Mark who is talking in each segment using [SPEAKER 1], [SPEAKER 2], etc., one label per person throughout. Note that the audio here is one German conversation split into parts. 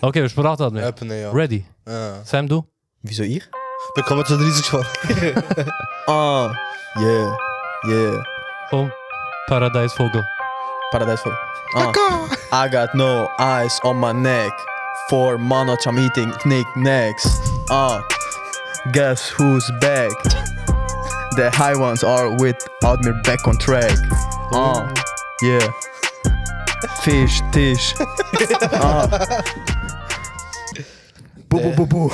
[SPEAKER 1] Okay, wir sprachen das nicht.
[SPEAKER 2] Eben, ja.
[SPEAKER 1] Ready.
[SPEAKER 2] Ja.
[SPEAKER 1] Sam, du?
[SPEAKER 3] Wieso ich?
[SPEAKER 2] Willkommen zur 30 Folge.
[SPEAKER 3] Ah, yeah, yeah.
[SPEAKER 1] Komm. Paradise Vogel.
[SPEAKER 3] Paradise for. Ah. I got no eyes on my neck. For months I'm eating knickknacks. Ah, guess who's back? The high ones are with Admir back on track. Ah, yeah. Fish, tish. Ah. Boe, boe, boe, boe.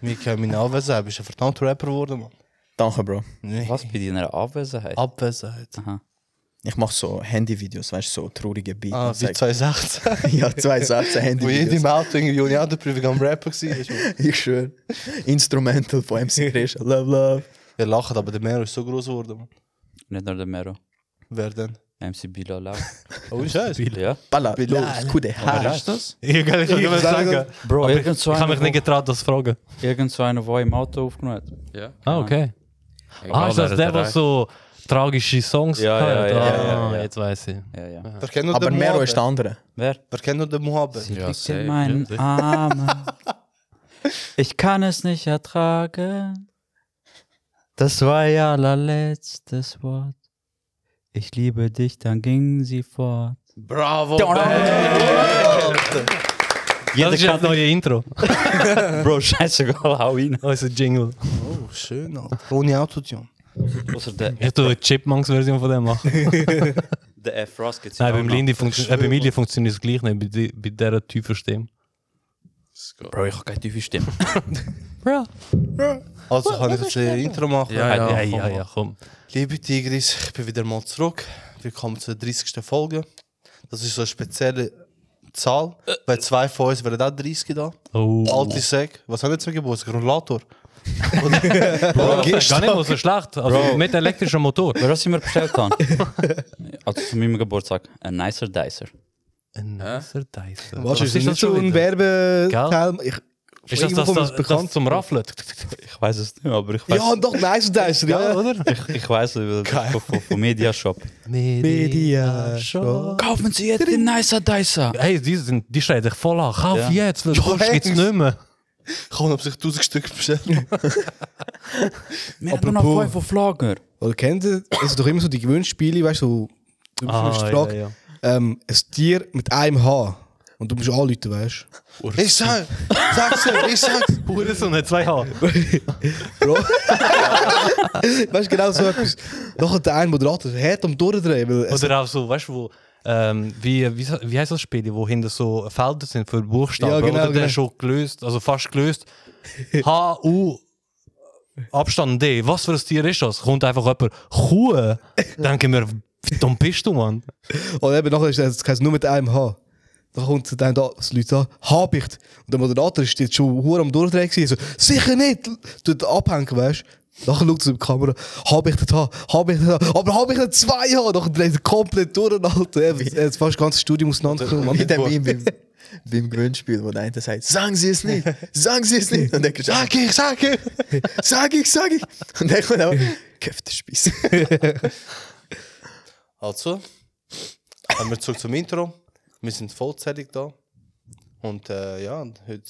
[SPEAKER 2] Wir können meine Anwesenheit. Bist du ein verdammter Rapper geworden, Mann?
[SPEAKER 3] Danke, Bro.
[SPEAKER 2] Nee.
[SPEAKER 4] Was bei deiner Abwesenheit?
[SPEAKER 2] Abwesenheit.
[SPEAKER 4] Aha.
[SPEAKER 3] Ich mach so Handyvideos, weißt du, so traurige Beats.
[SPEAKER 2] Ah, wie 2016.
[SPEAKER 3] ja, 2016
[SPEAKER 2] Wo jeder
[SPEAKER 3] Handyvideos.
[SPEAKER 2] im Auto irgendwie ohne Autoprüfung am Rappen war.
[SPEAKER 3] Ich schwöre. Instrumental von MC Chris. Love, love.
[SPEAKER 2] Wir lachen, aber der Mero ist so groß geworden, Mann.
[SPEAKER 4] Nicht nur der Mero.
[SPEAKER 2] Wer denn?
[SPEAKER 4] MC Bilal auch.
[SPEAKER 2] Oh, Scheiße.
[SPEAKER 4] ja.
[SPEAKER 3] Balla,
[SPEAKER 2] Bilal.
[SPEAKER 3] los, gute
[SPEAKER 4] Wer
[SPEAKER 3] Haar.
[SPEAKER 4] ist das?
[SPEAKER 1] Ich kann nicht
[SPEAKER 2] Ich sage-
[SPEAKER 1] sagen.
[SPEAKER 4] Bro, irgend
[SPEAKER 1] Ich
[SPEAKER 4] so
[SPEAKER 1] habe mich nicht
[SPEAKER 4] einer,
[SPEAKER 1] getraut, das zu fragen.
[SPEAKER 4] wo- irgend so einer, der im Auto aufgenommen hat. Ja.
[SPEAKER 1] Ah, okay. Ah, ist das der, der so tragische Songs
[SPEAKER 4] Ja, ja,
[SPEAKER 1] gehört?
[SPEAKER 4] ja,
[SPEAKER 1] ah,
[SPEAKER 4] ja, ja.
[SPEAKER 1] jetzt weiß ich.
[SPEAKER 4] Ja, ja.
[SPEAKER 2] Wer kennt noch
[SPEAKER 3] Aber
[SPEAKER 2] den
[SPEAKER 3] Mero
[SPEAKER 2] Moabit?
[SPEAKER 3] ist der andere.
[SPEAKER 4] Wer?
[SPEAKER 2] Wer kennt noch den Moabit?
[SPEAKER 4] Sie
[SPEAKER 5] Ja,
[SPEAKER 4] liegt
[SPEAKER 5] safe,
[SPEAKER 4] in meinen
[SPEAKER 5] ja,
[SPEAKER 4] Armen. Ich kann es nicht ertragen. Das war ihr allerletztes Wort. Ich liebe dich, dann ging sie fort.
[SPEAKER 2] Bravo!
[SPEAKER 1] das ist ja das neue Intro.
[SPEAKER 4] Bro, scheißegal, hau ihn.
[SPEAKER 1] Unser Jingle.
[SPEAKER 2] Oh, schön, Alter. Ohne Autotune.
[SPEAKER 4] Außer der,
[SPEAKER 1] Ich tue eine Chipmunks-Version von dem machen.
[SPEAKER 4] der F. Ross geht's
[SPEAKER 1] Nein,
[SPEAKER 4] auch
[SPEAKER 1] beim
[SPEAKER 4] noch.
[SPEAKER 1] Lindy funktio- äh, beim Lindy funktioniert es gleich nicht, bei, die, bei dieser tiefen Stimme.
[SPEAKER 4] Bro, ich hab keine tiefe Stimme.
[SPEAKER 1] Bro.
[SPEAKER 2] Also kann ich jetzt ein Intro machen.
[SPEAKER 5] Ja,
[SPEAKER 1] Ja, ja,
[SPEAKER 5] ja,
[SPEAKER 1] ja, ja, komm.
[SPEAKER 2] Liebe Tigris, ich bin wieder mal zurück. Willkommen zur 30. Folge. Das ist so eine spezielle Zahl. Bei zwei von uns wären auch 30 da.
[SPEAKER 1] Oh.
[SPEAKER 2] Alte Säck. Was haben wir jetzt für Geburtstag? Rollator.
[SPEAKER 1] Bro, das ist gar nicht mal so schlecht. Also mit elektrischem Motor.
[SPEAKER 4] Wer was ich mir bestellt habe? also zu meinem Geburtstag. Ein nicer Dicer.
[SPEAKER 1] Ein nicer Dicer.
[SPEAKER 5] Was ist nicht so
[SPEAKER 1] schon
[SPEAKER 5] ein
[SPEAKER 1] wieder?
[SPEAKER 5] Werbeteil? Ich-
[SPEAKER 1] Ist das
[SPEAKER 5] irgendwo
[SPEAKER 1] das,
[SPEAKER 5] kommt
[SPEAKER 1] das, das,
[SPEAKER 5] es bekannt.
[SPEAKER 1] zum Raffeln?
[SPEAKER 4] Ich weiß es nicht, aber ich weiß
[SPEAKER 5] Ja, doch, nice Dicer,
[SPEAKER 1] Ja,
[SPEAKER 5] ja.
[SPEAKER 1] oder?
[SPEAKER 4] Ich, ich weiß es von, von, von Media Shop.
[SPEAKER 5] Media Shop.
[SPEAKER 4] Kaufen Sie jetzt den nicer Dicer.
[SPEAKER 1] Hey, die, sind, die schreien dich voll an. Kauf
[SPEAKER 4] Ja.
[SPEAKER 1] jetzt, weil sonst geht's nicht mehr.
[SPEAKER 2] Ich habe sich 1000 Stück bestellt.
[SPEAKER 4] Wir haben nur noch
[SPEAKER 5] Apropos.
[SPEAKER 4] fünf auf Lager.
[SPEAKER 5] Oder kennt ihr, es sind doch immer so die gewünschten Spiele, weißt du, du
[SPEAKER 1] Ah,
[SPEAKER 5] bist
[SPEAKER 1] ja,
[SPEAKER 5] ah, gefragt,
[SPEAKER 1] ja.
[SPEAKER 5] ähm, ein Tier mit einem Haar. Und du musst anrufen, weißt
[SPEAKER 2] ich sag, sag's dir, ich sag's.
[SPEAKER 1] Hure so eine 2H.
[SPEAKER 5] du. Bro. weißt du, genau so etwas. Dann hat der eine Moderator hart am Durchdrehen, weil es
[SPEAKER 1] Oder auch so, weißt du, wo, ähm, wie, wie, wie heißt das Spiel, wo hinter so Felder sind für Buchstaben?
[SPEAKER 5] Ja, genau,
[SPEAKER 1] oder der
[SPEAKER 5] genau.
[SPEAKER 1] schon gelöst, also fast gelöst. H, U, Abstand D. Was für ein Tier ist das? Kommt einfach jemand, Kuh. Denken wir, wie dumm bist du, Mann?
[SPEAKER 5] Und eben nachher ist es heisst nur mit einem H. Dann kommt dann da, das Leute an, Habicht. Und der Moderator ist jetzt schon hure am Durchdrehen gewesen. So, sicher nicht! Tut abhängen, weißt du? Nachher schaut er in die Kamera, Habicht hat H, Habicht hat H, aber Habicht hat zwei H! Nachher dreht er komplett durch, Alter. Er er hat fast das ganze Studium auseinandergenommen.
[SPEAKER 3] Wie
[SPEAKER 5] Mann.
[SPEAKER 3] der Meme beim, beim Gewinnspiel, wo der eine sagt, sagen Sie es nicht, sagen Sie es nicht. Und der kriegt, sag ich, sag ich, sag ich, sag ich. Und der kommt auch, köpft der Spieß.
[SPEAKER 2] Also, kommen wir zurück zum Intro. Wir sind vollzählig da. Und äh, ja, und heute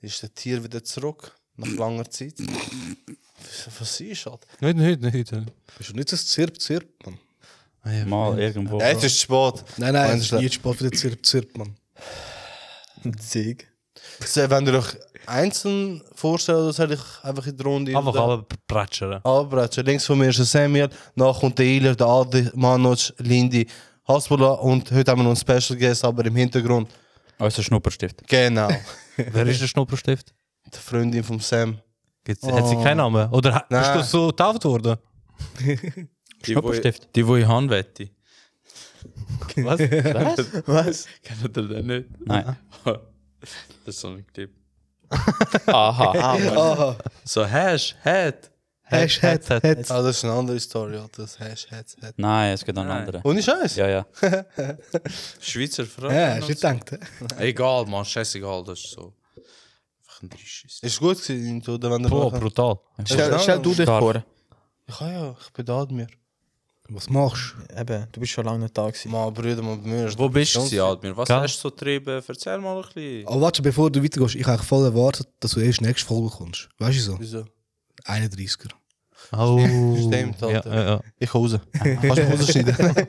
[SPEAKER 2] ist der Tier wieder zurück. Nach langer Zeit. Was- Was ist das?
[SPEAKER 1] Nicht heute, nicht heute.
[SPEAKER 5] Ist doch nicht so ein Zirp, Zirp, Mann.
[SPEAKER 4] Mal irgendwo.
[SPEAKER 2] Ja, jetzt ist es spät.
[SPEAKER 5] Nein, nein,
[SPEAKER 2] Wenn
[SPEAKER 5] es ist
[SPEAKER 2] ihr-
[SPEAKER 5] jetzt Sport wieder Zirp, Zirp, Mann.
[SPEAKER 3] Sieg.
[SPEAKER 2] So, Wenn ihr euch einzeln vorstellt, oder soll ich einfach in die Runde? äh,
[SPEAKER 1] Einfach
[SPEAKER 2] Oder-
[SPEAKER 1] alle pratschern.
[SPEAKER 2] Albrecht, also links von mir ist der Samuel, nach kommt der Eiler, der Adi, Manoj, Lindy, Hasbula und heute haben wir noch einen Special Guest, aber im Hintergrund.
[SPEAKER 4] Unser Ah, Schnupperstift.
[SPEAKER 2] Genau,
[SPEAKER 1] Wer ist der Schnupperstift?
[SPEAKER 2] die Freundin vom Sam.
[SPEAKER 1] Gibt's, Hat sie keinen Namen? Oder ha- bist
[SPEAKER 2] Nein.
[SPEAKER 1] du so getauft worden?
[SPEAKER 4] Schnupperstift.
[SPEAKER 6] Die, die ich haben wette.
[SPEAKER 1] Was?
[SPEAKER 3] Was?
[SPEAKER 6] Kennt ihr den nicht?
[SPEAKER 4] Nein.
[SPEAKER 6] das ist so ein Clip. Aha.
[SPEAKER 5] Aha.
[SPEAKER 6] So, Hash, Head.
[SPEAKER 5] Hash, hat, hat.
[SPEAKER 2] Ah, das ist eine andere Story, ja, das Hash, Hash, Hash.
[SPEAKER 4] Nein, es geht an
[SPEAKER 6] Nein.
[SPEAKER 4] andere.
[SPEAKER 2] Und ich weiß.
[SPEAKER 4] Ja, ja.
[SPEAKER 6] Schweizer Frau.
[SPEAKER 5] Ja, hast du nicht gedacht, hä?
[SPEAKER 6] Egal, Mann, scheißegal, das ist so. Einfach ein Drischiss.
[SPEAKER 2] Ist gut gewesen, oder wenn der genau
[SPEAKER 1] Boah, brutal.
[SPEAKER 3] Stell, stell du dich vor.
[SPEAKER 2] Ich, ah, ja, ich bin der Admir.
[SPEAKER 5] Was machst du?
[SPEAKER 3] Eben, du bist schon lange nicht da gewesen.
[SPEAKER 2] Mal, Brüder, mal bemühen.
[SPEAKER 6] Wo bist du, gewesen, Admir? Was
[SPEAKER 1] Ja.
[SPEAKER 6] hast du so getrieben? Erzähl mal ein bisschen.
[SPEAKER 5] Aber warte, bevor du weitergehst, ich habe eigentlich voll erwartet, dass du erst nächste Folge kommst. Weißt du so?
[SPEAKER 2] Wieso?
[SPEAKER 5] 31er.
[SPEAKER 1] Oh.
[SPEAKER 2] Stimmt,
[SPEAKER 1] ja,
[SPEAKER 2] Alter.
[SPEAKER 1] ja, ja.
[SPEAKER 2] Ich hause. Kannst du mich rausschneiden?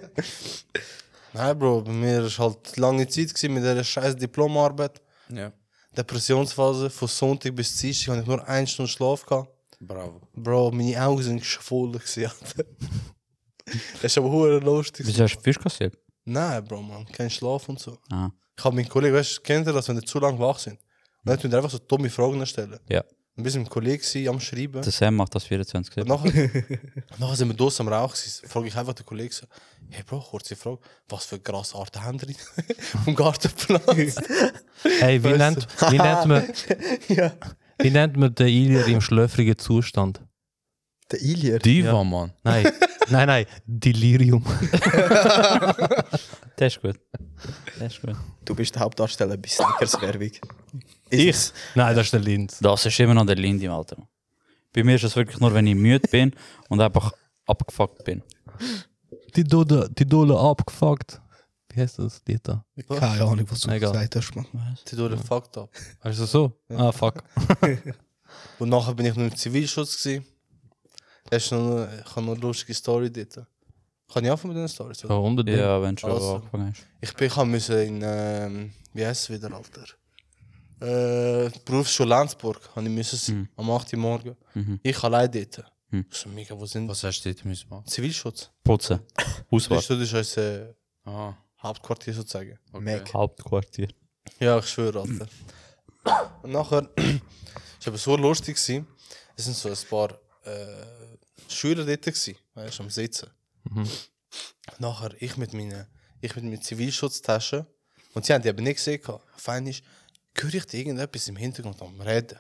[SPEAKER 2] Nein, Bro, bei mir war halt lange Zeit gewesen mit dieser scheiß Diplomarbeit.
[SPEAKER 6] Ja.
[SPEAKER 2] Depressionsphase von Sonntag bis Dienstag hatte ich nur eine Stunde Schlaf. Gehabt.
[SPEAKER 6] Bravo.
[SPEAKER 2] Bro, meine Augen sind geschwollen. gewesen, Alter. das ist aber hure lustig.
[SPEAKER 4] Wieso hast du Fisch kassiert?
[SPEAKER 2] Nein, Bro, man, kein Schlaf und so.
[SPEAKER 4] Ah.
[SPEAKER 2] Ich habe meinen Kollegen, weißt du, kennt ihr das, wenn die zu lange wach sind? Dann tun die einfach so dumme Fragen stellen.
[SPEAKER 4] Ja.
[SPEAKER 2] Ein bisschen mit dem Kollegen gewesen, am Schreiben.
[SPEAKER 4] Der Sam macht das 24.
[SPEAKER 2] Und nachher, und nachher sind wir draußen am Rauch. gewesen. Frage ich einfach den Kollegen so: Hey Bro, kurze Frage, was für Grasarten haben die vom Gartenplatz?
[SPEAKER 1] Hey, wie nennt, wie nennt man,
[SPEAKER 3] ja.
[SPEAKER 1] wie nennt man den Ilier im schlöfrigen Zustand?
[SPEAKER 3] Der Ilir.
[SPEAKER 6] Diva, Mann.
[SPEAKER 1] Nein, nein, nein, Delirium.
[SPEAKER 4] Das ist gut. Das ist gut.
[SPEAKER 3] Du bist der Hauptdarsteller bei Snickers Werbung. Ich?
[SPEAKER 1] Nein, das ist der Linz.
[SPEAKER 4] Das ist immer noch der Lind im Alter. Bei mir ist es wirklich nur, wenn ich müde bin und einfach abgefuckt bin.
[SPEAKER 1] Die Dole, die Dole abgefuckt. Wie heißt das Lied da?
[SPEAKER 5] Keine Ahnung, was du
[SPEAKER 1] Egal.
[SPEAKER 5] gesagt hast, Mann.
[SPEAKER 2] die durch den Fakt ab.
[SPEAKER 1] Heißt das so? Ah, fuck.
[SPEAKER 2] Und nachher bin ich noch im Zivilschutz. Gewesen. Das ist noch, ich habe noch eine lustige Story dort. Kann ich anfangen mit diesen Storys?
[SPEAKER 1] Ja,
[SPEAKER 2] oder?
[SPEAKER 1] unbedingt.
[SPEAKER 4] Ja, wenn du schon
[SPEAKER 2] Also.
[SPEAKER 4] angefangen hast.
[SPEAKER 2] Ich bin, ich hab müssen in, ähm, wie heißt es wieder, Alter? Äh, Berufsschule Lenzburg, habe ich müssen sein, am 8. Uhr morgen.
[SPEAKER 4] Mhm.
[SPEAKER 2] Ich allein dort.
[SPEAKER 4] Mhm.
[SPEAKER 2] Ich so, mega, wo sind
[SPEAKER 6] Was hast du dort müssen machen?
[SPEAKER 2] Zivilschutz.
[SPEAKER 4] Putzen. Auswahl.
[SPEAKER 2] Das ist unser
[SPEAKER 6] Ah,
[SPEAKER 2] Hauptquartier sozusagen.
[SPEAKER 6] okay.
[SPEAKER 3] Mac.
[SPEAKER 4] Hauptquartier.
[SPEAKER 2] Ja, ich schwöre, Alter. Und nachher, es war so lustig, gewesen. es sind so ein paar äh, Schüler dort, gewesen, weißt, du, am Sitzen. Nachher, ich mit meinen, ich mit meinen Zivilschutztaschen, und sie haben die aber nicht gesehen. gehabt. Auf einmal höre ich da irgendetwas im Hintergrund am Reden.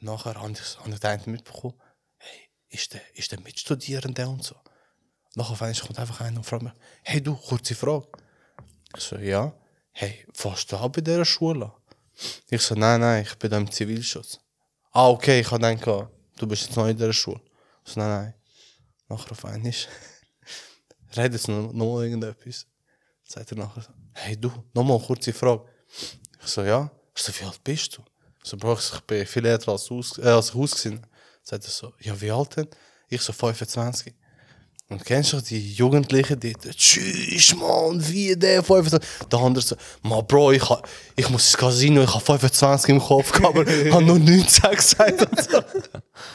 [SPEAKER 2] Und nachher habe ich, hab ich den einen mitbekommen, hey, ist der, ist der Mitstudierende und so. Nachher auf einmal kommt einfach einer und fragt mich, hey du, kurze Frage. Ich so, ja. Hey, fährst du auch bei dieser Schule? Ich so, nein, nein, ich bin da im Zivilschutz. Ah, okay, ich habe gedacht, du bist jetzt neu in dieser Schule. Ich so, nein, nein. Nachher auf einmal redet es noch, noch mal irgendetwas. Sagt er nachher so, hey du, nochmal eine kurze Frage. Ich so, ja. Ich so, wie alt bist du? Ich so, Bro, ich so, ich bin viel älter als, aus, äh, als ich ausgesehen. Sagt er so, ja, wie alt denn? Ich so, 25. Und kennst du die Jugendlichen dort? Tschüss, Mann, wie der 25. Der andere so, Mann, Bro, ich, ha, ich muss ins Casino, ich habe 25 im Kopf, gehabt, aber ich habe nur 19 gesagt. Und, so.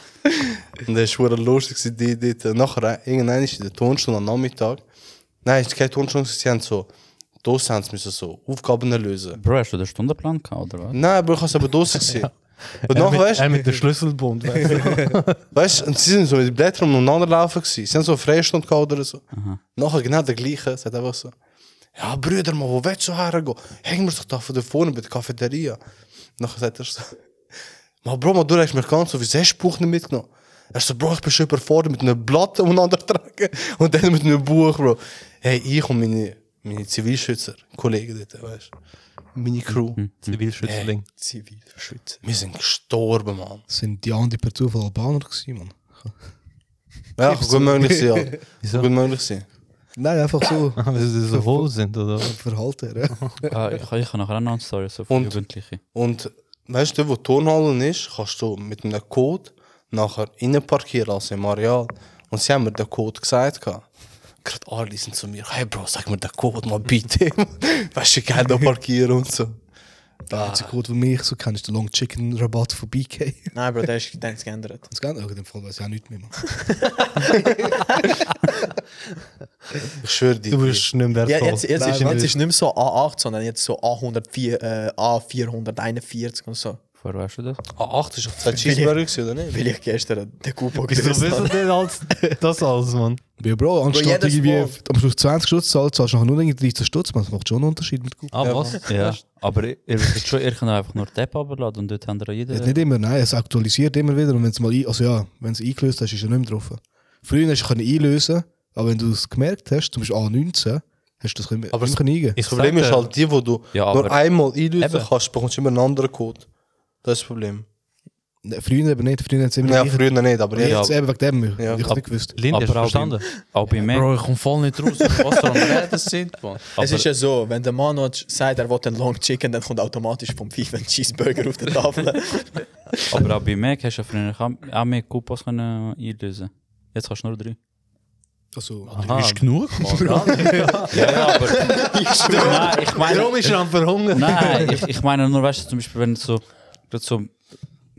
[SPEAKER 2] und das war verdammt lustig, gewesen, die dort. Nachher, irgendwann ist in der Turnstunde am Nachmittag. Nein, es war keine Turnstunde, sie haben so, draussen haben sie müssen so Aufgaben lösen.
[SPEAKER 4] Bro, hast du den Stundenplan gehabt, oder was?
[SPEAKER 2] Nein, Bro, ich habe es aber draussen gesehen. Und
[SPEAKER 1] Er
[SPEAKER 2] nachher,
[SPEAKER 1] mit,
[SPEAKER 2] weißt
[SPEAKER 1] er mit dem Schlüsselbund. weißt du.
[SPEAKER 2] Weißt du, und sie sind so mit den Blättern umeinander laufen. gewesen. Sie haben so eine Freistunde gehabt oder so. Nachher genau der gleiche. Sagt einfach so: Ja, Brüder, mal, wo willst du hergehen? Hängen wir doch da von da vorne bei der Cafeteria. Nachher sagt er so: Mal, Bro, mal, du hast mir ganz so wie sechs Buch nicht mitgenommen. Er so: Bro, ich bin schon überfordert mit einem Blatt umeinander tragen und dann mit einem Buch, Bro. Hey, ich und meine, meine Zivilschützer, Kollegen dort, weißt du, meine Crew,
[SPEAKER 1] Zivilschützling.
[SPEAKER 3] Zivilschützer.
[SPEAKER 2] wir sind gestorben, Mann.
[SPEAKER 5] Sind die anderen per Zufall Albaner gewesen, Mann?
[SPEAKER 2] Ja, gut möglich sein, ja. Gut möglich sein.
[SPEAKER 5] Nein, einfach so
[SPEAKER 1] Weil sie so hohl sind, oder? was?
[SPEAKER 5] verhalten. Ja.
[SPEAKER 4] Ah, ich, ich habe nachher auch noch eine Story, so für
[SPEAKER 2] Und-
[SPEAKER 4] Jugendliche.
[SPEAKER 2] Und weißt du, wo die Turnhalle ist, kannst du mit einem Code nachher innen parkieren, also im Areal. Und sie haben mir den Code gesagt. gehabt. Gerade alle sind zu mir, hey Bro, sag mir den Code mal bitte. weißt du, wie geil da parkieren und so.
[SPEAKER 5] Der einzige Code, den ich so kenne, ist der Long Chicken Rabatt von BK.
[SPEAKER 3] Nein, Bro, der ist der ist geändert.
[SPEAKER 5] Das geht auch in dem Fall, weiß ich auch nicht mehr. Mann.
[SPEAKER 2] Ich schwöre dir.
[SPEAKER 1] Du bist nicht mehr
[SPEAKER 3] Ja,
[SPEAKER 1] wertvoll.
[SPEAKER 3] jetzt, jetzt,
[SPEAKER 5] Nein,
[SPEAKER 3] ist,
[SPEAKER 5] Mann.
[SPEAKER 3] jetzt ist nicht mehr so A8, sondern jetzt so A104, äh, A441 und so.
[SPEAKER 4] Vorher weißt du das?
[SPEAKER 2] A8 ist auf zwei Cheeseburger, gewesen, oder nicht?
[SPEAKER 3] Weil ich gestern den Coupon
[SPEAKER 1] Wieso
[SPEAKER 3] gelöst
[SPEAKER 1] wissen
[SPEAKER 3] habe.
[SPEAKER 1] denn alles, das alles, Mann?
[SPEAKER 5] Ja, Bro, anstatt
[SPEAKER 3] jedes
[SPEAKER 5] irgendwie
[SPEAKER 3] Mal.
[SPEAKER 5] auf- am Schluss 20 Stutz zu zahlen, zahlst du nachher nur irgendwie 13 Stutz. Man, Das macht schon einen Unterschied mit Google.
[SPEAKER 1] Ah, was?
[SPEAKER 4] Ja. Aber ihr, ihr wisst schon, ihr könnt einfach nur die App runterladen und dort habt ihr
[SPEAKER 5] Ja.
[SPEAKER 4] jeden...
[SPEAKER 5] Nicht immer, nein, es aktualisiert immer wieder. Und wenn es mal ein, also ja, wenn es eingelöst hast, ist er nicht mehr drauf. Früher hast du können einlösen, aber wenn du es gemerkt hast, zum Beispiel A19, hast du das können,
[SPEAKER 2] Aber
[SPEAKER 5] aber nicht mehr eingeben.
[SPEAKER 2] Das Problem ist halt, die, wo du
[SPEAKER 6] äh,
[SPEAKER 4] Ja,
[SPEAKER 2] nur
[SPEAKER 4] aber-
[SPEAKER 2] einmal einlösen
[SPEAKER 4] Eben.
[SPEAKER 2] kannst, bekommst du immer einen anderen Code. Das ist das Problem.
[SPEAKER 5] Nee, früher aber nicht. Früher hat es immer
[SPEAKER 2] Ja,
[SPEAKER 5] gleich-
[SPEAKER 2] früher nicht, aber
[SPEAKER 5] Jetzt
[SPEAKER 2] jetzt.
[SPEAKER 5] eben wegen dem. Ich
[SPEAKER 2] Ja.
[SPEAKER 5] ja. hab's nicht gewusst.
[SPEAKER 1] Linde, hast du
[SPEAKER 4] Aber auch
[SPEAKER 1] verstanden?
[SPEAKER 4] Auch bei mir.
[SPEAKER 6] Bro, ich komme voll nicht raus, was da am Reden sind, man.
[SPEAKER 3] es ist ja so, wenn der Manoj sagt, er will einen Long Chicken, dann kommt automatisch vom Pfeif ein Cheeseburger auf der Tafel.
[SPEAKER 4] Aber auch bei Mac hast du ja früher auch- auch mehr Coupons können einlösen. Jetzt kannst du nur drei.
[SPEAKER 5] Also,
[SPEAKER 1] Ist genug?
[SPEAKER 4] Ja, ja, aber. nein, ich meine,
[SPEAKER 1] Warum ist er am Verhungern?
[SPEAKER 4] nein, ich, ich meine nur, weißt du, zum Beispiel, wenn du so, grad so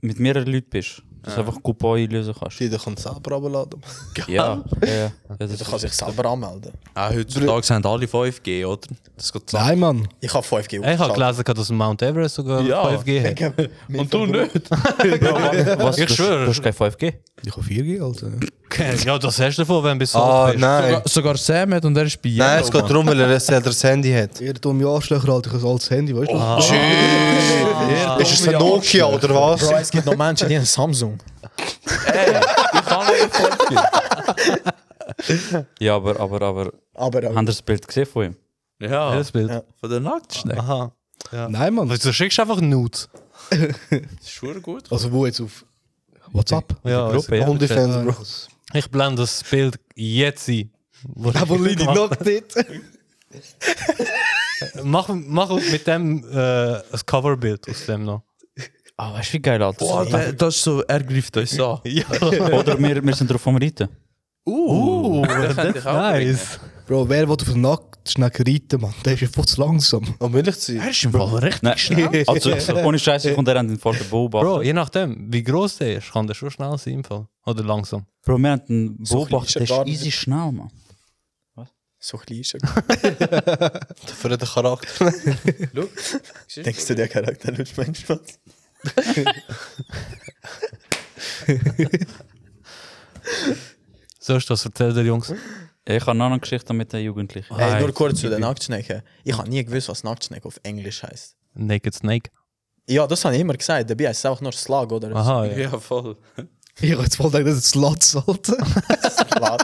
[SPEAKER 4] mit mehreren Leuten bist, dass du einfach Coupon einlösen kannst.
[SPEAKER 2] Jeder kann es selber runterladen.
[SPEAKER 4] Ja, ja, ja. ja das
[SPEAKER 3] Du kannst dich selber anmelden.
[SPEAKER 6] Ah, heutzutage sind alle 5G, oder? Das geht
[SPEAKER 5] nein, Mann.
[SPEAKER 3] Ich habe
[SPEAKER 1] Ich
[SPEAKER 3] 5G
[SPEAKER 1] habe
[SPEAKER 3] aufgeschaltet.
[SPEAKER 1] gelesen, dass Mount Everest sogar
[SPEAKER 6] Ja.
[SPEAKER 1] 5G hat.
[SPEAKER 6] Und du nicht?
[SPEAKER 4] was,
[SPEAKER 1] Ich
[SPEAKER 4] du-
[SPEAKER 1] schwöre.
[SPEAKER 4] Du hast kein 5G.
[SPEAKER 5] Ich habe 4G, Alter.
[SPEAKER 1] Ja, das hast du davon, wenn du bis
[SPEAKER 2] Ah,
[SPEAKER 1] alt bist.
[SPEAKER 2] nein.
[SPEAKER 6] Sogar, sogar Sam hat und er ist bei
[SPEAKER 2] Nein,
[SPEAKER 6] Yellow,
[SPEAKER 2] es geht
[SPEAKER 6] Mann.
[SPEAKER 2] darum, weil er das Handy hat.
[SPEAKER 5] Ihr dumme Arschlöcher, Alter. Ich habe ein altes Handy, weißt du?
[SPEAKER 2] Ist es ein Nokia oder was?
[SPEAKER 3] Bro, es gibt noch Menschen, die haben Samsung.
[SPEAKER 4] Ja, aber, aber, aber,
[SPEAKER 3] Aber äh,
[SPEAKER 4] haben das Bild gesehen von ihm?
[SPEAKER 1] Ja,
[SPEAKER 6] Ja,
[SPEAKER 1] das Bild.
[SPEAKER 3] Ja.
[SPEAKER 6] von der Nacktschnecke.
[SPEAKER 1] Aha.
[SPEAKER 5] Nein, Mann.
[SPEAKER 1] Also, du schickst einfach Nudes.
[SPEAKER 6] Das ist schon gut.
[SPEAKER 5] Also, wo jetzt auf WhatsApp?
[SPEAKER 1] Ja,
[SPEAKER 4] Gruppe, ja.
[SPEAKER 2] Hundefans, Bro.
[SPEAKER 1] Ich blende das Bild jetzt ein. Wo
[SPEAKER 5] Aber Lini nackt dort.
[SPEAKER 1] mach, mach mit dem äh, ein Coverbild aus dem noch.
[SPEAKER 4] Ah, weißt du, wie geil, Alter.
[SPEAKER 6] Boah, der- das ist so, er greift uns an.
[SPEAKER 1] Ja,
[SPEAKER 4] Oder wir, wir sind drauf am Reiten.
[SPEAKER 1] uh,
[SPEAKER 6] that's nice.
[SPEAKER 5] Bro, wer will auf den Nacktschnecken reiten, Mann? Der ist ja voll zu langsam.
[SPEAKER 2] Um ehrlich zu sein.
[SPEAKER 1] Er ist im Fall recht.
[SPEAKER 4] Nein, also, so, ohne Scheiße, ich und er haben den vor der Beobachtung.
[SPEAKER 1] Bro, je nachdem, wie groß der ist, kann der schon schnell sein im Fall. Oder langsam.
[SPEAKER 4] Bro, wir haben den
[SPEAKER 3] So
[SPEAKER 4] beobachtet, der
[SPEAKER 3] klein ist er gar
[SPEAKER 4] ist easy schnell, Mann.
[SPEAKER 3] so klein ist er.
[SPEAKER 2] Für den Charakter.
[SPEAKER 3] Denkst du, der Charakter lutscht meinen Spaß?
[SPEAKER 1] So ist das erzählt der Jungs.
[SPEAKER 4] Ich habe noch eine Geschichte mit den Jugendlichen.
[SPEAKER 3] Hey, nur kurz zu den Nacktschnecken. Ich habe nie gewusst, was Nacktschnecke auf Englisch heißt.
[SPEAKER 1] Naked Snake.
[SPEAKER 3] Ja, das habe ich immer gesagt. Dabei heißt es auch nur Schlag, oder?
[SPEAKER 1] Aha, ja.
[SPEAKER 6] Ja, voll.
[SPEAKER 5] Ich habe jetzt voll gedacht, das ist Slats, Alter.
[SPEAKER 3] Schlag.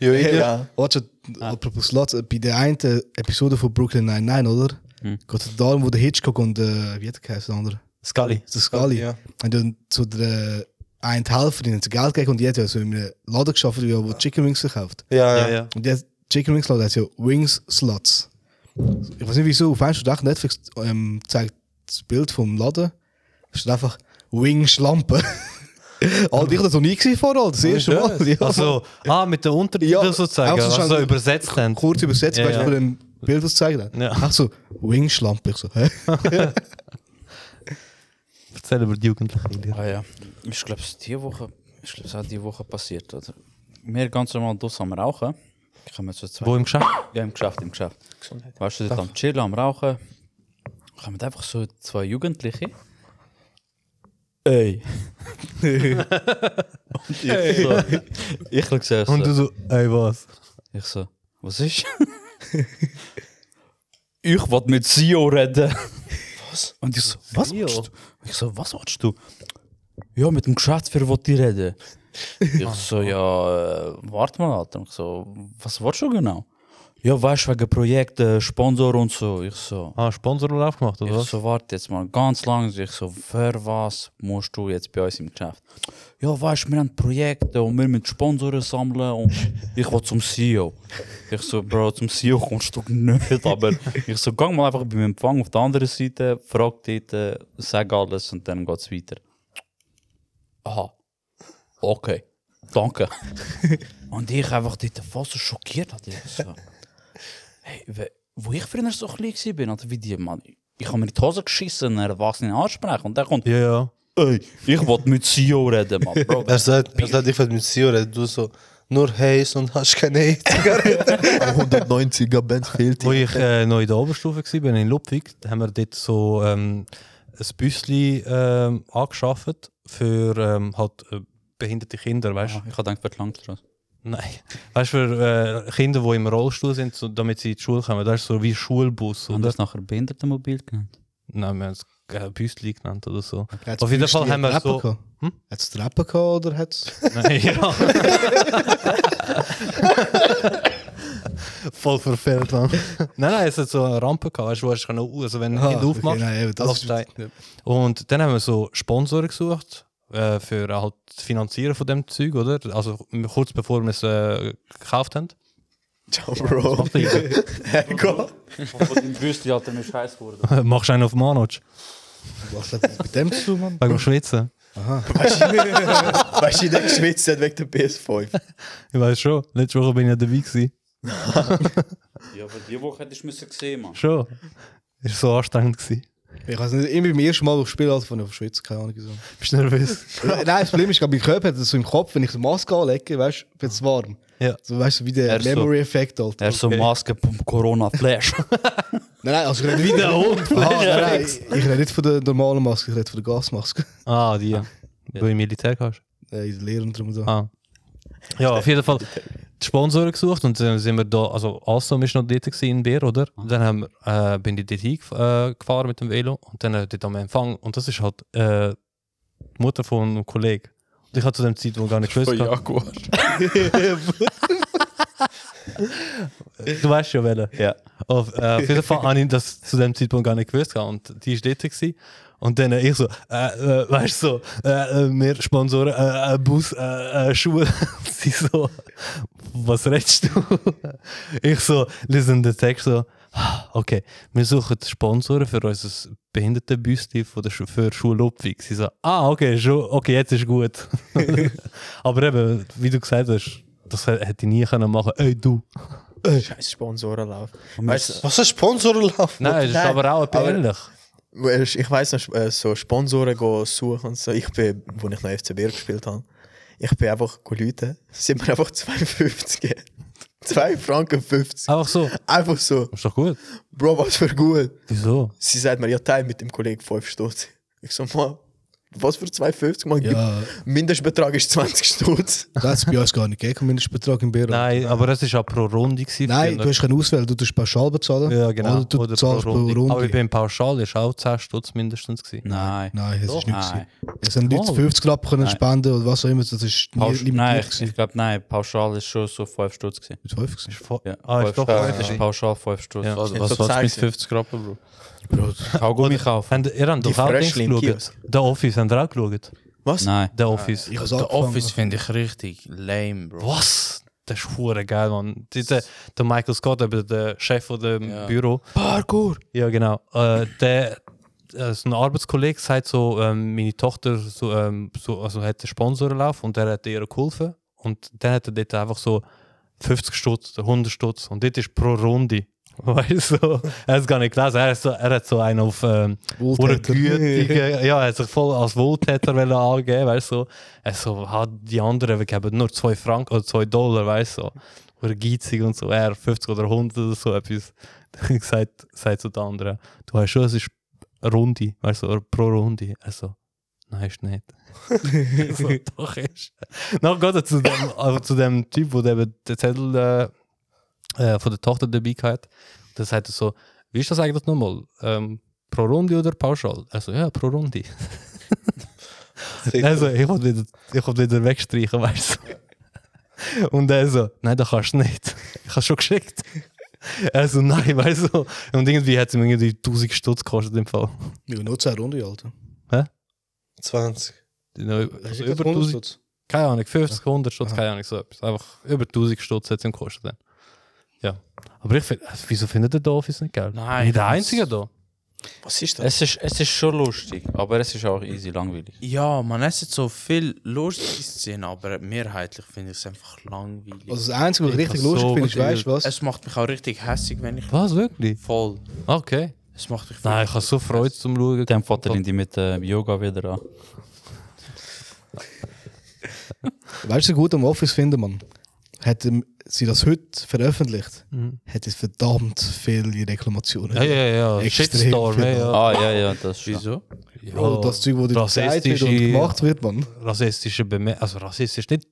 [SPEAKER 2] Ja, ja.
[SPEAKER 3] ja.
[SPEAKER 5] Wat je, apropos slot, eh, bij de einde episode van Brooklyn Nine-Nine, oder? Gaat het daarom voor de Hitchcock en de, wie heet ik, hij is de andere?
[SPEAKER 1] Scully.
[SPEAKER 5] De Scully.
[SPEAKER 2] Ja.
[SPEAKER 5] En dan zo de eindhelft die het geld kijkt, want die had ja zo in een laden geschaffen, die had chicken wings gekauft.
[SPEAKER 2] Ja,
[SPEAKER 1] Ja,
[SPEAKER 2] ja.
[SPEAKER 1] ja.
[SPEAKER 5] Und die hat Chicken Wings Slot, hat ja Wings Slots. Ich weiß nicht wieso, auf einen Tag Netflix ähm, zeigt das Bild vom Laden. Es steht einfach Wings Lampe. Alter, ich hab das noch nie gesehen vorher, Alter. das erste
[SPEAKER 2] Oh,
[SPEAKER 5] Mal. Ja.
[SPEAKER 1] Also, ah, mit den Untertiteln
[SPEAKER 5] Ja,
[SPEAKER 1] sozusagen,
[SPEAKER 5] auch so
[SPEAKER 1] was
[SPEAKER 5] schon-
[SPEAKER 1] so übersetzt haben.
[SPEAKER 5] kurz übersetzt,
[SPEAKER 1] Ja,
[SPEAKER 5] weißt du,
[SPEAKER 1] ja.
[SPEAKER 5] von dem Bild, was zeigen hat.
[SPEAKER 1] Ja.
[SPEAKER 5] Ach so, Wingschlampe. Ich so, hä?
[SPEAKER 1] Erzähl über die Jugendlichen.
[SPEAKER 4] Ah ja. Ich glaube, es die Woche, ich glaube, es hat die Woche passiert, oder? Wir ganz normal draussen am Rauchen. Ich komme zu zwei.
[SPEAKER 1] Wo im Geschäft?
[SPEAKER 4] Ja, im Geschäft, im Geschäft. Weißt du, dort am Chillen, am Rauchen. Kommen einfach so zwei Jugendliche. Ey. Und ich so. Ich schaue sie an, so.
[SPEAKER 1] Und du so, ey, was?
[SPEAKER 4] Ich so, was ist? ich wollte mit Sio reden. Was? Und ich so, was
[SPEAKER 1] Sio?
[SPEAKER 4] willst du? Ich so, was willst du? Ja, mit dem Geschäftsführer wollte ich reden. ich so, ja, äh, warte mal, Alter. Ich so, was willst du genau? Ja, weißt du, wegen Projekten, Sponsor und so. Ich so,
[SPEAKER 1] Ah, Sponsor wurde aufgemacht, oder
[SPEAKER 4] ich
[SPEAKER 1] was?
[SPEAKER 4] so, warte jetzt mal ganz lang. Ich so, für was musst du jetzt bei uns im Geschäft? Ja, weißt du, wir haben Projekte und wir müssen Sponsoren sammeln und ich will zum CEO. Ich so, Bro, zum CEO kommst du nicht, aber ich so, gang mal einfach beim Empfang auf der anderen Seite, frag dort, äh, sag alles und dann geht's weiter. Aha. Okay. Danke. und ich einfach dort fast so schockiert. Alter. Ich so, hey, we- wo ich früher so klein war, Alter, wie die, Mann. Ich habe mir in die Hose geschissen, einen Erwachsenen ansprechen und der kommt,
[SPEAKER 1] Ja, ja.
[SPEAKER 4] Ey, ich wollte mit CEO reden, Mann. Bro,
[SPEAKER 2] Er sagt, er sagt, ich werde mit Sio reden. Du so, nur Haze und hast keine E-Zigarette.
[SPEAKER 3] 190er Benz fehlt
[SPEAKER 1] Wo ich äh, noch in der Oberstufe war, in Ludwig, da haben wir dort so ähm, ein Büsschen ähm, angeschafft für ähm, halt, äh, behinderte Kinder, weißt du?
[SPEAKER 4] Ich habe gedacht, wird Langstrasse.
[SPEAKER 1] Nein. Weißt du, für äh, Kinder, die im Rollstuhl sind, so, damit sie in die Schule kommen, das ist so wie Schulbus,
[SPEAKER 4] Und
[SPEAKER 1] oder?
[SPEAKER 4] Ah, das nachher Behindertenmobil genannt.
[SPEAKER 1] Nein, wir haben es äh, Büsli genannt oder so.
[SPEAKER 5] Hat's
[SPEAKER 1] Auf jeden Fall
[SPEAKER 5] Büsli
[SPEAKER 1] haben wir
[SPEAKER 5] Treppen
[SPEAKER 1] so-
[SPEAKER 5] gehabt?
[SPEAKER 1] Hm?
[SPEAKER 5] Hat es Treppen gehabt oder hat es.
[SPEAKER 1] Nein, ja. Voll verfehlt, man. nein, nein, es hat so eine Rampe gehabt, weißt du, wo hast du kann auch- also wenn du nicht aufmachst.
[SPEAKER 5] nein, eben, das
[SPEAKER 1] laufst
[SPEAKER 5] ist,
[SPEAKER 1] du rein.
[SPEAKER 5] ja.
[SPEAKER 1] Und dann haben wir so Sponsoren gesucht äh, für halt das Finanzieren von dem Zeug, oder? Also kurz bevor wir es äh, gekauft haben.
[SPEAKER 3] Ciao, Bro. Ego.
[SPEAKER 4] Von dem Büsti, Alter, mir scheiß geworden.
[SPEAKER 1] Machst du einen auf Manoj?
[SPEAKER 5] Was hat das mit dem zu tun, Mann?
[SPEAKER 1] Wegen dem Schwitzen?
[SPEAKER 3] Weißt du, der geschwitzt hat wegen der PS5.
[SPEAKER 1] Ich weiß schon, letzte Woche bin ich ja dabei gewesen.
[SPEAKER 4] Ja, aber die Woche hättest du müssen sehen, Mann.
[SPEAKER 1] Schon. Ist so anstrengend gewesen.
[SPEAKER 5] Ich weiß nicht, irgendwie beim ersten Mal, wo ich spiele, also von der Schweiz, keine Ahnung wieso.
[SPEAKER 1] Bist du nervös?
[SPEAKER 5] Nein, das Problem ist, glaub, mein Körper hat das so im Kopf, wenn ich die Maske anlege, weißt du, wird es warm.
[SPEAKER 1] Ja.
[SPEAKER 5] So, weißt du, wie der
[SPEAKER 4] Er so-
[SPEAKER 5] Memory-Effekt halt.
[SPEAKER 4] Er ist so Maske vom Corona-Flash.
[SPEAKER 5] Nein, nein, also ich rede wieder Hund. nein, nein, ich, ich rede nicht von der normalen Maske, ich rede von der Gasmaske.
[SPEAKER 1] Ah, die. Wo du im Militär gehst.
[SPEAKER 5] Äh, in der Lehre und drum und dran.
[SPEAKER 1] Ah. Ja, auf jeden Fall die Sponsoren gesucht und dann sind wir da, also Alstom ist noch dort gewesen in Bier, oder? Und dann haben wir, äh, bin ich dort hingef- äh, gefahren mit dem Velo und dann äh, dort am Empfang und das ist halt äh, die Mutter von einem Kollegen. Und ich habe zu dem Zeitpunkt gar nicht gewusst. gehabt.
[SPEAKER 6] Jaguar.
[SPEAKER 1] Du weißt schon, welche.
[SPEAKER 4] Ja.
[SPEAKER 1] Auf, äh, auf jeden Fall habe ich das zu dem Zeitpunkt gar nicht gewusst. gehabt Und die war dort. Gewesen. Und dann äh, ich so, äh, äh, weißt du, so, äh, äh, wir Sponsoren, äh, äh, Bus, äh, äh, Schuhe. Sie so, was redest du? ich so, lesen den Text so, ah, okay, wir suchen Sponsoren für unser Behindertenbüste von der Schu für Schulopfig. Sie so, ah, okay, schon, okay, jetzt ist gut. Aber eben, wie du gesagt hast, das hätte ich nie können machen können. Ey, du.
[SPEAKER 3] Scheiß Sponsorenlauf. Weißt
[SPEAKER 4] Weißt
[SPEAKER 2] Was ist Sponsorlauf?
[SPEAKER 1] Nein, es ist
[SPEAKER 3] Nein,
[SPEAKER 1] aber auch
[SPEAKER 3] aber-
[SPEAKER 1] ähnlich.
[SPEAKER 3] du, ich weiss noch, äh, so Sponsoren go suchen und so. Ich bin, wo ich noch FCB gespielt habe, ich bin einfach Leute, sind mir einfach 2,50 gegeben. 2 Franken 50.
[SPEAKER 1] Einfach so.
[SPEAKER 3] Einfach so.
[SPEAKER 1] Ist doch gut.
[SPEAKER 3] Bro, was für gut.
[SPEAKER 1] Wieso?
[SPEAKER 3] Sie sagt mir, ja, teil mit dem Kollegen 5 Stutz. Ich so, Mann, was für 2,50? Mann,
[SPEAKER 5] Ja.
[SPEAKER 3] Mindestbetrag ist 20 Stutz.
[SPEAKER 5] Das hat es bei uns gar nicht gegeben, Mindestbetrag im Büro.
[SPEAKER 1] Nein, aber es ist auch pro Runde. gewesen.
[SPEAKER 5] Nein, du hast keine Auswahl, du tust pauschal bezahlen.
[SPEAKER 1] ja, genau.
[SPEAKER 5] Oder du zahlst pro Runde.
[SPEAKER 1] Aber ich bin pauschal, ist auch 10 Stutz mindestens. Gewesen.
[SPEAKER 4] Nein.
[SPEAKER 5] Nein, das ist nicht
[SPEAKER 4] nein.
[SPEAKER 5] gewesen. Es haben Leute
[SPEAKER 1] Mal.
[SPEAKER 5] 50 Lappen können
[SPEAKER 4] Nein.
[SPEAKER 5] spenden oder was auch immer, das ist nie
[SPEAKER 4] Pausch nein,
[SPEAKER 5] limitiert
[SPEAKER 4] ich,
[SPEAKER 5] gewesen.
[SPEAKER 4] ich glaube, nein, pauschal ist schon so 5 Stutz gewesen.
[SPEAKER 5] Mit 12 gewesen.
[SPEAKER 1] Vo-
[SPEAKER 4] Ja,
[SPEAKER 1] Ah, ist doch
[SPEAKER 4] fünf Stutz.
[SPEAKER 1] gut.
[SPEAKER 4] Das ist pauschal 5 Stutz.
[SPEAKER 1] Ja.
[SPEAKER 6] Was,
[SPEAKER 3] Jetzt
[SPEAKER 6] was
[SPEAKER 3] so
[SPEAKER 6] willst du mit
[SPEAKER 3] zeigst du.
[SPEAKER 6] 50 Rappen, Bro?
[SPEAKER 4] Kaugummi kaufen.
[SPEAKER 1] Habt ihr- Ihr habt doch auch Dings
[SPEAKER 3] Fröschli im
[SPEAKER 1] geschaut.
[SPEAKER 3] Kiosk.
[SPEAKER 1] Der Office, habt ihr auch geschaut?
[SPEAKER 3] Was?
[SPEAKER 4] Nein.
[SPEAKER 1] Der Office.
[SPEAKER 5] Ich habe
[SPEAKER 6] Der Office finde ich richtig lame, Bro.
[SPEAKER 1] Was? Das ist hure geil, Mann. Die- Der, der Michael Scott, eben der Chef von dem Büro.
[SPEAKER 3] Parkour.
[SPEAKER 1] Ja, genau. Äh, der, äh, so ein Arbeitskollege sagt so, ähm, meine Tochter so, ähm, so, also hat einen Sponsorlauf und der hat ihr geholfen. Und dann hat er dort einfach so 50 Stutz, oder 100 Stutz. Und dort ist pro Runde. Weißt du, er hat es gar nicht gelesen. Er hat so, er hat so einen auf ähm,
[SPEAKER 5] Wohltäter.
[SPEAKER 1] Gütige, ja, er hat sich voll als Wohltäter wollen angeben, weißt du. Er so, hat die anderen, wir geben nur 2 Franken oder 2 Dollar, weißt du. Oder geizig und so, er 50 oder 100 oder so etwas. Dann sagt, sagt so der andere, du hast schon, es ist eine Runde, weißt du, oder pro Runde. Er so, nein, ist nicht. so, doch ist. Noch geht er zu dem, also zu dem Typ, wo der eben den Zettel äh, äh, von der Tochter dabei hat. Dann sagt er so, wie ist das eigentlich nochmal? Ähm, pro Runde oder pauschal? Also ja, pro Runde. also ich wollte wieder, ich wollte wieder wegstreichen, weißt du. Und er so, nein, das kannst du nicht. Ich habe schon geschickt. Also nein, weißt du. Und irgendwie hat es ihm irgendwie 1000 Stutz gekostet im Fall.
[SPEAKER 5] Ja, nur 10 Runden, Alter.
[SPEAKER 2] 20.
[SPEAKER 1] Also über 1000
[SPEAKER 5] Stutz.
[SPEAKER 1] keine Ahnung, 50, 100 Stutz, keine Ahnung, so etwas. Einfach über 1000 Stutz hat es ihm gekostet. Dann. Ja. Aber ich finde, wieso findet der Dolphins nicht geil?
[SPEAKER 4] Nein,
[SPEAKER 1] Nicht der
[SPEAKER 4] das-
[SPEAKER 1] einzige da.
[SPEAKER 3] Was ist das?
[SPEAKER 4] Es ist, es ist schon lustig, aber es ist auch easy langweilig.
[SPEAKER 6] Ja, man, es sind so viel lustige Szenen, aber mehrheitlich finde ich es einfach langweilig.
[SPEAKER 5] Also das Einzige, was ich
[SPEAKER 1] Ich
[SPEAKER 5] richtig
[SPEAKER 1] hab
[SPEAKER 5] lustig
[SPEAKER 1] so
[SPEAKER 5] finde, ist, weißt du was?
[SPEAKER 6] es macht mich auch richtig hässig, wenn ich
[SPEAKER 1] Was, wirklich?
[SPEAKER 6] voll.
[SPEAKER 1] Okay.
[SPEAKER 6] Es macht mich
[SPEAKER 1] Nein, ich habe so Freude zum Schauen.
[SPEAKER 4] Dann fährt er die mit äh, Yoga wieder an.
[SPEAKER 5] Weißt du, gut am Office finden, Mann? Hätten sie das heute veröffentlicht, hätte es verdammt viele Reklamationen.
[SPEAKER 1] Mhm. Ja, ja, ja.
[SPEAKER 5] Extrem
[SPEAKER 1] Shitstorm,
[SPEAKER 5] viel.
[SPEAKER 1] ja, ja.
[SPEAKER 4] Ah, ja, ja, das ist
[SPEAKER 6] Wieso?
[SPEAKER 5] Bro, Also das Zeug, das dir gezeigt wird und
[SPEAKER 1] rassistische-
[SPEAKER 5] gemacht wird, Mann.
[SPEAKER 1] Rassistische Bemerkungen. Also rassistisch nicht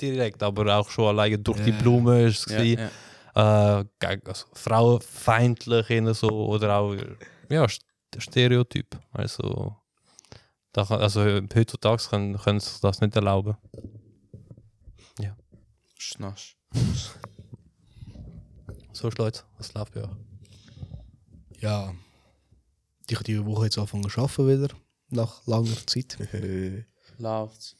[SPEAKER 1] direkt, aber auch schon alleine durch die Blume ist es.
[SPEAKER 6] Ja,
[SPEAKER 1] gewesen.
[SPEAKER 6] ja.
[SPEAKER 1] Äh, geg- also, frauenfeindlich innen so oder auch ja, St- Stereotyp. Also, da kann, also heutzutage können, können sie sich das nicht erlauben.
[SPEAKER 6] Schnasch.
[SPEAKER 1] Sonst, Leute, was läuft bei euch?
[SPEAKER 5] Ja. Ich habe diese Woche jetzt angefangen zu arbeiten wieder. Nach langer Zeit.
[SPEAKER 6] Läuft's.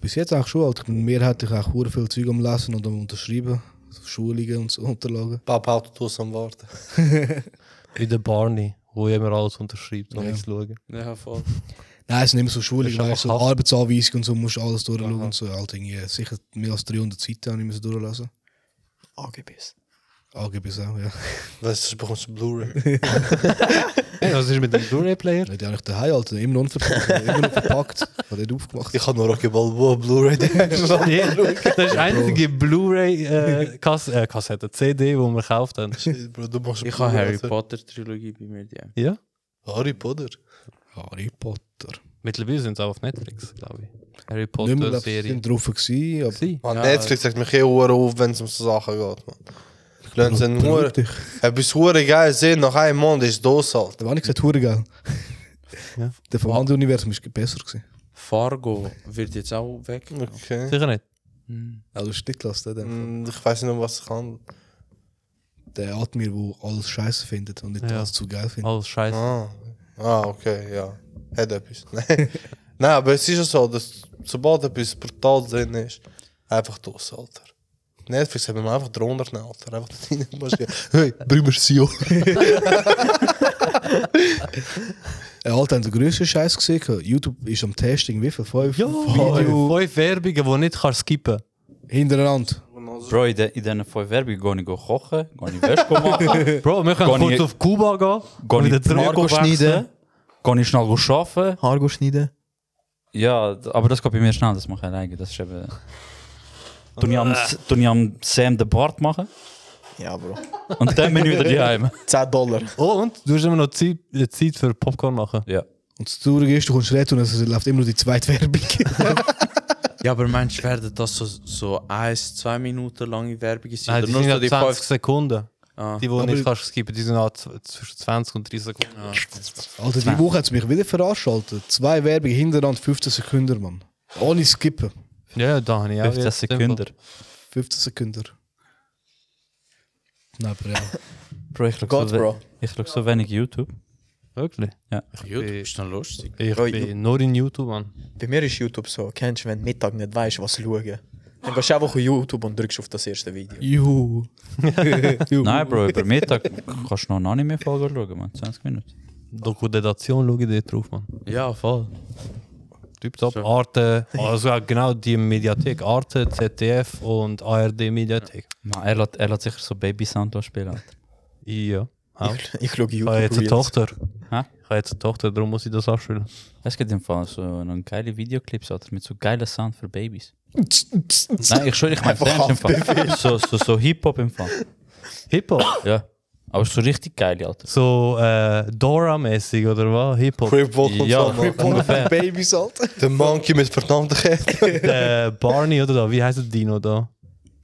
[SPEAKER 5] Bis jetzt eigentlich schon. Alter. Ich bin mehrheitlich auch hure viel Zeug am Lesen und am Unterschreiben. So Schulungen und so Unterlagen.
[SPEAKER 2] Papa Autotos am Warten.
[SPEAKER 1] Wie der Barney, wo immer alles unterschreibt und nichts schaut.
[SPEAKER 6] Ja, voll.
[SPEAKER 5] Nein, es sind immer so Schulungen,
[SPEAKER 1] Das ist
[SPEAKER 5] weißt du, so
[SPEAKER 1] einfach Haft.
[SPEAKER 5] Arbeitsanweisung und so, musst du alles durchschauen und so. Alter, irgendwie sicher mehr als 300 Seiten habe ich müssen durchlesen.
[SPEAKER 3] AGBs.
[SPEAKER 5] AGBs Ah, auch, ja.
[SPEAKER 2] Weißt du, bekommst du Blu-ray.
[SPEAKER 1] Hey, was ist mit dem Blu-ray-Player?
[SPEAKER 5] Die habe ich daheim, Alter, immer noch unverpackt. immer noch verpackt. Ich habe nicht aufgemacht.
[SPEAKER 2] Ich habe nur Oh, Rocky Balboa Blu-ray.
[SPEAKER 1] Ja, das ist die einzige Blu-ray-Kassette, äh, Kassette, CD, die wir gekauft haben.
[SPEAKER 2] Bro, du machst
[SPEAKER 6] Ich habe
[SPEAKER 2] Blu-ray,
[SPEAKER 6] Harry
[SPEAKER 2] Alter.
[SPEAKER 6] Potter Trilogie bei mir, die.
[SPEAKER 1] Ja?
[SPEAKER 2] Harry Potter.
[SPEAKER 5] Harry Potter.
[SPEAKER 1] Mittlerweile sind sie auch auf Netflix, glaube ich. Harry
[SPEAKER 5] Nicht mehr, glaub,
[SPEAKER 1] Potter-Serie.
[SPEAKER 5] sind drauf gewesen, aber...
[SPEAKER 1] Sie?
[SPEAKER 2] Man,
[SPEAKER 6] Ja,
[SPEAKER 2] Netflix sagt mich eh Uhr auf, wenn es um so Sachen geht. Man. Ich lerne es in Uhr.
[SPEAKER 5] Beruhig dich.
[SPEAKER 2] Etwas Uhr geil sehen, nach einem Monat ist das halt.
[SPEAKER 5] Da war ich gesagt, hure geil.
[SPEAKER 1] Ja.
[SPEAKER 5] Der vom anderen Universum ist besser gewesen.
[SPEAKER 6] Fargo wird jetzt auch weg.
[SPEAKER 2] Okay.
[SPEAKER 1] Sicher nicht.
[SPEAKER 6] Hm.
[SPEAKER 5] Also du hast nicht gelassen, den.
[SPEAKER 1] Mhm.
[SPEAKER 2] Mm, Ich weiß nicht, um was ich handelt.
[SPEAKER 5] Der Admir, der alles scheiße findet und nicht
[SPEAKER 1] Ja.
[SPEAKER 5] alles zu geil findet.
[SPEAKER 1] Alles scheiße.
[SPEAKER 2] Ah. ah, okay, ja. Hat etwas. Nein. Nein, aber es ist ja so, dass sobald etwas brutal drin ist, einfach das, Alter. Netflix hat mir einfach drunter genommen, Alter. Einfach da rein. musst du-
[SPEAKER 5] Hey, Brümmer Sio. Ja, Alter, haben den grössten Scheiß gesehen? YouTube ist am Testing, wie viel? Fünf
[SPEAKER 1] Ja,
[SPEAKER 5] Video
[SPEAKER 1] fünf Werbungen, die du nicht kannst skippen
[SPEAKER 5] hintereinander.
[SPEAKER 4] Bro, in de- in diesen fünf Werbungen gehe ich go kochen, gehe ich Wäsche machen,
[SPEAKER 1] Bro, wir können
[SPEAKER 4] Kann
[SPEAKER 1] kurz
[SPEAKER 4] ich-
[SPEAKER 1] auf Kuba gehen. und
[SPEAKER 4] gehe ich
[SPEAKER 1] wieder
[SPEAKER 4] die Haare
[SPEAKER 1] zurück
[SPEAKER 4] schneiden, gehe ich schnell go arbeiten.
[SPEAKER 3] Haare schneiden.
[SPEAKER 4] Ja, d- aber das geht bei mir schnell, das mache ich alleine. Das ist eben... Toen ich, am, toen ich am Sam den Bart mache
[SPEAKER 3] Ja, Bro.
[SPEAKER 4] und dann bin ich wieder daheim.
[SPEAKER 3] 10 Dollar.
[SPEAKER 1] Oh, und du hast immer noch Zeit, äh, Zeit für Popcorn machen.
[SPEAKER 4] Ja.
[SPEAKER 5] Und das Traurige ist, du kommst retten und es läuft immer noch die zweite Werbung.
[SPEAKER 6] Ja, aber meinst du, werden das so, so 1, 2 Minuten lange Werbung sein?
[SPEAKER 1] Nein,
[SPEAKER 6] Oder
[SPEAKER 1] die sind
[SPEAKER 6] so
[SPEAKER 1] ja 20
[SPEAKER 6] fünf-
[SPEAKER 1] Sekunden.
[SPEAKER 6] Ah.
[SPEAKER 1] Die, die du nicht kannst skippen, die sind auch z- zwischen 20 und 30 Sekunden.
[SPEAKER 5] Alter, die Woche hat es mich wieder veranstaltet. Zwei Werbungen hintereinander, 15 Sekunden, Mann. Ohne Skippen.
[SPEAKER 1] Ja, da habe ich auch.
[SPEAKER 4] 15
[SPEAKER 1] jetzt
[SPEAKER 4] Sekunden.
[SPEAKER 5] 15 Sekunden. Nein, aber ja.
[SPEAKER 4] Bro, ich schaue
[SPEAKER 3] Gott,
[SPEAKER 4] so, we
[SPEAKER 3] Bro.
[SPEAKER 4] ich schaue so wenig YouTube.
[SPEAKER 1] Wirklich?
[SPEAKER 6] YouTube ist dann lustig.
[SPEAKER 1] Ich
[SPEAKER 3] Bro, ich-
[SPEAKER 1] bin nur in YouTube, Mann.
[SPEAKER 3] Bei mir ist YouTube so, kennst du, wenn du Mittag nicht weißt, was schauen. Dann gehst du einfach auf YouTube und drückst auf das erste Video.
[SPEAKER 5] Juhu. Juhu.
[SPEAKER 4] Nein, Bro, über Mittag kannst du noch eine Anime-Folge schauen, man. 20 Minuten.
[SPEAKER 1] Dokumentation schaue ich dort drauf, Mann.
[SPEAKER 6] Ja, voll.
[SPEAKER 1] Typ top. Arte, also genau die Mediathek. Arte, ZDF und ARD Mediathek.
[SPEAKER 4] Man, er, lässt, er lässt sicher so Baby Santo spielen. Alter.
[SPEAKER 1] Ja. Auch. Ich
[SPEAKER 3] Ich, ich schaue YouTube.
[SPEAKER 1] habe jetzt eine
[SPEAKER 3] Reels.
[SPEAKER 1] Tochter.
[SPEAKER 4] Hä?
[SPEAKER 1] Ich habe jetzt eine Tochter, darum muss ich das abspielen.
[SPEAKER 4] Es gibt im Fall so einen geile Videoclips, Alter, mit so geilen Sound für Babys. Nein, ich schwöre, ich meine Dance im Fall. So, so, so Hip-Hop im Fall.
[SPEAKER 1] Hip-Hop.
[SPEAKER 4] Ja. Aber so richtig geil, Alter.
[SPEAKER 1] So äh, Dora-mäßig oder was? Hip-Hop.
[SPEAKER 2] Crip Walk und
[SPEAKER 4] Ja,
[SPEAKER 2] so. Mann.
[SPEAKER 4] Ungefähr.
[SPEAKER 3] Babys, Alter.
[SPEAKER 2] Der Monkey mit verdammten Kälte.
[SPEAKER 1] äh, Barney oder da, wie heißt der Dino da?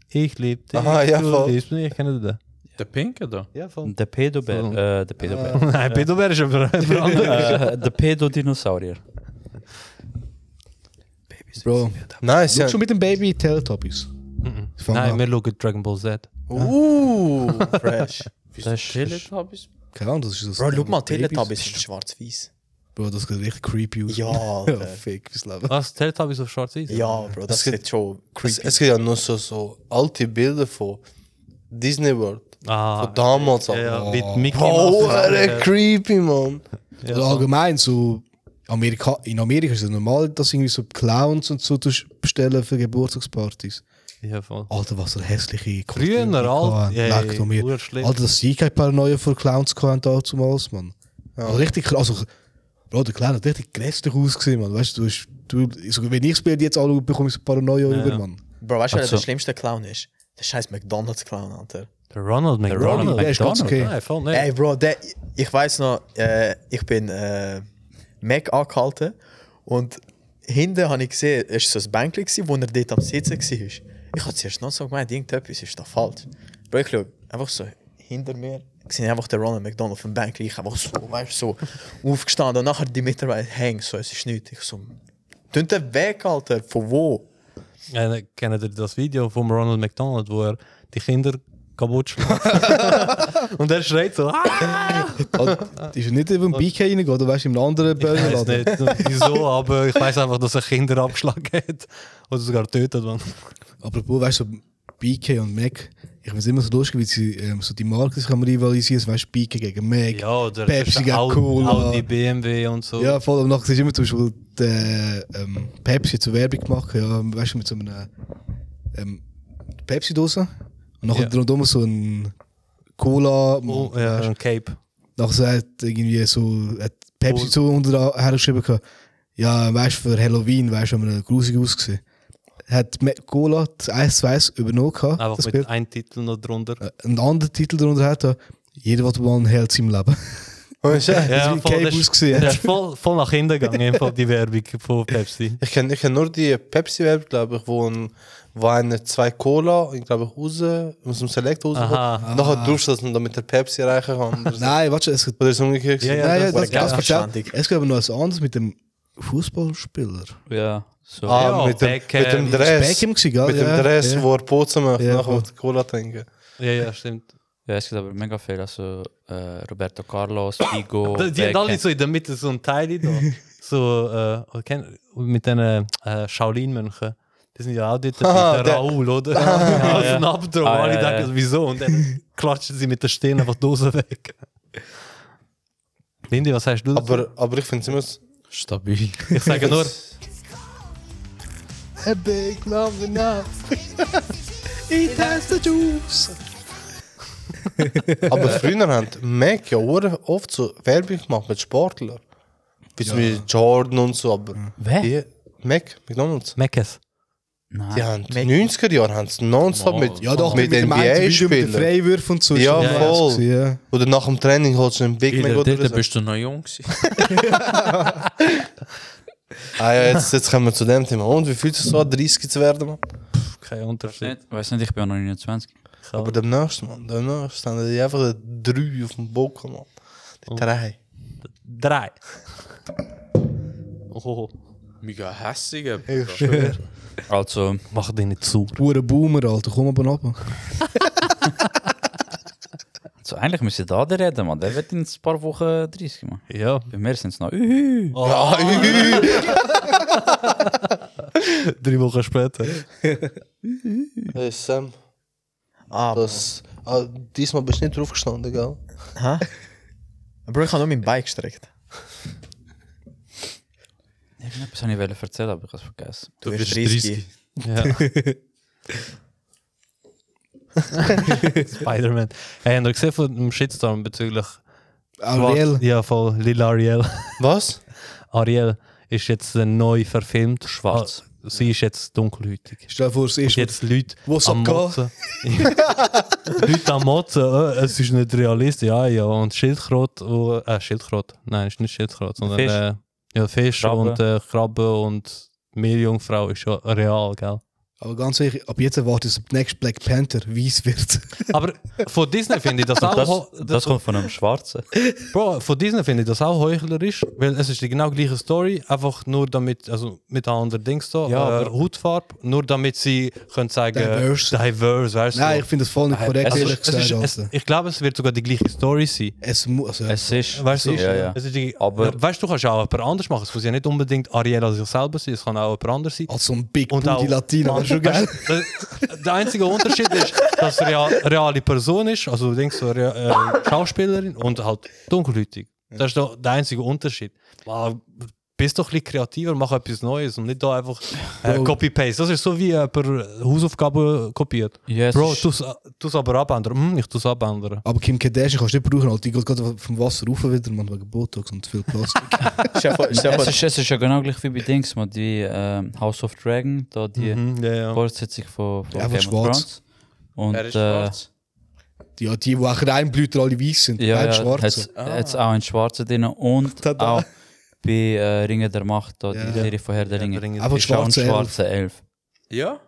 [SPEAKER 1] Ich liebe dich.
[SPEAKER 2] Aha, ja,
[SPEAKER 1] du
[SPEAKER 2] voll.
[SPEAKER 1] liebst mich. Ich kenne den.
[SPEAKER 6] Der Pinke da.
[SPEAKER 1] Ja, voll. Ah.
[SPEAKER 4] Der Pedobär.
[SPEAKER 1] So.
[SPEAKER 4] Äh, der Pedobär.
[SPEAKER 1] Nein, Pedobär ist aber aber anders.
[SPEAKER 4] äh, der Pedodinosaurier.
[SPEAKER 5] Bro,
[SPEAKER 2] Nein, sie
[SPEAKER 5] du schon
[SPEAKER 2] haben...
[SPEAKER 5] mit dem Baby Teletubbies. Fang
[SPEAKER 1] Mhm. Nein,
[SPEAKER 5] an.
[SPEAKER 1] wir schauen Dragon Ball Z.
[SPEAKER 2] Uh,
[SPEAKER 3] Fresh.
[SPEAKER 4] Das ist,
[SPEAKER 6] Teletubbies?
[SPEAKER 5] Keine Ahnung, das ist das.
[SPEAKER 3] Bro, schau mal,
[SPEAKER 5] Babys.
[SPEAKER 3] Teletubbies sind schwarz-weiß.
[SPEAKER 5] Bro, das sieht richtig creepy aus.
[SPEAKER 3] Ja,
[SPEAKER 5] Ja,
[SPEAKER 3] Alter.
[SPEAKER 5] fake, bis Leben.
[SPEAKER 1] Was? Teletubbies auf Schwarz-Weiß?
[SPEAKER 3] Ja, Bro, das
[SPEAKER 2] Es gibt-
[SPEAKER 3] sieht schon
[SPEAKER 2] es,
[SPEAKER 3] creepy.
[SPEAKER 2] es gibt ja nur so, so alte Bilder von Disney World.
[SPEAKER 1] Ah,
[SPEAKER 2] Von damals.
[SPEAKER 1] ja, ja,
[SPEAKER 2] Alter.
[SPEAKER 1] mit Mickey
[SPEAKER 2] Bro,
[SPEAKER 1] Mouse.
[SPEAKER 2] er creepy, man.
[SPEAKER 5] Oder Also allgemein, so. Amerika in Amerika ist es normal, dass irgendwie so Clowns und so tust bestellen für Geburtstagspartys.
[SPEAKER 1] Ja, voll.
[SPEAKER 5] Alter, was für hässliche
[SPEAKER 1] Früher, Alter. Ja,
[SPEAKER 5] Leck doch mir.
[SPEAKER 1] ja, schlimm.
[SPEAKER 5] Alter, dass sie keine Paranoia vor Clowns hatten damals, Mann. Also richtig krass. Also, Bro, der Clown hat richtig grässlich ausgesehen, Mann. Weißt du, du, hast- du so, wenn ich das Bild jetzt anschaue, bekomme ich so Paranoia
[SPEAKER 1] Ja, ja.
[SPEAKER 5] über, Mann.
[SPEAKER 3] Bro, weißt du, wer
[SPEAKER 4] Also-
[SPEAKER 3] der schlimmste Clown ist? Der scheiß McDonalds-Clown, Alter.
[SPEAKER 1] Der Ronald McDonald.
[SPEAKER 4] Ronald
[SPEAKER 5] Der ist ganz
[SPEAKER 4] McDonald.
[SPEAKER 5] okay.
[SPEAKER 1] Nein, voll nicht.
[SPEAKER 3] Ey, Bro, der, ich weiß noch, äh, ich bin äh, Mac angehalten und hinten habe ich gesehen, es war so ein Bänkchen, gewesen, wo er dort am Sitzen war. Ich habe zuerst noch so gemeint, irgendetwas ist da falsch. Bro, ich schaue einfach so hinter mir, ich sehe einfach den Ronald McDonald auf dem Bänkchen, ich einfach so, weißt so aufgestanden und nachher die Mitarbeiter hängen, so, es ist nichts. Ich so, tun den weg, Alter, von wo?
[SPEAKER 1] Ja, kennt ihr das Video von Ronald McDonald, wo er die Kinder kaputt schlagen. und er schreit so, ah,
[SPEAKER 5] Ah, Ist er nicht in den BK reingegangen oder weißt du, in einem anderen
[SPEAKER 1] ich weiß
[SPEAKER 5] Böllenladen?
[SPEAKER 1] nicht wieso, aber ich weiß einfach, dass er Kinder abgeschlagen hat. Oder sogar tötet, man.
[SPEAKER 5] Apropos, weißt du, so BK und Mac, ich finde es immer so lustig, wie sie ähm, so die Marken sich am rivalisieren, weißt du, BK gegen Mac.
[SPEAKER 1] Ja, oder
[SPEAKER 5] Pepsi gegen
[SPEAKER 1] Audi,
[SPEAKER 5] Cola.
[SPEAKER 1] Audi, BMW und so.
[SPEAKER 5] Ja, voll. Und nachher siehst du immer zum Beispiel, der, ähm, Pepsi hat so Werbung gemacht, ja, weißt du, mit so einer ähm, Pepsi-Dose. Und nachher
[SPEAKER 1] Ja.
[SPEAKER 5] rundum so ein Cola.
[SPEAKER 1] Oh, ja, ein Cape.
[SPEAKER 5] Nachher so hat irgendwie so, hat Pepsi
[SPEAKER 1] Oh.
[SPEAKER 5] so unter hergeschrieben, gehabt, ja, weißt du, für Halloween, weißt du, haben wir grusig ausgesehen. Hat Me- Cola das 1 zu 1 übernommen gehabt,
[SPEAKER 1] Einfach
[SPEAKER 5] das
[SPEAKER 1] mit
[SPEAKER 5] Bild.
[SPEAKER 1] einem Titel noch drunter.
[SPEAKER 5] Äh, Ein anderer Titel darunter hat, ja, jeder, was man hält im Leben.
[SPEAKER 2] Weißt du?
[SPEAKER 5] Das ist wie Cape
[SPEAKER 1] das ist-
[SPEAKER 5] ausgesehen.
[SPEAKER 1] das ist voll, voll nach hinten gegangen, einfach die Werbung von Pepsi.
[SPEAKER 2] Ich kenne ich kenn nur die Pepsi-Werbung, glaube ich, wo, ein, wo eine zwei Cola, ich glaube, raus, aus dem Select raus.
[SPEAKER 1] Aha.
[SPEAKER 2] Nachher durfst du das und damit der Pepsi erreichen kann. Oder so.
[SPEAKER 5] Nein, warte, es gibt,
[SPEAKER 2] Oder ist es umgekehrt?
[SPEAKER 1] Ja, ja.
[SPEAKER 5] nein, ja,
[SPEAKER 1] das war
[SPEAKER 5] das, das,
[SPEAKER 1] geil.
[SPEAKER 5] versteht- es gibt aber noch was anderes mit dem Fußballspieler.
[SPEAKER 4] Ja, so.
[SPEAKER 2] Ah,
[SPEAKER 1] Ja,
[SPEAKER 2] mit, dem,
[SPEAKER 1] Beckham.
[SPEAKER 2] mit dem
[SPEAKER 1] Mit dem
[SPEAKER 2] Dress.
[SPEAKER 5] Beckham gewesen, gell?
[SPEAKER 2] Mit dem
[SPEAKER 5] Ja,
[SPEAKER 2] Dress,
[SPEAKER 5] ja.
[SPEAKER 2] wo er putzen möchte,
[SPEAKER 5] Ja,
[SPEAKER 2] nachher
[SPEAKER 5] voll.
[SPEAKER 2] die Cola trinken.
[SPEAKER 1] Ja, ja, stimmt.
[SPEAKER 4] Ja, es gibt aber mega viel. Also äh, Roberto Carlos, Figo.
[SPEAKER 1] Die, die haben alle
[SPEAKER 4] Beckham.
[SPEAKER 1] so in der Mitte so ein Teil da. So, äh, kenn- mit den äh, Shaolin-Mönchen. Die sind ja auch dort mit
[SPEAKER 2] Ah, der-
[SPEAKER 1] der Raoul, oder? Ah, ja. Ein Abdruck.
[SPEAKER 4] Ah,
[SPEAKER 1] alle
[SPEAKER 4] ja, ja.
[SPEAKER 1] denken, wieso? Und dann klatschen sie mit der Stirn einfach die Dose weg. Lindy, was hast du dazu?
[SPEAKER 2] Aber, aber ich finde es immer. so-
[SPEAKER 6] Stabil.
[SPEAKER 1] ich sage nur,
[SPEAKER 5] A big love enough. It has the juice.
[SPEAKER 2] Aber früher haben Mac ja hure oft so Werbung gemacht mit Sportlern. Wie zum Beispiel Jordan und so, aber.
[SPEAKER 4] Wer?
[SPEAKER 2] Die, Mac, McDonalds.
[SPEAKER 1] Meckes.
[SPEAKER 2] Die
[SPEAKER 4] Nein.
[SPEAKER 2] haben 90er Jahre haben sie nonstop mit,
[SPEAKER 5] Ja, doch,
[SPEAKER 2] mit,
[SPEAKER 5] dem Einzelvideo, mit den
[SPEAKER 2] NBA-Spielern.
[SPEAKER 5] Freiwürfen und so.
[SPEAKER 2] Ja,
[SPEAKER 5] ist das
[SPEAKER 2] voll.
[SPEAKER 5] gewesen, Ja.
[SPEAKER 2] Oder nach dem Training holst du einen Big
[SPEAKER 6] In
[SPEAKER 2] Mac
[SPEAKER 6] der
[SPEAKER 2] oder
[SPEAKER 6] dritten
[SPEAKER 2] so.
[SPEAKER 6] bist du noch jung. gewesen.
[SPEAKER 2] Ah, ja, jetzt, jetzt kommen wir zu dem Thema. Und wie fühlt es sich so an, 30 zu werden, Mann?
[SPEAKER 1] Kein Unterschied.
[SPEAKER 4] Nicht- Weiß nicht, ich bin ja noch 29.
[SPEAKER 2] Aber demnächst, Mann, demnächst haben die einfach die drei auf dem Bocken, Mann. Die drei.
[SPEAKER 1] Drei. Oh,
[SPEAKER 6] Mega hässig. aber-
[SPEAKER 4] Also,
[SPEAKER 1] mach dich nicht sauer.
[SPEAKER 5] Pure Boomer, Alter, komm aber ab.
[SPEAKER 4] also eigentlich müssen wir da der reden, man. Der wird in ein paar Wochen 30 machen.
[SPEAKER 1] Ja.
[SPEAKER 4] Bei mir sind es noch. Ühü.
[SPEAKER 2] Ah, ui.
[SPEAKER 1] Drei Wochen später.
[SPEAKER 2] Hey, Sam,
[SPEAKER 3] Ah,
[SPEAKER 2] das, ah, diesmal bist du nicht draufgestanden, gell?
[SPEAKER 3] hä? Bro, ich habe nur mein Bein gestreckt.
[SPEAKER 4] Irgendetwas habe ich wollte erzählen, aber ich habe es vergessen.
[SPEAKER 3] Du
[SPEAKER 6] wirst 30.
[SPEAKER 1] Ja. Spider-Man. Hey, habt ihr gesehen von dem Shitstorm bezüglich...
[SPEAKER 5] Ariel.
[SPEAKER 1] Schwarz- Ja, voll. Lila Ariel.
[SPEAKER 2] Was?
[SPEAKER 1] Ariel ist jetzt äh, neu verfilmt.
[SPEAKER 4] Schwarz.
[SPEAKER 1] Ah, Sie ist jetzt dunkelhütig.
[SPEAKER 5] Stell dir vor, es ist.
[SPEAKER 1] Jetzt Leute
[SPEAKER 5] What's
[SPEAKER 1] am
[SPEAKER 5] up, Ka?
[SPEAKER 1] Motzen. Leute am Motzen, äh, es ist nicht realistisch. Ja, ja. Und Schildkröte, oh, äh, Schildkröte. Nein, ist nicht Schildkröte, sondern
[SPEAKER 4] Fisch.
[SPEAKER 1] Äh, ja, Fisch
[SPEAKER 4] Krabbe.
[SPEAKER 1] und äh, Krabbe und Meerjungfrau ist ja real, gell?
[SPEAKER 5] Aber ganz ehrlich, ab jetzt erwartet es, ob der nächste Black Panther weiß wird.
[SPEAKER 1] Aber von Disney finde ich das auch.
[SPEAKER 5] Also,
[SPEAKER 4] Das,
[SPEAKER 1] ho-
[SPEAKER 4] das kommt von einem Schwarzen.
[SPEAKER 1] Bro, von Disney finde ich das auch heuchlerisch, weil es ist die genau gleiche Story, einfach nur damit, also mit einer anderen Dings da,
[SPEAKER 4] Ja,
[SPEAKER 1] äh,
[SPEAKER 4] aber-
[SPEAKER 1] Hautfarbe, nur damit sie können sagen,
[SPEAKER 5] Diverse.
[SPEAKER 1] diverse weißt du.
[SPEAKER 5] Nein, ich finde das voll nicht korrekt,
[SPEAKER 1] es
[SPEAKER 5] ehrlich
[SPEAKER 1] ist, es
[SPEAKER 5] gesagt.
[SPEAKER 1] ist, es,
[SPEAKER 5] Alter.
[SPEAKER 1] ich glaube, es wird sogar die gleiche Story sein.
[SPEAKER 5] Es muss. Also,
[SPEAKER 4] Es ist.
[SPEAKER 1] Weißt du,
[SPEAKER 4] ja, ja.
[SPEAKER 1] Es ist die,
[SPEAKER 4] Aber-
[SPEAKER 1] weißt du, du kannst auch jemand anders machen. Es muss ja nicht unbedingt Ariel als sich selber sein, es kann auch jemand anders sein.
[SPEAKER 5] als so ein Big
[SPEAKER 1] Und
[SPEAKER 5] Booty
[SPEAKER 1] auch-
[SPEAKER 5] Latino.
[SPEAKER 1] Mann,
[SPEAKER 5] Das ist schon geil.
[SPEAKER 1] weißt du, der- Der einzige Unterschied ist, dass er ja reale Person ist, also du denkst so rea- äh, Schauspielerin und halt dunkelhütig. Das ist doch der einzige Unterschied. Wow, bist doch ein bisschen kreativer, mach etwas Neues und nicht da einfach äh,
[SPEAKER 5] Bro.
[SPEAKER 1] Copy-Paste. Das ist so wie jemand Hausaufgaben kopiert.
[SPEAKER 4] Ja, es
[SPEAKER 1] Bro,
[SPEAKER 4] ist-
[SPEAKER 1] du es aber abändern. Hm, ich tue es abändern.
[SPEAKER 5] Aber Kim Kardashian kannst du nicht brauchen, Alter. Die geht gerade vom Wasser rauf wieder, man, wegen Botox und viel Plastik.
[SPEAKER 4] es, ist, es ist ja genau gleich wie bei Dings, man, wie ähm, House of Dragon, da die
[SPEAKER 1] Mhm, ja, ja.
[SPEAKER 4] Fortsetzung von, von
[SPEAKER 5] Ja,
[SPEAKER 4] Game
[SPEAKER 5] von
[SPEAKER 4] of
[SPEAKER 5] Schwarz.
[SPEAKER 4] Thrones. Und
[SPEAKER 6] Er ist
[SPEAKER 4] äh,
[SPEAKER 6] schwarz.
[SPEAKER 5] ja, die, die auch Reinblüter alle weiß sind.
[SPEAKER 4] ja,
[SPEAKER 5] Kein
[SPEAKER 4] ja,
[SPEAKER 5] Schwarze.
[SPEAKER 4] jetzt auch ein Schwarzer drin und
[SPEAKER 5] Tada.
[SPEAKER 4] auch bei äh, Ringe der Macht, da
[SPEAKER 5] Ja.
[SPEAKER 4] die Serie von Herr der Ringe.
[SPEAKER 5] Aber
[SPEAKER 4] Ist auch ein
[SPEAKER 5] schwarze Elf.
[SPEAKER 4] schwarzer Elf.
[SPEAKER 1] äh,
[SPEAKER 6] Ja?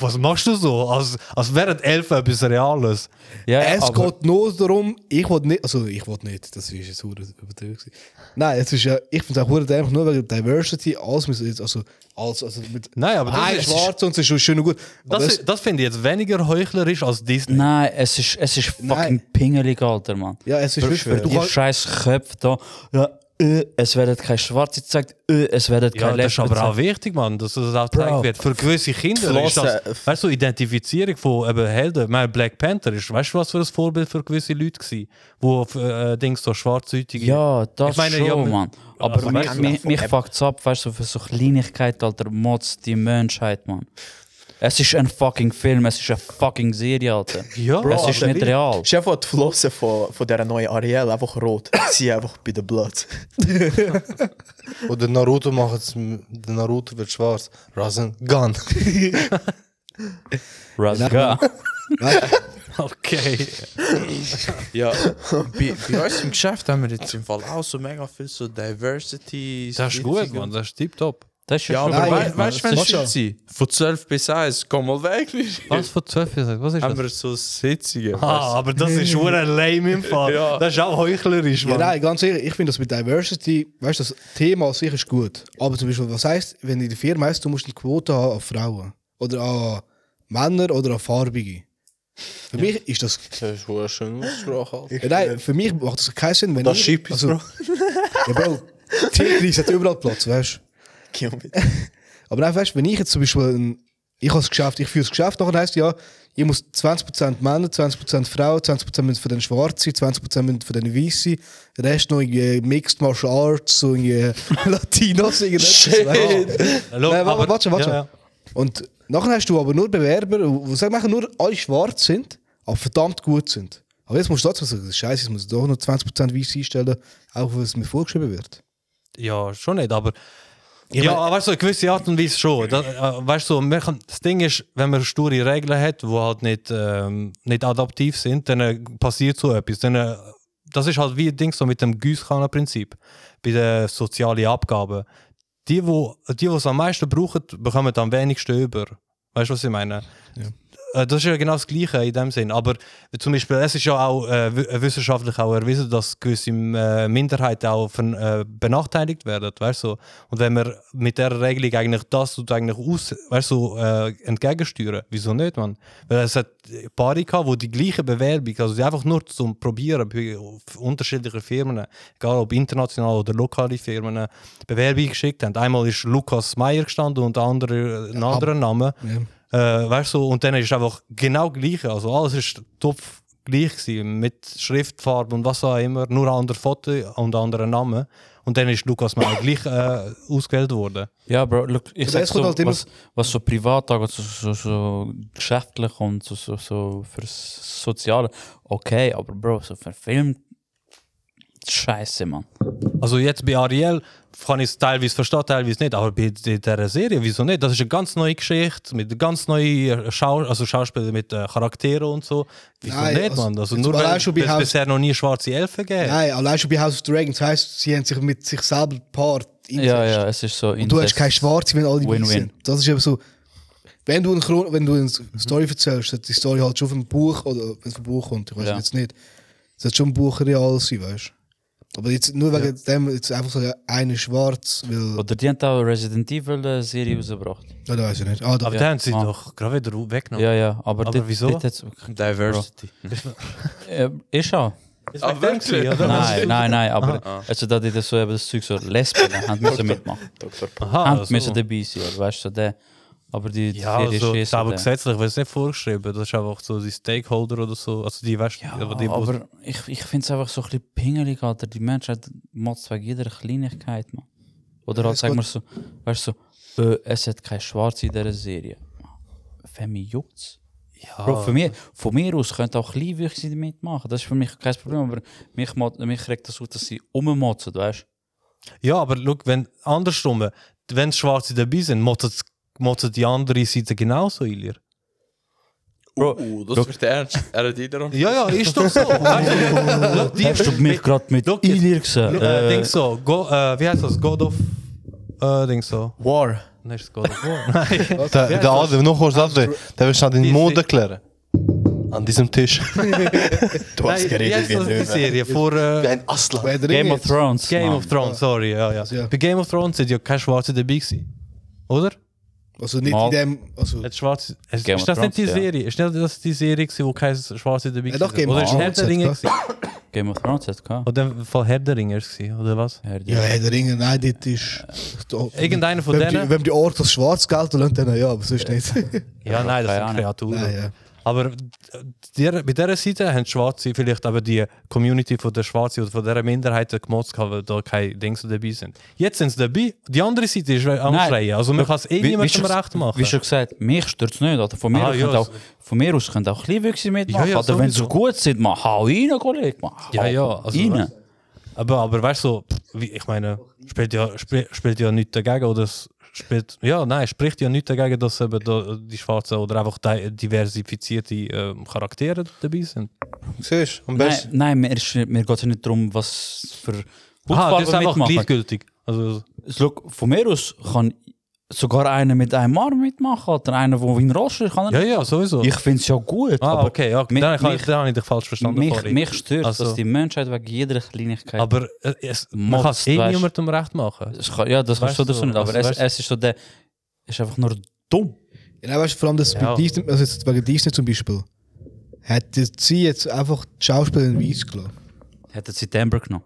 [SPEAKER 1] Was machst du so? Als, als wäre Elfen etwas Reales.
[SPEAKER 4] Ja, ja,
[SPEAKER 5] Äh, es
[SPEAKER 4] aber-
[SPEAKER 5] geht nur darum, ich will nicht, also ich will nicht, das ist jetzt hure übertrieben. gewesen. Nein, es ist ja, ich finde es auch hure dämlich, nur wegen Diversity, alles müssen jetzt, also, alles, also mit
[SPEAKER 1] Nein, aber das
[SPEAKER 5] ein
[SPEAKER 1] ist-
[SPEAKER 5] Schwarz und es ist schon schön und gut. Aber
[SPEAKER 1] Das,
[SPEAKER 5] es-
[SPEAKER 1] i- das finde ich jetzt weniger heuchlerisch als Disney.
[SPEAKER 4] Nein, es ist, es ist fucking
[SPEAKER 5] Nein.
[SPEAKER 4] pingelig, Alter, Mann.
[SPEAKER 5] ja, es ist wirklich,
[SPEAKER 2] schwer.
[SPEAKER 5] du halt-
[SPEAKER 4] Ihr
[SPEAKER 5] kannst,
[SPEAKER 4] scheiß Köpfe da. Ja, äh, es werden keine Schwarze gezeigt, äh, es werden
[SPEAKER 1] Ja,
[SPEAKER 4] keine
[SPEAKER 1] das ist
[SPEAKER 4] Lesben
[SPEAKER 1] aber auch
[SPEAKER 4] gezeigt.
[SPEAKER 1] wichtig, Mann, dass das auch
[SPEAKER 4] Bro.
[SPEAKER 1] gezeigt wird. Für gewisse Kinder
[SPEAKER 3] Die
[SPEAKER 1] ist das,
[SPEAKER 3] Flossen-
[SPEAKER 1] weißt du, Identifizierung von eben Helden. Ich meine, Black Panther ist, weißt du, was für ein Vorbild für gewisse Leute war, die auf äh, Dings so schwarzhäutige.
[SPEAKER 4] Ja, das
[SPEAKER 1] Ich meine,
[SPEAKER 4] schon,
[SPEAKER 1] ja, man-
[SPEAKER 4] Mann. Aber
[SPEAKER 1] Also,
[SPEAKER 4] mich,
[SPEAKER 1] weißt du,
[SPEAKER 4] mich,
[SPEAKER 1] von
[SPEAKER 4] mich fuckt's ab, weißt du, für so Kleinigkeit, Alter, motzt die Menschheit, Mann. Es ist ein fucking Film, es ist eine fucking Serie, Alter.
[SPEAKER 1] Ja.
[SPEAKER 4] es ist
[SPEAKER 3] Alter,
[SPEAKER 4] nicht
[SPEAKER 3] wirklich.
[SPEAKER 4] real.
[SPEAKER 3] Chef hat die Flossen von, von dieser neuen Ariel einfach rot. Sie einfach bei den Blood.
[SPEAKER 2] Oder Oh, Naruto macht es, der Naruto wird schwarz. Rasen, Gun.
[SPEAKER 4] Rasga.
[SPEAKER 1] Okay.
[SPEAKER 6] Ja, bei, bei uns im Geschäft haben wir jetzt im Fall auch so mega viel so Diversity.
[SPEAKER 1] Das ist gut, Mann, das ist tipptopp.
[SPEAKER 4] Das ist
[SPEAKER 6] Ja,
[SPEAKER 4] schon
[SPEAKER 6] aber
[SPEAKER 5] Nein,
[SPEAKER 6] wei-
[SPEAKER 5] ich-
[SPEAKER 6] weißt du, wenn
[SPEAKER 5] Mach
[SPEAKER 6] es
[SPEAKER 5] schon.
[SPEAKER 6] Sitzung von 12 bis 1, komm mal weg. nicht?
[SPEAKER 1] Was von 12 gesagt? Was ist
[SPEAKER 6] haben
[SPEAKER 1] das?
[SPEAKER 6] wir so Sitzungen.
[SPEAKER 1] Ah, aber das ist nur lame im Fall.
[SPEAKER 6] Ja.
[SPEAKER 1] Das ist auch heuchlerisch,
[SPEAKER 5] ja,
[SPEAKER 1] Mann.
[SPEAKER 5] nein, ganz ehrlich, ich finde das mit Diversity, weißt du, das Thema sicher ist gut. Aber zum Beispiel, was heisst, wenn in der Firma heisst, du musst eine Quote haben an Frauen oder an Männer oder an Farbige. Für mich ist das
[SPEAKER 2] Das ist eine schöne Aussprache. Alter.
[SPEAKER 5] Ja, nein, für mich macht das keinen Sinn, wenn
[SPEAKER 2] Das
[SPEAKER 5] ich-
[SPEAKER 2] Schieb
[SPEAKER 5] also-
[SPEAKER 2] ist, Bro.
[SPEAKER 5] Ja, Bro, Tetris hat überall Platz, weißt du.
[SPEAKER 3] Kill me.
[SPEAKER 5] Aber auch, weißt du, wenn ich jetzt zum Beispiel ein, ich habe das Geschäft, ich führe das Geschäft, nachher heisst ja, ich muss 20% Männer, 20% Frauen, 20% müssen von den Schwarzen, 20% müssen von den Weißen, Rest noch irgendwie Mixed Martial Arts, so irgendwie Latinos, irgendetwas, weißt du.
[SPEAKER 1] Hallo,
[SPEAKER 5] Nein, warte, warte, warte.
[SPEAKER 1] Ja, ja.
[SPEAKER 5] Und nachher hast du aber nur Bewerber, die sagen, nachher nur alle schwarz sind, aber verdammt gut sind. Aber jetzt musst du trotzdem sagen, scheiße, ich muss doch noch 20% weiß einstellen, auch wenn es mir vorgeschrieben wird.
[SPEAKER 1] Ja, schon nicht, aber. ja, weißt du, eine gewisse Art und Weise schon. Das, äh, weißt du, wir können, das Ding ist, wenn man sture Regeln hat, die halt nicht, ähm, nicht adaptiv sind, dann äh, passiert so etwas. Dann, äh, das ist halt wie ein Ding so mit dem Gießkannenprinzip bei den sozialen Abgaben. Die, wo, die wo es am meisten brauchen, bekommen am wenigsten über. Weißt du, was ich meine? Äh, Das ist ja genau das Gleiche in dem Sinn. Aber zum Beispiel, es ist ja auch äh, wi- äh, wissenschaftlich auch erwiesen, dass gewisse äh, Minderheiten auch von, äh, benachteiligt werden. Weißt du? Und wenn man mit der Regelung eigentlich das tut, eigentlich aus, weißt du, äh, entgegensteuern, wieso nicht, man? Weil es hat Paare gehabt, die die gleiche Bewerbung, also die einfach nur zum Probieren bei auf unterschiedlichen Firmen, egal ob international oder lokale Firmen, Bewerbung geschickt haben. Einmal ist Lukas Meyer gestanden und der andere, ein anderer Name. Äh, weißt du, und dann ist einfach genau gleich. Also alles ist topf gleich gewesen, mit Schriftfarbe und was auch immer, nur ein anderes Foto und ein anderer Name. Und dann ist Lukas Meyer gleich äh, ausgewählt worden.
[SPEAKER 4] Ja, Bro, look, ich
[SPEAKER 5] Aber
[SPEAKER 4] sag
[SPEAKER 5] es kommt
[SPEAKER 4] so,
[SPEAKER 5] halt immer-
[SPEAKER 4] was, was so privat angeht, so, so, so geschäftlich und so, so, so fürs Soziale, okay, aber Bro, so für Film, scheiße, Mann.
[SPEAKER 1] Also jetzt bei Ariel kann ich es teilweise verstehen, teilweise nicht, aber bei d- dieser Serie, wieso nicht? Das ist eine ganz neue Geschichte mit ganz neuen Schau also Schauspielern, mit äh, Charakteren und so. Wieso
[SPEAKER 5] Nein,
[SPEAKER 1] nicht,
[SPEAKER 5] also-
[SPEAKER 1] Mann? Also
[SPEAKER 5] jetzt
[SPEAKER 1] nur
[SPEAKER 5] mal
[SPEAKER 1] weil
[SPEAKER 5] allein
[SPEAKER 1] es
[SPEAKER 5] schon bei Haus-
[SPEAKER 1] bisher noch nie schwarze Elfen gegeben hat.
[SPEAKER 5] Nein, allein schon bei House of Dragons heisst, sie haben sich mit sich selber gepaart.
[SPEAKER 4] Ja,
[SPEAKER 5] Incest.
[SPEAKER 4] ja, es ist so
[SPEAKER 5] Und du hast keine Schwarze, wenn alle
[SPEAKER 4] Win-win.
[SPEAKER 5] weiß sind. Das ist eben so. Wenn du eine, Chron wenn du eine Story erzählst, sollte die Story halt schon vom Buch, oder wenn es vom Buch kommt, ich weiß
[SPEAKER 4] Ja.
[SPEAKER 5] jetzt nicht, sollte schon ein Buch real sein, weißt du. Aber jetzt nur wegen dem, jetzt einfach so eine schwarz, weil.
[SPEAKER 4] Oder die haben auch Resident Evil äh, Serie rausgebracht.
[SPEAKER 5] Ja, da weiß ich nicht. Ah, da.
[SPEAKER 1] Aber dann haben sie
[SPEAKER 4] Ah.
[SPEAKER 1] doch gerade wieder weggenommen.
[SPEAKER 4] Ja, ja, aber,
[SPEAKER 1] Aber
[SPEAKER 4] dit-
[SPEAKER 1] wieso?
[SPEAKER 4] dit hat's-
[SPEAKER 6] Diversity.
[SPEAKER 4] äh, ist auch.
[SPEAKER 1] Ist
[SPEAKER 6] Ah,
[SPEAKER 1] wegen dem
[SPEAKER 6] wirklich?
[SPEAKER 1] gewesen, oder?
[SPEAKER 4] Nein, nein, nein, aber also, dass die das so eben das Zeug so Lesben haben müssen mitmachen.
[SPEAKER 3] Dr.
[SPEAKER 1] Aha, also
[SPEAKER 4] Haben
[SPEAKER 1] so.
[SPEAKER 4] müssen dabei sein, oder weißt du, der. eh. Aber die die
[SPEAKER 1] Ja,
[SPEAKER 4] Serie
[SPEAKER 1] also, das
[SPEAKER 4] ist
[SPEAKER 1] ist aber gesetzlich wird es nicht vorgeschrieben. Das ist einfach so die Stakeholder oder so. Also die, weißt du,
[SPEAKER 4] Ja,
[SPEAKER 1] aber die,
[SPEAKER 4] aber ich, ich finde es einfach so ein bisschen pingelig, Alter. Die Menschheit motzt wegen jeder Kleinigkeit, man. Oder halt,
[SPEAKER 5] es
[SPEAKER 4] sagen wir
[SPEAKER 5] geht-
[SPEAKER 4] so, weißt du, so, äh, es hat keine Schwarze in dieser Serie. Wenn mich juckt's.
[SPEAKER 1] ja,
[SPEAKER 4] Bro, von, mir, von mir aus könnte auch Kleinwüchse damit machen. Das ist für mich kein Problem, aber mich, mot- mich regt das auf, dass sie rummotzen, weißt
[SPEAKER 1] Ja, aber look, wenn andersrum, wenn Schwarze dabei sind, motzen motzen die andere Seite genauso in ihr.
[SPEAKER 6] Bro, das wird ernst. Er hat jeder
[SPEAKER 1] Ja, ja, ist doch so. Weißt du, look, die
[SPEAKER 4] du? Hast du mich gerade mit
[SPEAKER 1] Look,
[SPEAKER 4] Ilir gesehen?
[SPEAKER 1] äh,
[SPEAKER 4] Äh,
[SPEAKER 1] Ding so, go, äh, wie heißt das? God of Äh, Ding so.
[SPEAKER 3] War.
[SPEAKER 1] Dann ist es God of War. Nein.
[SPEAKER 2] Der, der Adel, noch kurz Adel, der will schnell den Mode klären. An diesem Tisch.
[SPEAKER 3] Du hast
[SPEAKER 1] Nein, wie
[SPEAKER 3] geredet
[SPEAKER 1] heißt
[SPEAKER 3] wie
[SPEAKER 1] das, die
[SPEAKER 3] ein
[SPEAKER 1] Serie? Vor äh,
[SPEAKER 2] ein Aslan.
[SPEAKER 5] Wer der
[SPEAKER 4] Game
[SPEAKER 5] Ring
[SPEAKER 4] of
[SPEAKER 5] jetzt?
[SPEAKER 4] Thrones.
[SPEAKER 1] Game
[SPEAKER 4] Mann.
[SPEAKER 1] of Thrones, sorry. Ja, ja.
[SPEAKER 5] ja.
[SPEAKER 1] Bei Game of Thrones sind ja keine Schwarze dabei gewesen. Oder?
[SPEAKER 5] Also nicht
[SPEAKER 4] Mal.
[SPEAKER 5] in dem. Also,
[SPEAKER 1] Hat Schwarze, ist,
[SPEAKER 4] Game
[SPEAKER 1] ist
[SPEAKER 4] of
[SPEAKER 1] das
[SPEAKER 4] Thrones,
[SPEAKER 1] nicht die
[SPEAKER 4] ja.
[SPEAKER 1] Serie? Ist nicht das die Serie, gewesen, wo kein Schwarze dabei
[SPEAKER 5] Ja,
[SPEAKER 1] war?
[SPEAKER 5] doch, Game of
[SPEAKER 1] Oder ist Herr
[SPEAKER 5] Thrones
[SPEAKER 1] der
[SPEAKER 5] hat
[SPEAKER 1] Ringe?
[SPEAKER 5] gehabt.
[SPEAKER 1] gewesen?
[SPEAKER 4] Game of Thrones hat gehabt.
[SPEAKER 1] Oder im Fall Herr der Ringe war es, gewesen, oder was?
[SPEAKER 4] Herr der-
[SPEAKER 5] ja, Herr der Ringe, nein, das ist. Da-
[SPEAKER 1] Irgendeiner von
[SPEAKER 5] wenn
[SPEAKER 1] denen?
[SPEAKER 5] Die, wenn die Orte als schwarz gelten, dann dann ja, aber sonst nicht.
[SPEAKER 1] Ja, nein, das
[SPEAKER 4] keine
[SPEAKER 1] sind
[SPEAKER 4] Ahnung.
[SPEAKER 1] Kreaturen.
[SPEAKER 5] Nein, ja.
[SPEAKER 1] Aber der, bei dieser Seite haben die Schwarze vielleicht aber die Community von der Schwarzen oder von dieser Minderheit gemotzt, gehabt, weil da keine Dings dabei sind. Jetzt sind sie dabei. Die andere Seite ist am
[SPEAKER 4] Nein.
[SPEAKER 1] Schreien. Also man kann es eh
[SPEAKER 4] Wie- wie
[SPEAKER 1] niemandem
[SPEAKER 4] schon-
[SPEAKER 1] recht machen.
[SPEAKER 4] Wie schon gesagt, mich stört es nicht. Alter. Von, mir
[SPEAKER 1] Ah,
[SPEAKER 4] aus
[SPEAKER 1] ja,
[SPEAKER 4] könnt auch,
[SPEAKER 1] so-
[SPEAKER 4] von mir aus könnt auch Kleinwüchse mitmachen.
[SPEAKER 1] Ja, ja,
[SPEAKER 4] Alter, wenn sie
[SPEAKER 1] sowieso.
[SPEAKER 4] gut sind, man, hau rein, Kollege. Man,
[SPEAKER 1] Ja,
[SPEAKER 4] hau
[SPEAKER 1] ja, also
[SPEAKER 4] rein.
[SPEAKER 1] weißt- aber, aber weißt du, so, pff, wie, ich meine, spielt ja, spielt, spielt ja nichts dagegen oder es spielt, ja, nein, spricht ja nichts dagegen, dass eben da, die Schwarzen oder einfach di- diversifizierte ähm, Charaktere dabei sind.
[SPEAKER 2] Siehst du, am
[SPEAKER 4] Nein,
[SPEAKER 2] besten.
[SPEAKER 4] nein mir, ist- mir geht es nicht darum, was für
[SPEAKER 1] Ah, das ist
[SPEAKER 4] Hautfarbe
[SPEAKER 1] einfach
[SPEAKER 4] mitmachen.
[SPEAKER 1] gleichgültig. Also,
[SPEAKER 4] Schau, von mir aus kann sogar einer mit einem Arm mitmachen. Alter. Einer, der wie ein Roster kann.
[SPEAKER 1] ja, ja, sowieso.
[SPEAKER 4] Ich finde es ja gut.
[SPEAKER 1] ah,
[SPEAKER 4] aber
[SPEAKER 1] okay, ja,
[SPEAKER 4] mich-
[SPEAKER 1] dann, kann
[SPEAKER 4] mich-
[SPEAKER 1] ich, dann habe ich dich falsch verstanden.
[SPEAKER 4] mich,
[SPEAKER 1] sorry.
[SPEAKER 4] mich stört,
[SPEAKER 1] Also-
[SPEAKER 4] dass die Menschheit wegen jeder Kleinigkeit.
[SPEAKER 1] aber äh, es, man
[SPEAKER 4] Motzt,
[SPEAKER 1] kann es eh
[SPEAKER 4] weißt du.
[SPEAKER 1] niemandem recht machen.
[SPEAKER 4] Es kann- Dus ja, das
[SPEAKER 1] Weißt
[SPEAKER 4] kannst du
[SPEAKER 1] du,
[SPEAKER 4] so nicht. Aber
[SPEAKER 1] also
[SPEAKER 4] es,
[SPEAKER 1] weißt-
[SPEAKER 4] es ist so der. ist einfach nur dumm.
[SPEAKER 5] Ja, nein, weißt du, vor allem das
[SPEAKER 1] Ja.
[SPEAKER 5] mit Disney, also jetzt wegen Disney zum Beispiel, hat jetzt sie jetzt einfach die Schauspielerin weiß gelassen.
[SPEAKER 4] Hätten sie die Amber genommen.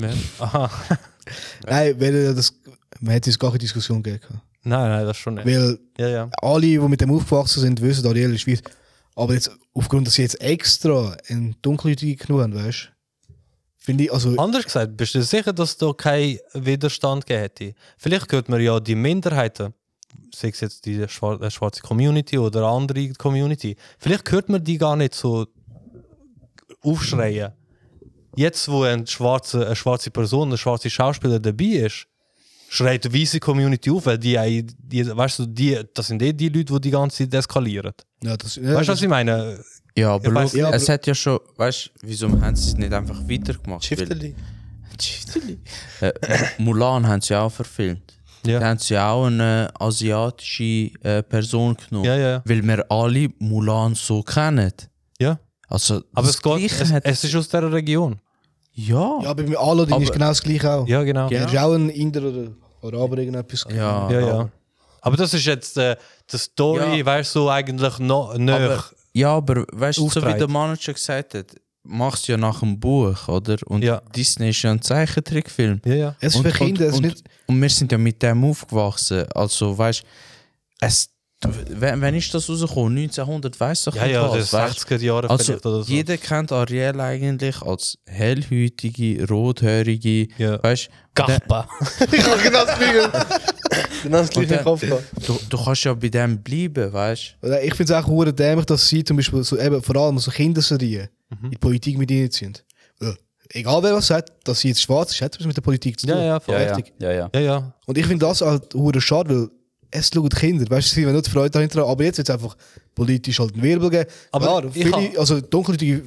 [SPEAKER 1] Ja. Aha.
[SPEAKER 5] Nein, weil äh, das, man hätte es gar keine Diskussion gegeben. gehabt.
[SPEAKER 1] Nein, nein, das schon nicht.
[SPEAKER 5] Weil
[SPEAKER 1] Ja, ja.
[SPEAKER 5] alle, die mit dem aufgewachsen sind, wissen, Ariel ist weiß. Aber jetzt, aufgrund, dass sie jetzt extra in Dunkelhäutige genommen haben, weißt du, finde ich,
[SPEAKER 6] Ah.
[SPEAKER 5] also,
[SPEAKER 1] Anders gesagt, bist du sicher, dass es da keinen Widerstand gegeben hätte? Vielleicht hört man ja die Minderheiten, sei es jetzt die schwar- äh, schwarze Community oder andere Community, vielleicht hört man die gar nicht so aufschreien. Jetzt, wo ein schwarze, eine schwarze Person, eine schwarze Schauspieler dabei ist, schreit die weiße Community auf, weil die, ei- die weißt du, die, das sind eh die Leute, die die ganze Zeit eskalieren.
[SPEAKER 5] ja, das, ja,
[SPEAKER 1] Weißt du,
[SPEAKER 5] das-
[SPEAKER 1] was ich meine?
[SPEAKER 6] Ja, aber
[SPEAKER 1] Ich weiss
[SPEAKER 6] schau,
[SPEAKER 5] nicht,
[SPEAKER 6] es hat ja schon, weißt du, wieso haben sie es nicht einfach weitergemacht?
[SPEAKER 2] Schifterli.
[SPEAKER 6] Weil, äh, Mulan haben sie auch verfilmt. Da
[SPEAKER 1] Ja,
[SPEAKER 6] haben sie auch eine asiatische äh, Person genommen.
[SPEAKER 1] ja, ja. ja.
[SPEAKER 6] Weil wir alle Mulan so kennen.
[SPEAKER 1] ja.
[SPEAKER 6] Also,
[SPEAKER 1] Aber
[SPEAKER 6] das
[SPEAKER 1] es, geht,
[SPEAKER 6] Gleiche
[SPEAKER 1] es,
[SPEAKER 6] hat-
[SPEAKER 1] es ist aus dieser Region.
[SPEAKER 6] ja.
[SPEAKER 5] ja, aber bei Aladdin ist
[SPEAKER 6] Aber-
[SPEAKER 5] genau das gleiche auch.
[SPEAKER 1] Ja, genau.
[SPEAKER 5] Er ist auch ein Inder oder Araber, irgendetwas.
[SPEAKER 6] Ja,
[SPEAKER 1] Ja,
[SPEAKER 6] aber-
[SPEAKER 1] ja. Aber das ist jetzt äh, die Story,
[SPEAKER 6] Ja.
[SPEAKER 1] weißt du, eigentlich noch
[SPEAKER 6] Aber,
[SPEAKER 1] nicht.
[SPEAKER 6] ja, aber weißt du, so wie
[SPEAKER 1] Auftreit.
[SPEAKER 6] der Manager gesagt hat, machst ja nach dem Buch, oder? Und
[SPEAKER 1] Ja.
[SPEAKER 6] Disney ist ja ein Zeichentrickfilm.
[SPEAKER 1] Ja, ja.
[SPEAKER 5] Es ist für
[SPEAKER 6] und,
[SPEAKER 5] Kinder, es ist
[SPEAKER 6] und,
[SPEAKER 5] nicht.
[SPEAKER 6] und, und wir sind ja mit dem aufgewachsen. Also, weißt es. Wenn, wenn ist das rausgekommen? 1900, weißt du,
[SPEAKER 1] Ja, ja,
[SPEAKER 6] was,
[SPEAKER 1] das ist
[SPEAKER 6] weisst du?
[SPEAKER 1] 60er Jahre
[SPEAKER 6] Also,
[SPEAKER 1] vielleicht oder so.
[SPEAKER 6] jeder kennt Ariel eigentlich als hellhütige, rothörige,
[SPEAKER 1] Ja.
[SPEAKER 6] weißt
[SPEAKER 4] Gachba.
[SPEAKER 2] Ich habe genau das gleiche. Genau das
[SPEAKER 6] gleiche im
[SPEAKER 2] Kopf
[SPEAKER 6] du, du kannst ja bei dem bleiben, weißt
[SPEAKER 5] Oder Ich finde es auch hure dämlich, dass sie zum Beispiel so, eben, vor allem so Kinderserien
[SPEAKER 1] Mhm.
[SPEAKER 5] in die Eh, Politik mit ihnen sind. Ja. Egal wer was sagt, dass sie jetzt schwarz ist, hat etwas mit der Politik zu tun.
[SPEAKER 1] ja, ja, voll.
[SPEAKER 4] Ja, ja.
[SPEAKER 5] Richtig.
[SPEAKER 4] ja, ja.
[SPEAKER 1] Ja, ja.
[SPEAKER 5] Und ich finde das halt hure schade, weil es schauen die Kinder, weißt du, sie haben nur die Freude dahinter, aber jetzt wird es einfach politisch halt einen Wirbel geben.
[SPEAKER 1] Aber
[SPEAKER 5] Klar,
[SPEAKER 1] ich
[SPEAKER 5] viele,
[SPEAKER 1] hab-
[SPEAKER 5] also dunkelhütige,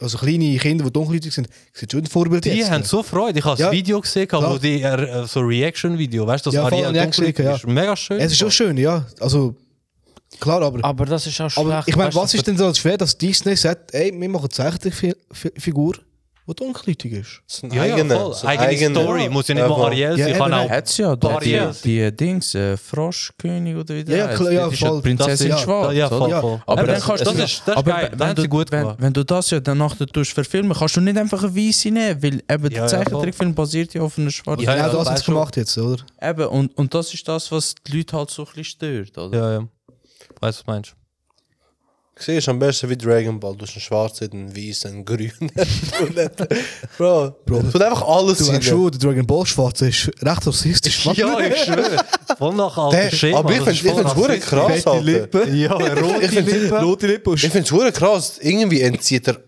[SPEAKER 5] also kleine Kinder, die dunkelhütig sind, sind schon ein Vorbild
[SPEAKER 1] Die
[SPEAKER 5] jetzt.
[SPEAKER 1] haben so Freude. Ich habe das
[SPEAKER 5] Ja.
[SPEAKER 1] Video gesehen, wo
[SPEAKER 5] Klar.
[SPEAKER 1] die äh, so Reaction-Video, weißt du, das
[SPEAKER 5] Ja, voll,
[SPEAKER 1] Ariel
[SPEAKER 5] ja,
[SPEAKER 1] dunkel
[SPEAKER 5] gesehen, ja.
[SPEAKER 1] ist. Mega schön.
[SPEAKER 5] es ist schon schön, ja. Also, klar,
[SPEAKER 1] Ah,
[SPEAKER 5] aber...
[SPEAKER 4] Aber das ist auch schlecht.
[SPEAKER 5] Aber ich meine,
[SPEAKER 4] weißt du,
[SPEAKER 5] was ist denn so schwer, dass Disney sagt, ey, wir machen eine Zeichentrickfigur, die dunkelhütig ist?
[SPEAKER 1] Ja, ja, voll. Eigene, Story. Muss ja nicht mal Ariel
[SPEAKER 5] Ja,
[SPEAKER 1] sein.
[SPEAKER 5] eben,
[SPEAKER 1] Kann
[SPEAKER 5] nein.
[SPEAKER 1] auch
[SPEAKER 6] du? Hat's ja, da, die,
[SPEAKER 1] Ariel.
[SPEAKER 6] die Dings, äh, Froschkönig oder wie der
[SPEAKER 5] Ja, ja,
[SPEAKER 6] heißt.
[SPEAKER 5] klar, ja,
[SPEAKER 6] Das ist ja
[SPEAKER 5] voll.
[SPEAKER 6] die Prinzessin
[SPEAKER 5] Das- ja.
[SPEAKER 6] Schwarz.
[SPEAKER 1] Ja, voll,
[SPEAKER 5] Ja.
[SPEAKER 1] voll.
[SPEAKER 6] Aber
[SPEAKER 1] Eben,
[SPEAKER 6] dann
[SPEAKER 1] das-
[SPEAKER 6] kannst du
[SPEAKER 1] das
[SPEAKER 6] das-
[SPEAKER 1] ist, das ist
[SPEAKER 6] aber
[SPEAKER 1] geil. Das
[SPEAKER 6] wenn,
[SPEAKER 1] haben sie
[SPEAKER 6] du,
[SPEAKER 1] gut
[SPEAKER 6] wenn,
[SPEAKER 1] gemacht.
[SPEAKER 6] wenn du das ja dann nachher tust verfilmen, kannst du nicht einfach eine Weiße nehmen, weil eben
[SPEAKER 1] Ja, ja,
[SPEAKER 6] der Zeichentrickfilm basiert ja auf einer schwarzen.
[SPEAKER 1] Ja,
[SPEAKER 5] genau
[SPEAKER 1] ja,
[SPEAKER 5] das haben
[SPEAKER 1] weißt
[SPEAKER 5] sie
[SPEAKER 1] schon.
[SPEAKER 5] gemacht jetzt, oder?
[SPEAKER 6] Eben, und, und das ist das, was die Leute halt so ein bisschen stört, oder?
[SPEAKER 1] Ja, ja. Weißt du, was meinst
[SPEAKER 2] Siehst du, am besten wie Dragon Ball. dus Du hast einen schwarzen, einen weißen, einen grünen. Und nicht- Bro, Bro. Du einfach alles
[SPEAKER 5] Also, Du hast
[SPEAKER 2] rein.
[SPEAKER 5] schon, der Dragon Ball Schwarze ist recht rassistisch.
[SPEAKER 1] du? Ja, ich schwöre. Voll nach altem
[SPEAKER 2] Der,
[SPEAKER 1] Schema.
[SPEAKER 2] aber ich
[SPEAKER 1] das ist
[SPEAKER 2] finde
[SPEAKER 1] voll
[SPEAKER 2] es wirklich
[SPEAKER 1] rassistisch.
[SPEAKER 2] krass,
[SPEAKER 5] Fette
[SPEAKER 2] Alter.
[SPEAKER 5] Lippen.
[SPEAKER 1] Ja, rote Lippen.
[SPEAKER 5] Rote Lippen.
[SPEAKER 2] Ich finde es hure krass, irgendwie entzieht er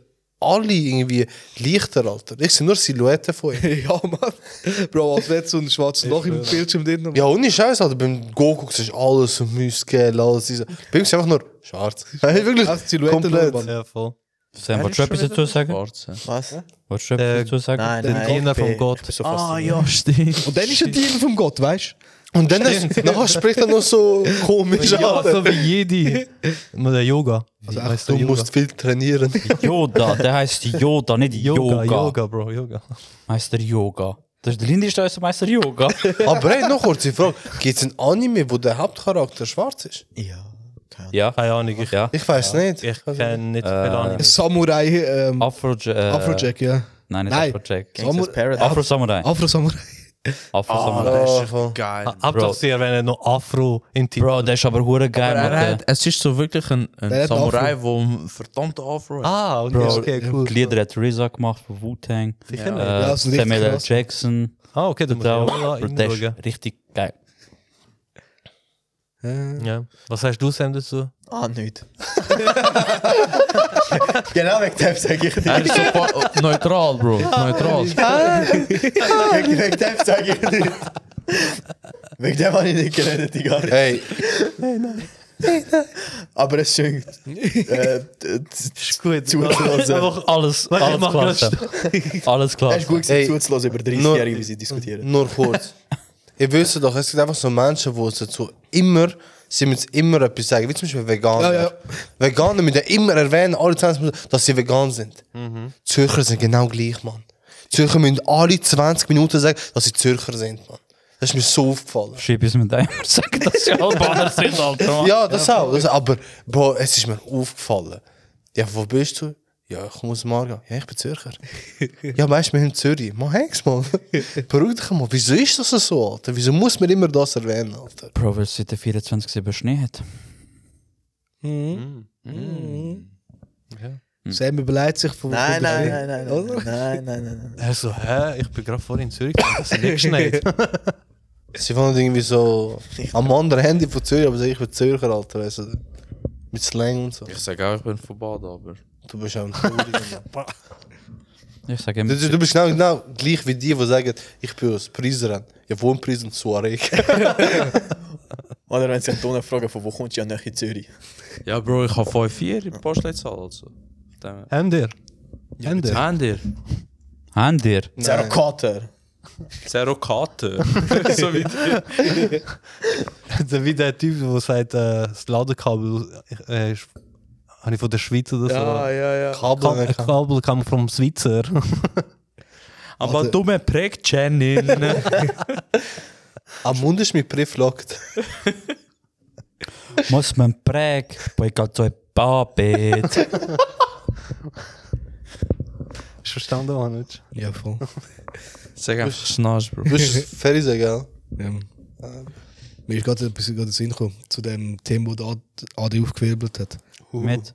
[SPEAKER 2] alle irgendwie Lichter, Alter. Ich sehe nur Silhouetten von ihm. äh,
[SPEAKER 5] ja, Mann. Bro, als wäre so ein schwarzes Loch im Bildschirm drin.
[SPEAKER 2] Ja, ohne Scheiß, Alter. Beim Goku siehst du alles und Muskeln, alles. Bei ihm ist einfach nur schwarz. Wirklich
[SPEAKER 5] Als Silhouette nur,
[SPEAKER 2] komplett.
[SPEAKER 5] Mann.
[SPEAKER 1] Ja, voll.
[SPEAKER 4] Sam, wolltest du etwas dazu sagen?
[SPEAKER 3] Was?
[SPEAKER 4] Wolltest du
[SPEAKER 1] Der-
[SPEAKER 4] etwas dazu sagen?
[SPEAKER 3] Nein,
[SPEAKER 1] Der
[SPEAKER 3] nein.
[SPEAKER 1] Diener vom
[SPEAKER 3] ich bin-
[SPEAKER 1] Gott.
[SPEAKER 3] ich bin so
[SPEAKER 4] Ah,
[SPEAKER 3] fasziniert.
[SPEAKER 4] ja, stimmt.
[SPEAKER 5] Und dann ist er Diener vom Gott, weißt
[SPEAKER 2] Und dann nachher spricht er noch so komisch.
[SPEAKER 1] Ja,
[SPEAKER 2] Alter.
[SPEAKER 1] so wie jedi. Mit der Yoga. Wie
[SPEAKER 5] Also echt,
[SPEAKER 1] heisst
[SPEAKER 2] Du
[SPEAKER 1] der Yoga?
[SPEAKER 2] musst viel trainieren.
[SPEAKER 4] Yoda, der heißt Yoda, nicht
[SPEAKER 1] Yoga,
[SPEAKER 4] Yoga.
[SPEAKER 1] Yoga, Bro, Yoga.
[SPEAKER 4] Meister Yoga. Das ist der Linde ist unser Meister Yoga.
[SPEAKER 2] Aber hey, noch kurze Frage. Gibt es ein Anime, wo der Hauptcharakter schwarz ist?
[SPEAKER 3] Ja. keine Ahnung.
[SPEAKER 4] ja,
[SPEAKER 1] Keine Ahnung, ich,
[SPEAKER 4] ja.
[SPEAKER 2] Ich weiß nicht.
[SPEAKER 1] ich kenne nicht viel
[SPEAKER 4] Äh,
[SPEAKER 1] Ahnung.
[SPEAKER 5] du? Samurai, ähm,
[SPEAKER 4] Afrojack. Äh,
[SPEAKER 5] Afrojack, ja.
[SPEAKER 4] Nein, nicht
[SPEAKER 5] Nein. Ah.
[SPEAKER 4] Afrojack.
[SPEAKER 3] Gangsta's
[SPEAKER 5] Samu-
[SPEAKER 3] Paradise.
[SPEAKER 4] Afro Samurai.
[SPEAKER 5] Afro Samurai.
[SPEAKER 4] Afro Samurai.
[SPEAKER 2] Ah, voll.
[SPEAKER 6] Geil.
[SPEAKER 1] Hauptsache, sie erwähnen noch Afro im Titel.
[SPEAKER 4] Bro, der ist aber hure geil.
[SPEAKER 6] Maar hij
[SPEAKER 1] eh,
[SPEAKER 4] Mann,
[SPEAKER 6] had- het is zo wirklich een,
[SPEAKER 5] Hij
[SPEAKER 6] een
[SPEAKER 5] had een
[SPEAKER 6] samurai
[SPEAKER 5] afro.
[SPEAKER 6] wo een verdammte afro heeft.
[SPEAKER 1] Ah, und
[SPEAKER 4] Bro,
[SPEAKER 1] okay, cool.
[SPEAKER 4] Die Lieder hat RZA gemacht von Wu-Tang.
[SPEAKER 1] Sicher
[SPEAKER 4] Äh,
[SPEAKER 1] nicht.
[SPEAKER 5] Ja, ist ein richtig
[SPEAKER 4] Samuel L.
[SPEAKER 5] krass.
[SPEAKER 4] Jackson.
[SPEAKER 1] Ah, okay, dann muss ich
[SPEAKER 4] Total.
[SPEAKER 1] auch
[SPEAKER 4] Bro, der
[SPEAKER 1] reinschauen.
[SPEAKER 4] ist richtig geil.
[SPEAKER 1] Ja. Was hast du, Sam, dazu?
[SPEAKER 3] Ah, nicht. genau wegen dem sage ich
[SPEAKER 6] Hij
[SPEAKER 3] nicht.
[SPEAKER 6] is zo pa- neutraal, bro. Neutraal.
[SPEAKER 3] Wegen, wegen dem sage ich nicht. Wegen dem habe ich nicht geredet, die gar nicht.
[SPEAKER 2] Hey,
[SPEAKER 3] Aber es stimmt. äh, ist
[SPEAKER 1] gut.
[SPEAKER 3] Zuzuhören.
[SPEAKER 1] Einfach alles,
[SPEAKER 4] Alles klar. Sam. Alles klar.
[SPEAKER 3] Es ist gut,
[SPEAKER 2] Ey,
[SPEAKER 3] gewesen, zuzuhören über 30-Jährige, wie sie diskutieren.
[SPEAKER 2] nur kurz. Ihr wisst doch, es gibt einfach so Menschen, die dazu immer, sie müssen immer etwas sagen. Wie zum Beispiel Veganer.
[SPEAKER 5] Ja, ja.
[SPEAKER 2] Veganer müssen immer erwähnen, alle zusammen, dass sie vegan sind. Zürcher sind genau gleich, Mann. Zürcher müssen alle 20 Minuten sagen, dass sie Zürcher sind, Mann. Das ist mir so aufgefallen.
[SPEAKER 4] Schieb es mit einem und sagen, dass sie Albaner sind,
[SPEAKER 6] halt
[SPEAKER 4] Alter. Mann.
[SPEAKER 2] Ja, das auch. Das, aber, Bro, es ist mir aufgefallen. Ja, wo bist du? Ja, ich komme aus Marga. Ja, ich bin Zürcher. ja, weißt du, wir sind in Zürich. Mann, häng's mal. Beruhig dich mal. Wieso ist das so, Alter? Wieso muss man immer das erwähnen, Alter?
[SPEAKER 4] Bro, weil es seit der 24 Schnee hat.
[SPEAKER 5] Sam überlegt sich von
[SPEAKER 3] Nein,
[SPEAKER 5] von
[SPEAKER 3] nein,
[SPEAKER 5] der-
[SPEAKER 3] nein, nein, nein, nein, nein, nein, nein.
[SPEAKER 1] Er so, hä, ich bin gerade vorhin in Zürich, gewesen, das ist nicht geschneit.
[SPEAKER 2] Sie wollen irgendwie so am anderen Handy von Zürich, aber sagen, ich bin Zürcher, Alter. Also, mit Slang und so.
[SPEAKER 6] Ik zeg eigenlijk, ik ben verbaasd, aber.
[SPEAKER 2] Du bist auch ein Trauriger, Mann.
[SPEAKER 4] Ich sage immer,
[SPEAKER 2] du, du du bist genau, genau gleich nou, wie die, die sagen, ich bin aus Prisren. Ja, wo in Prisren? Suareg.
[SPEAKER 3] Oder wenn sie Antonen fragen, von wo kommst du ja nach in Zürich?
[SPEAKER 6] Ja, bro, ik ga 5-4 in Postleitzahl, also.
[SPEAKER 1] Habt ihr? Habt ihr?
[SPEAKER 6] Hände.
[SPEAKER 4] habt ihr?
[SPEAKER 3] Zero Kater.
[SPEAKER 6] Zero Karte. so wie
[SPEAKER 1] So wie der Typ, der sagt, äh, das Ladekabel äh, ist- habe ich von der Schweiz oder so.
[SPEAKER 6] ja, ja.
[SPEAKER 1] Kabel, Ka Kabel kam vom Schweizer.
[SPEAKER 6] Aber dumme prägt Channel.
[SPEAKER 2] Am Mund ist mir Preflockt.
[SPEAKER 4] Muss man präg, bei Gott halt so ein Babet.
[SPEAKER 1] Hast du verstanden, Manuc?
[SPEAKER 5] Ja, voll.
[SPEAKER 6] Sag einfach Schnasch, bro.
[SPEAKER 2] Du bist Feriser, gell?
[SPEAKER 5] Ja. Mir ist gerade ein bisschen gerade in den Sinn gekommen, zu dem Thema, das Adi aufgewirbelt hat.
[SPEAKER 4] Mit.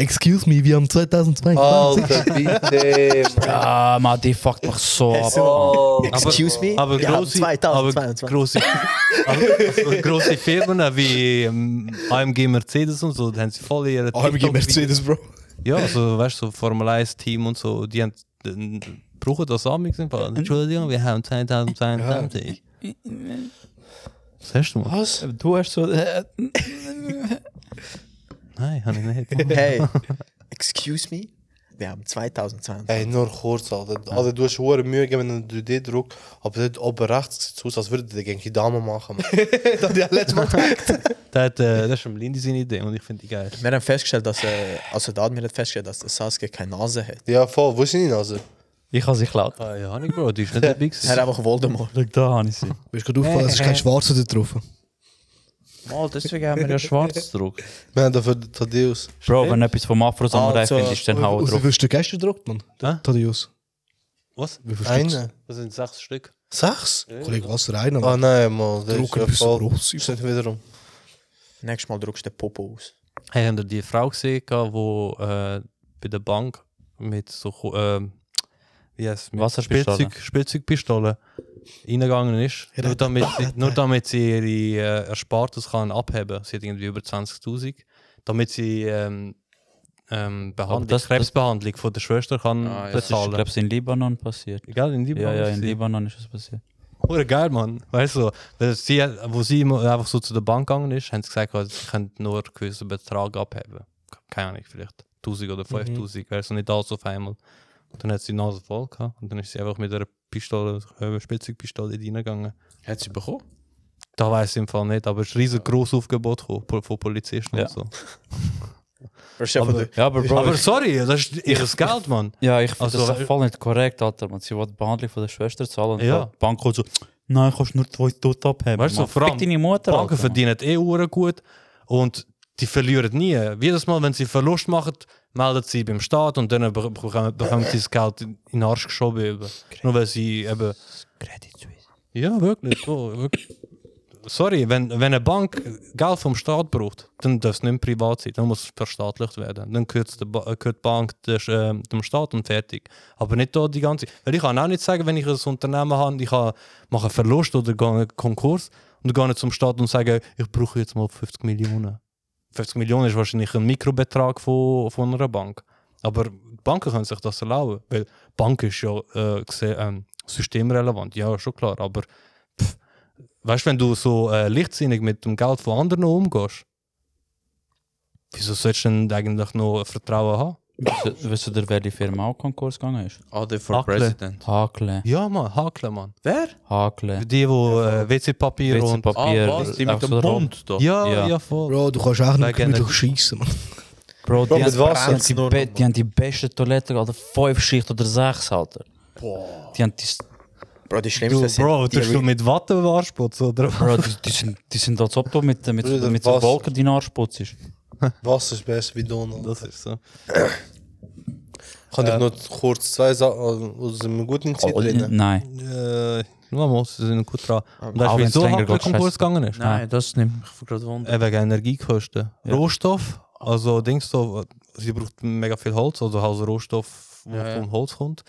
[SPEAKER 5] Excuse me, wir haben 2002.
[SPEAKER 2] Alter, bitte. Mann.
[SPEAKER 4] Ah, Mann, die fuckt mich so ab.
[SPEAKER 2] Oh,
[SPEAKER 3] Excuse me?
[SPEAKER 1] Aber
[SPEAKER 3] Wir haben
[SPEAKER 1] große, aber
[SPEAKER 3] 2022.
[SPEAKER 1] große, aber also große Firmen wie ähm, AMG Mercedes und so, die haben sie voll ihre
[SPEAKER 5] AMG
[SPEAKER 1] TikTok-
[SPEAKER 5] Mercedes, Bro.
[SPEAKER 1] Ja, also weißt du, so Formel 1 Team und so, die haben, äh, brauchen das Amix im Fall. Entschuldigung, wir haben 2022. Was hast du? mal?
[SPEAKER 2] Was?
[SPEAKER 4] Du hast so. Äh,
[SPEAKER 1] Nein, habe ich nicht.
[SPEAKER 3] Hey, excuse me? Wir haben 2020.
[SPEAKER 2] Ey, nur kurz, Alter. Alter, du hast hohe Mühe gegeben, wenn du den drückst, aber dort oben rechts sieht es aus, als würde der gegen die Dame machen. Mann.
[SPEAKER 1] Der hat, äh, das ist am Lindy seine Idee und ich finde die geil.
[SPEAKER 3] Wir haben festgestellt, dass, äh, also der Admiral hat festgestellt, dass der Sasuke keine Nase hat.
[SPEAKER 2] ja, voll. Wo ist deine Nase?
[SPEAKER 4] ich habe sie geklaut.
[SPEAKER 1] Ah, ja, habe ich, Bro, die ist nicht dabei
[SPEAKER 3] Er hat
[SPEAKER 1] gewesen.
[SPEAKER 3] einfach Voldemort.
[SPEAKER 4] Schau, da habe ich sie.
[SPEAKER 5] Mir ist gerade aufgefallen, es ist kein Schwarzer da drauf.
[SPEAKER 6] Mal, deswegen haben wir ja schwarz gedruckt.
[SPEAKER 2] Wir haben dafür den Thaddeus.
[SPEAKER 4] Bro, wenn du etwas vom Afro Samurai
[SPEAKER 3] Also,
[SPEAKER 4] findest, dann hau
[SPEAKER 5] Aus wie
[SPEAKER 4] drauf.
[SPEAKER 5] viel Stück hast du gedruckt, Mann?
[SPEAKER 1] Hä?
[SPEAKER 5] Tadius.
[SPEAKER 1] Was?
[SPEAKER 5] Wie viel Stück?
[SPEAKER 2] Eine?
[SPEAKER 1] Das sind sechs Stück.
[SPEAKER 2] Sechs?
[SPEAKER 5] Kollege, was für einer?
[SPEAKER 2] Ah,
[SPEAKER 5] Mann.
[SPEAKER 2] nein, Mann. Der ist
[SPEAKER 5] Drucker
[SPEAKER 2] ja
[SPEAKER 5] bist du
[SPEAKER 2] voll.
[SPEAKER 5] gross.
[SPEAKER 2] Ist nicht wiederum.
[SPEAKER 3] Nächstes Mal druckst du den Popo aus.
[SPEAKER 1] Hey, habt ihr die Frau gesehen, die äh, bei der Bank mit so Ko- ähm, wie heisst es, mit
[SPEAKER 4] Wasserpistole.
[SPEAKER 1] Spielzeug, Spielzeugpistole reingegangen ist? Nur damit, sie, nur damit sie ihre äh, Erspartes kann abheben Sie hat irgendwie über 20.000. Damit sie ähm, ähm, Behandlung,
[SPEAKER 4] das- das-
[SPEAKER 1] Krebsbehandlung von der Schwester kann
[SPEAKER 6] Ah, ja.
[SPEAKER 4] Das ist,
[SPEAKER 1] bezahlen.
[SPEAKER 4] glaube ich, in Libanon passiert.
[SPEAKER 1] Gell, in Libanon.
[SPEAKER 4] Ja, ja,
[SPEAKER 1] ist
[SPEAKER 4] in
[SPEAKER 1] sie.
[SPEAKER 4] Libanon ist das passiert.
[SPEAKER 1] Hure geil, Mann. Weißt du, weil sie, wo sie mo- einfach so zu der Bank gegangen ist, haben sie gesagt, oh, sie können nur einen gewissen Betrag abheben. Keine Ahnung, vielleicht 10.000 oder 5.000, weißt du, also nicht alles auf einmal. Und dann hat sie die Nase voll gehabt und dann ist sie einfach mit einer Pistole, einer Spielzeugpistole dort reingegangen.
[SPEAKER 6] Hat sie bekommen?
[SPEAKER 1] Da weiß ich im Fall nicht, aber es ist ein riesengroßes Aufgebot gekommen, po- von Polizisten
[SPEAKER 4] Ja.
[SPEAKER 1] und so.
[SPEAKER 6] Aber,
[SPEAKER 4] Ja, aber Bro,
[SPEAKER 1] Aber
[SPEAKER 4] ich,
[SPEAKER 1] sorry, das ist ihres Geld, Mann.
[SPEAKER 4] ja, ich finde
[SPEAKER 1] Also,
[SPEAKER 4] das
[SPEAKER 1] weil-
[SPEAKER 4] voll nicht korrekt, Alter. Man, sie wollte die Behandlung von der Schwester zahlen und
[SPEAKER 1] Ja.
[SPEAKER 4] die Bank kommt so, nein, kannst nur zwei Tot abheben.
[SPEAKER 1] Weißt du,
[SPEAKER 4] Mann,
[SPEAKER 1] vor
[SPEAKER 4] fick
[SPEAKER 1] allem,
[SPEAKER 4] deine Mutter,
[SPEAKER 1] Banken
[SPEAKER 4] Alter, Mann.
[SPEAKER 1] verdienen eh Uhren gut und die verlieren nie. Jedes Mal, wenn sie Verlust machen, melden sie beim Staat und dann be- bekommen, bekommen sie das Geld in in den Arsch geschoben. Eben. Nur weil sie eben.
[SPEAKER 4] Credit Suisse.
[SPEAKER 1] Ja, wirklich. So, wirklich. Sorry, wenn, wenn eine Bank Geld vom Staat braucht, dann darf es nicht mehr privat sein, dann muss es verstaatlicht werden. Dann gehört, die Ba- äh, gehört die Bank des, äh, dem Staat und fertig. Aber nicht da die ganze Weil ich kann auch nicht sagen, wenn ich ein Unternehmen habe, ich habe- mache einen Verlust oder gehe einen Konkurs und gehe nicht zum Staat und sage, ich brauche jetzt mal 50 Millionen. 50 Millionen ist wahrscheinlich ein Mikrobetrag von, von einer Bank. Aber die Banken können sich das erlauben, weil die Bank ist ja äh, gse- ähm, systemrelevant, ja, schon klar. Aber pff, weißt du, wenn du so äh, lichtsinnig mit dem Geld von anderen umgehst, wieso sollst du denn eigentlich noch Vertrauen haben?
[SPEAKER 4] Weißt du- Weißt du, der wer die Firma auch Konkurs gegangen ist?
[SPEAKER 6] AD for
[SPEAKER 1] Hakle.
[SPEAKER 6] President.
[SPEAKER 4] Hakle,
[SPEAKER 1] Ja, Mann, Hakle, Mann.
[SPEAKER 6] Wer?
[SPEAKER 4] Hakle,
[SPEAKER 1] Die, wo äh, WC-Papier und.
[SPEAKER 6] Ah,
[SPEAKER 4] WC-Papier.
[SPEAKER 6] was? Die
[SPEAKER 4] auch
[SPEAKER 6] mit
[SPEAKER 4] so
[SPEAKER 6] dem
[SPEAKER 4] der Rom-
[SPEAKER 6] Bund da?
[SPEAKER 1] Ja,
[SPEAKER 4] Ja.
[SPEAKER 1] ja, voll.
[SPEAKER 5] Bro, du kannst auch nicht
[SPEAKER 1] Like eine-
[SPEAKER 5] gemütlich schiessen, man.
[SPEAKER 4] Bro, die,
[SPEAKER 3] Bro,
[SPEAKER 4] haben,
[SPEAKER 3] mit Wasser.
[SPEAKER 4] die, haben die, be- die haben die beste Toilette, Alter. Fünf Schicht oder sechs, Alter. Die haben die, s-
[SPEAKER 3] Bro, die schlimmsten
[SPEAKER 1] Du,
[SPEAKER 3] sind
[SPEAKER 1] Bro,
[SPEAKER 3] die
[SPEAKER 1] tust du mit Watte warsputz, oder?
[SPEAKER 4] Bro, die, die, sind, die sind als ob du mit, äh, mit,
[SPEAKER 2] Bruder,
[SPEAKER 4] mit so
[SPEAKER 2] was?
[SPEAKER 4] Wolken deinen Arsch putzt.
[SPEAKER 2] Wasser ist besser wie Donald.
[SPEAKER 1] Das ist so.
[SPEAKER 2] Kann ich noch kurz zwei Sachen aus einem guten Zeit
[SPEAKER 4] Oh,
[SPEAKER 2] reden?
[SPEAKER 4] Nein.
[SPEAKER 1] Äh, nur mal, sie sind gut dran. Und weißt
[SPEAKER 4] auch
[SPEAKER 1] du,
[SPEAKER 4] wenn's
[SPEAKER 1] wieso
[SPEAKER 4] länger
[SPEAKER 1] Hakle
[SPEAKER 4] geht,
[SPEAKER 1] Konkurs
[SPEAKER 4] scheiße.
[SPEAKER 1] gegangen ist?
[SPEAKER 6] Nein, das nimmt mich gerade wunder.
[SPEAKER 1] Äh, wegen Energiekosten. Rohstoff, also denkst du, sie braucht mega viel Holz, also also Rohstoff, der
[SPEAKER 6] Ja, ja.
[SPEAKER 1] vom Holz kommt.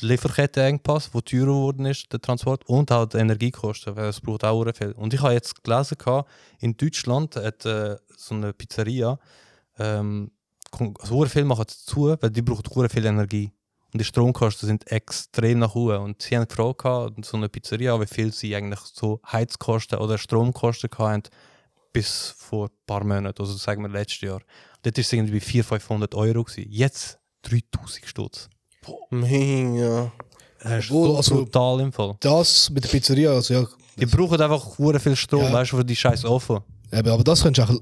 [SPEAKER 1] Die Lieferkettenengpass, wo teurer geworden ist, der Transport und halt Energiekosten, weil es braucht auch sehr viel. Und ich habe jetzt gelesen, gehabt, in Deutschland hat äh, so eine Pizzeria, ähm, kon- also sehr viel machen sie zu, weil die braucht sehr viel Energie. Und die Stromkosten sind extrem nach oben. Und sie haben gefragt, gehabt, so eine Pizzeria, wie viel sie eigentlich so Heizkosten oder Stromkosten gehabt haben bis vor ein paar Monaten, also sagen wir letztes Jahr. Dort war es irgendwie 400, 500 Euro. Gewesen. Jetzt 3000 Stutz.
[SPEAKER 2] Mein, ja.
[SPEAKER 1] Das ist
[SPEAKER 5] Obwohl,
[SPEAKER 1] so
[SPEAKER 5] also-
[SPEAKER 1] brutal im Fall.
[SPEAKER 5] Das mit der Pizzeria, also ja.
[SPEAKER 1] Die brauchen einfach hure viel Strom,
[SPEAKER 5] Ja.
[SPEAKER 1] weißt du, für die scheiß Ofen.
[SPEAKER 5] Eben, aber das kannst du auch äh,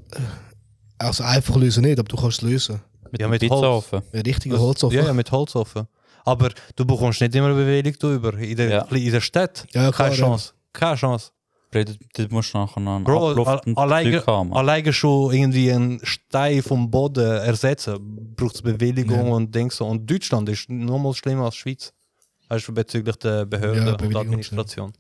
[SPEAKER 5] also einfach lösen, nicht, aber du kannst es lösen.
[SPEAKER 4] Mit
[SPEAKER 1] Ja,
[SPEAKER 4] dem
[SPEAKER 1] mit
[SPEAKER 4] Pizzaofen.
[SPEAKER 5] Ein richtiger
[SPEAKER 1] Das-
[SPEAKER 5] Holzofen.
[SPEAKER 1] Ja, ja, mit Holzofen. Aber du bekommst nicht immer eine Bewilligung über. In der,
[SPEAKER 4] Ja.
[SPEAKER 1] in der Stadt.
[SPEAKER 5] Ja, klar,
[SPEAKER 1] Keine
[SPEAKER 5] ja.
[SPEAKER 1] Chance. Keine Chance.
[SPEAKER 4] Bro, das, das musst du nachher noch
[SPEAKER 1] Bro,
[SPEAKER 4] Abluft und
[SPEAKER 1] al- alleine,
[SPEAKER 4] Zeug haben. Mann.
[SPEAKER 1] alleine schon irgendwie einen Stein vom Boden ersetzen, braucht es Bewilligung und Dinge so. Und Deutschland ist nochmals schlimmer als die Schweiz. Also bezüglich der Behörden
[SPEAKER 5] Ja,
[SPEAKER 1] und
[SPEAKER 5] Bewilligung,
[SPEAKER 1] Administration.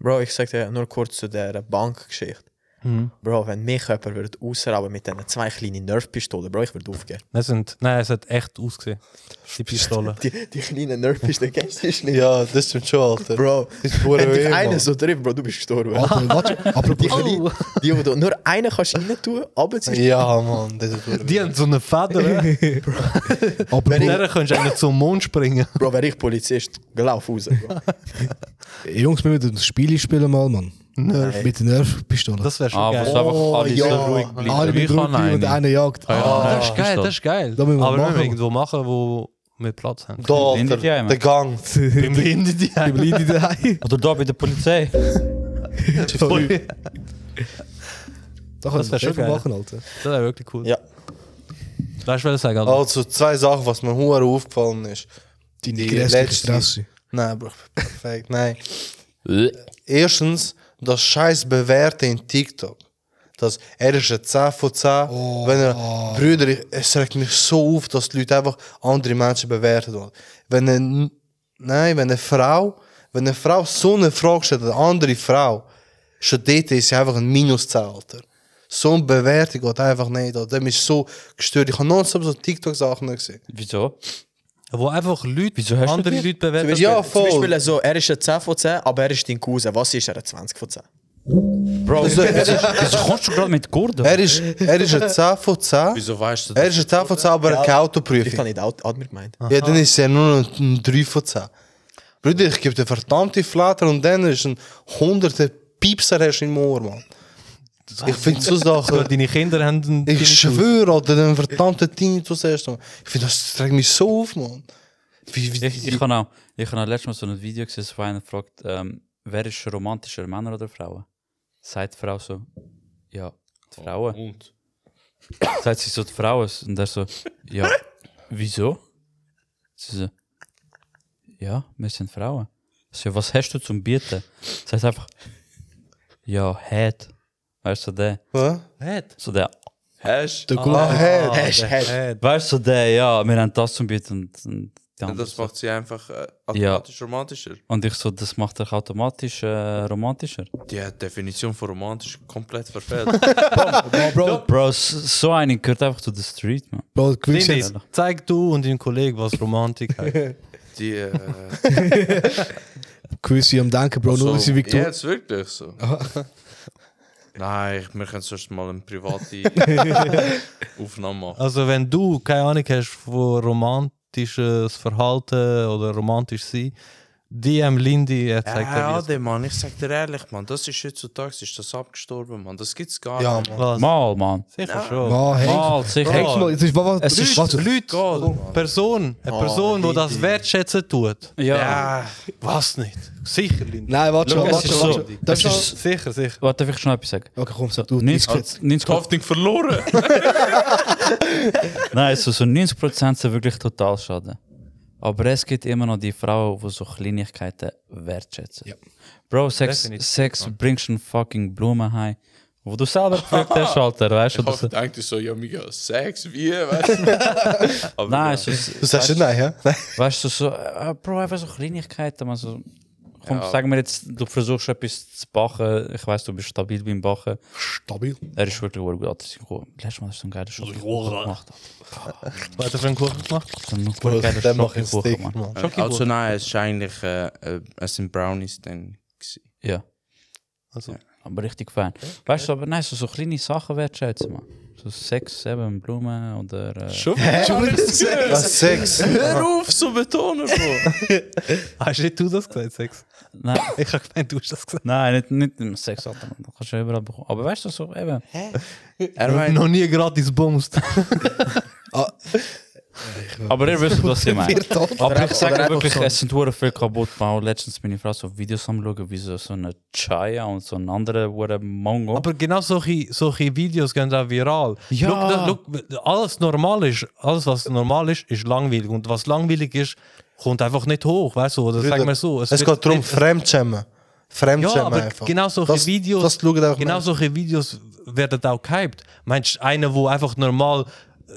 [SPEAKER 3] Bro, ich sag dir nur kurz zu der Bankgeschichte.
[SPEAKER 1] Mhm.
[SPEAKER 3] Bro, wenn mich jemand würde ausrauben mit diesen zwei kleinen Nerfpistolen, Bro, ich würde aufgeben.
[SPEAKER 1] Das sind, nein, es hat echt ausgesehen. Die Pistole.
[SPEAKER 3] Die, die kleinen Nerfpistolen, kennst du die nicht?
[SPEAKER 2] ja, das stimmt schon, Alter.
[SPEAKER 3] Bro,
[SPEAKER 2] ist pure
[SPEAKER 3] wenn dich
[SPEAKER 2] Weh,
[SPEAKER 3] einer
[SPEAKER 2] Mann.
[SPEAKER 3] so trifft, Bro, du bist gestorben.
[SPEAKER 5] Alter, warte, apropos
[SPEAKER 3] Die, kleinen- die, wo du nur einen kannst rein tun, aber sie
[SPEAKER 2] Ja, Mann, das ist pure
[SPEAKER 1] Die haben so eine Feder. Mit
[SPEAKER 5] apropos-
[SPEAKER 1] der kannst du eigentlich zum Mond springen.
[SPEAKER 3] Bro, wäre ich Polizist, lauf raus, Bro.
[SPEAKER 5] Jungs, wir müssen ein Spiel spielen mal, Mann. Mit der Nerfpistole.
[SPEAKER 1] Das wäre schon
[SPEAKER 4] Aber es Ah, ist
[SPEAKER 1] geil.
[SPEAKER 4] einfach
[SPEAKER 3] Oh,
[SPEAKER 4] alles
[SPEAKER 3] ja.
[SPEAKER 4] so ruhig
[SPEAKER 5] Alle
[SPEAKER 4] bleiben.
[SPEAKER 5] mit
[SPEAKER 4] Ich kann
[SPEAKER 5] Rückwärts und
[SPEAKER 4] eine.
[SPEAKER 5] einer jagt.
[SPEAKER 1] Ah, das ist geil, das ist geil.
[SPEAKER 5] Da müssen wir
[SPEAKER 1] Aber wir
[SPEAKER 5] machen.
[SPEAKER 1] müssen irgendwo machen, wo wir Platz haben.
[SPEAKER 2] Da,
[SPEAKER 4] Im
[SPEAKER 2] Alter,
[SPEAKER 4] Indian,
[SPEAKER 2] der Gang.
[SPEAKER 1] Im Lindendienst.
[SPEAKER 5] Leute daheim.
[SPEAKER 4] Oder da bei der Polizei.
[SPEAKER 5] Da kannst du
[SPEAKER 1] wär schon
[SPEAKER 5] schon
[SPEAKER 1] geil.
[SPEAKER 5] machen, Alter.
[SPEAKER 1] Das wäre wirklich cool.
[SPEAKER 3] Ja.
[SPEAKER 1] Weißt du, was ich sagen Alter?
[SPEAKER 2] Also, zwei Sachen, was mir hure aufgefallen ist.
[SPEAKER 5] Deine
[SPEAKER 2] Die Nou,
[SPEAKER 5] grässliche
[SPEAKER 2] letzte-
[SPEAKER 5] Strasse.
[SPEAKER 2] Nein, Bro, perfekt, nein. Eh, Erstens, das scheiß Bewerten in TikTok. Das, er ist ein 10 von 10. wenn er, Brüder, ich, es regt mich so auf, dass die Leute einfach andere Menschen bewerten. Wollen. Wenn eine, nein, wenn eine Frau, wenn eine Frau so eine Frage stellt, eine andere Frau, schon dort ist sie einfach ein Minus Alter. So eine Bewertung geht einfach nicht. Alter. Dem ist so gestört. Ich habe nonstop so TikTok-Sachen gesehen.
[SPEAKER 4] Wieso?
[SPEAKER 1] Wo einfach Leute,
[SPEAKER 4] Wieso hast du
[SPEAKER 1] andere
[SPEAKER 4] die?
[SPEAKER 1] Leute bewerten.
[SPEAKER 2] Ja,
[SPEAKER 3] Zum
[SPEAKER 2] voll.
[SPEAKER 3] Beispiel so, er ist ein 10 von 10, aber er ist dein Cousin. Was ist er, ein 20 von 10?
[SPEAKER 4] Bro, wieso kommst du gerade mit Gurden?
[SPEAKER 2] Er ist, er ist ein 10 von 10.
[SPEAKER 6] Wieso weißt du
[SPEAKER 2] Er
[SPEAKER 6] das?
[SPEAKER 2] ist ein 10 von 10, aber er hat keine Autoprüfung.
[SPEAKER 3] Ich habe nicht Ad- Admir gemeint.
[SPEAKER 2] Ja, dann ist er nur ein, ein 3 von 10. Bruder, ich gebe dir verdammte Flatter und dann ist ein hunderte Piepser hast du im Ohr, Mann. Ich finde so
[SPEAKER 1] So,
[SPEAKER 2] Sachen.
[SPEAKER 1] deine Kinder haben einen
[SPEAKER 2] Ich
[SPEAKER 1] Tinnitus.
[SPEAKER 2] schwöre, Alter, den verdammten Tinnitus erst mal. Ich finde, das trägt mich so auf, Mann. Wie, wie,
[SPEAKER 4] Ich, ich habe auch, ich hab auch letztes Mal so ein Video gesehen, wo einer fragt, ähm, wer ist romantischer, Männer oder Frauen? Sagt die Frau so, ja,
[SPEAKER 6] Oh,
[SPEAKER 4] die Frauen.
[SPEAKER 2] Und?
[SPEAKER 4] Sagt sie so, die Frauen. Und er so, ja, wieso? Sie so, ja, wir sind Frauen. So, ja, was hast du zum Bieten? Sagt einfach, ja, Head. Weißt du, der,
[SPEAKER 2] Hä?
[SPEAKER 1] Head. Ah,
[SPEAKER 4] so der,
[SPEAKER 6] Hast
[SPEAKER 5] Der
[SPEAKER 6] du?
[SPEAKER 5] Gulag.
[SPEAKER 1] Head.
[SPEAKER 3] Hash, hash.
[SPEAKER 4] weißt du, der, ja, wir haben das zum Bieten. Und, und, die andere
[SPEAKER 6] Das
[SPEAKER 4] so.
[SPEAKER 6] macht sie einfach äh, automatisch romantischer.
[SPEAKER 4] und ich so, das macht dich automatisch äh, romantischer.
[SPEAKER 6] Die Definition von romantisch komplett verfehlt.
[SPEAKER 5] Bro,
[SPEAKER 4] Bro, s- so einen gehört einfach zu the street, man.
[SPEAKER 5] Bro, gewiss
[SPEAKER 1] Dindi,
[SPEAKER 5] jetzt.
[SPEAKER 1] zeig du und dein Kollege, was Romantik heißt.
[SPEAKER 6] Die, äh,
[SPEAKER 5] Gewisse am Denken,
[SPEAKER 6] Oh,
[SPEAKER 5] Bro. Nur weil sie
[SPEAKER 6] Ja,
[SPEAKER 5] Victor.
[SPEAKER 6] jetzt wirklich so. Nein, ich- wir können sonst mal eine private Aufnahme machen.
[SPEAKER 1] Also, wenn du keine Ahnung hast von romantisches Verhalten oder romantisch sein, DM Lindy, er zeigt
[SPEAKER 6] Ja,
[SPEAKER 1] dir
[SPEAKER 6] ja,
[SPEAKER 1] wie es-
[SPEAKER 6] der Mann, ich sag dir ehrlich, Mann, das ist heutzutage ist das abgestorben, Mann. Das gibt's gar
[SPEAKER 2] Ja,
[SPEAKER 6] nicht.
[SPEAKER 1] was.
[SPEAKER 4] Mal, man.
[SPEAKER 1] Sicher schon.
[SPEAKER 5] Ah, hey.
[SPEAKER 4] Mal, sicher.
[SPEAKER 1] Bro.
[SPEAKER 5] Hey, mal, jetzt ist- warte,
[SPEAKER 4] Es
[SPEAKER 5] warte,
[SPEAKER 4] ist-
[SPEAKER 5] warte.
[SPEAKER 1] Leute, Person, eine Person, die das wertschätzen tut.
[SPEAKER 4] Ja.
[SPEAKER 6] Ja,
[SPEAKER 1] Was nicht? Sicher, Lindy.
[SPEAKER 5] Nein, warte schon,
[SPEAKER 4] Schau, es
[SPEAKER 5] warte
[SPEAKER 4] ist
[SPEAKER 5] schon,
[SPEAKER 4] so.
[SPEAKER 5] warte schon. Darf
[SPEAKER 4] Es
[SPEAKER 5] ich noch-
[SPEAKER 4] ist-
[SPEAKER 1] Sicher, sicher.
[SPEAKER 4] Warte, darf ich schon etwas sagen?
[SPEAKER 5] Okay, komm, sag du.
[SPEAKER 4] Nichts-
[SPEAKER 5] nichts jetzt.
[SPEAKER 4] 90
[SPEAKER 6] die Hoffnung verloren.
[SPEAKER 4] Nein, so, so 90% sind wirklich total schade. Aber es gibt immer noch die Frauen, die so Kleinigkeiten wertschätzen. Bro, Sex,
[SPEAKER 1] Definitiv.
[SPEAKER 4] Sex bringst einen fucking Blumen heim, wo du selber gepflückt hast, Alter, weißt du?
[SPEAKER 6] Ich
[SPEAKER 4] das-
[SPEAKER 6] hoffe, denkt ihr so, ja, mega Sex, wie, weißt du? Aber
[SPEAKER 4] Nein,
[SPEAKER 6] ja.
[SPEAKER 4] so,
[SPEAKER 2] Du sagst nicht nein, hä? Nein.
[SPEAKER 4] weißt du, so, äh, Bro, einfach so Kleinigkeiten, man, so, komm,
[SPEAKER 6] Ja.
[SPEAKER 4] sagen wir jetzt, du versuchst etwas zu backen, ich weiß, du bist stabil beim Backen,
[SPEAKER 5] Stabil.
[SPEAKER 4] Er ist wirklich gut. Alter, sein Kuchen. Letztes Mal hast du einen geilen
[SPEAKER 2] Also,
[SPEAKER 4] Schokokuchen gemacht.
[SPEAKER 1] Was hat er für einen Kuchen gemacht?
[SPEAKER 4] So einen gut geilen
[SPEAKER 2] Dann mach ich
[SPEAKER 4] Schokokuchen,
[SPEAKER 2] Stick,
[SPEAKER 4] Mann.
[SPEAKER 2] Mann.
[SPEAKER 6] Äh, Also nein, es ist eigentlich, äh, äh, es sind Brownies dann gewesen.
[SPEAKER 4] Ja.
[SPEAKER 1] Also.
[SPEAKER 4] Aber richtig fein. Weißt du, aber nein, so, so kleine Sachen wertschätzen, man. So Sex, eben Blumen oder... Äh,
[SPEAKER 1] Schon?
[SPEAKER 2] Was Sex?
[SPEAKER 6] Hör auf, so betonen, Bro!
[SPEAKER 1] Hast nicht du das gesagt, Sex?
[SPEAKER 4] nein,
[SPEAKER 1] Ich habe gemeint, du hast das gesagt.
[SPEAKER 4] nein, nicht, nicht im Sex, Alter. man. Das kannst du ja überall bekommen. Aber weißt du, so eben...
[SPEAKER 6] Er meint,
[SPEAKER 1] Noch nie gratis bumst.
[SPEAKER 4] Aber ihr wisst, was ich meine. Aber ich sage
[SPEAKER 3] oder
[SPEAKER 4] wirklich,
[SPEAKER 3] einfach so.
[SPEAKER 4] es sind hure viel kaputt. Man letztens meine Frau so Videos am schauen, wie so, so eine Chaya und so ein anderer hure Mongo.
[SPEAKER 1] Aber genau solche, solche Videos gehen auch viral.
[SPEAKER 4] Ja.
[SPEAKER 1] Schau, da- schau, alles normal ist, alles was normal ist, ist langweilig. Und was langweilig ist, kommt einfach nicht hoch, weißt du? Oder sagen wir so.
[SPEAKER 2] Es
[SPEAKER 1] wird
[SPEAKER 2] geht darum,
[SPEAKER 1] nicht-
[SPEAKER 2] Fremdschämen. Fremdschämen
[SPEAKER 1] Ja, aber
[SPEAKER 2] einfach.
[SPEAKER 1] genau solche
[SPEAKER 2] das,
[SPEAKER 1] Videos,
[SPEAKER 2] Das schauen auch
[SPEAKER 1] genau
[SPEAKER 2] Menschen.
[SPEAKER 1] solche Videos werden auch gehypt. Meinst du, einer, der einfach normal äh,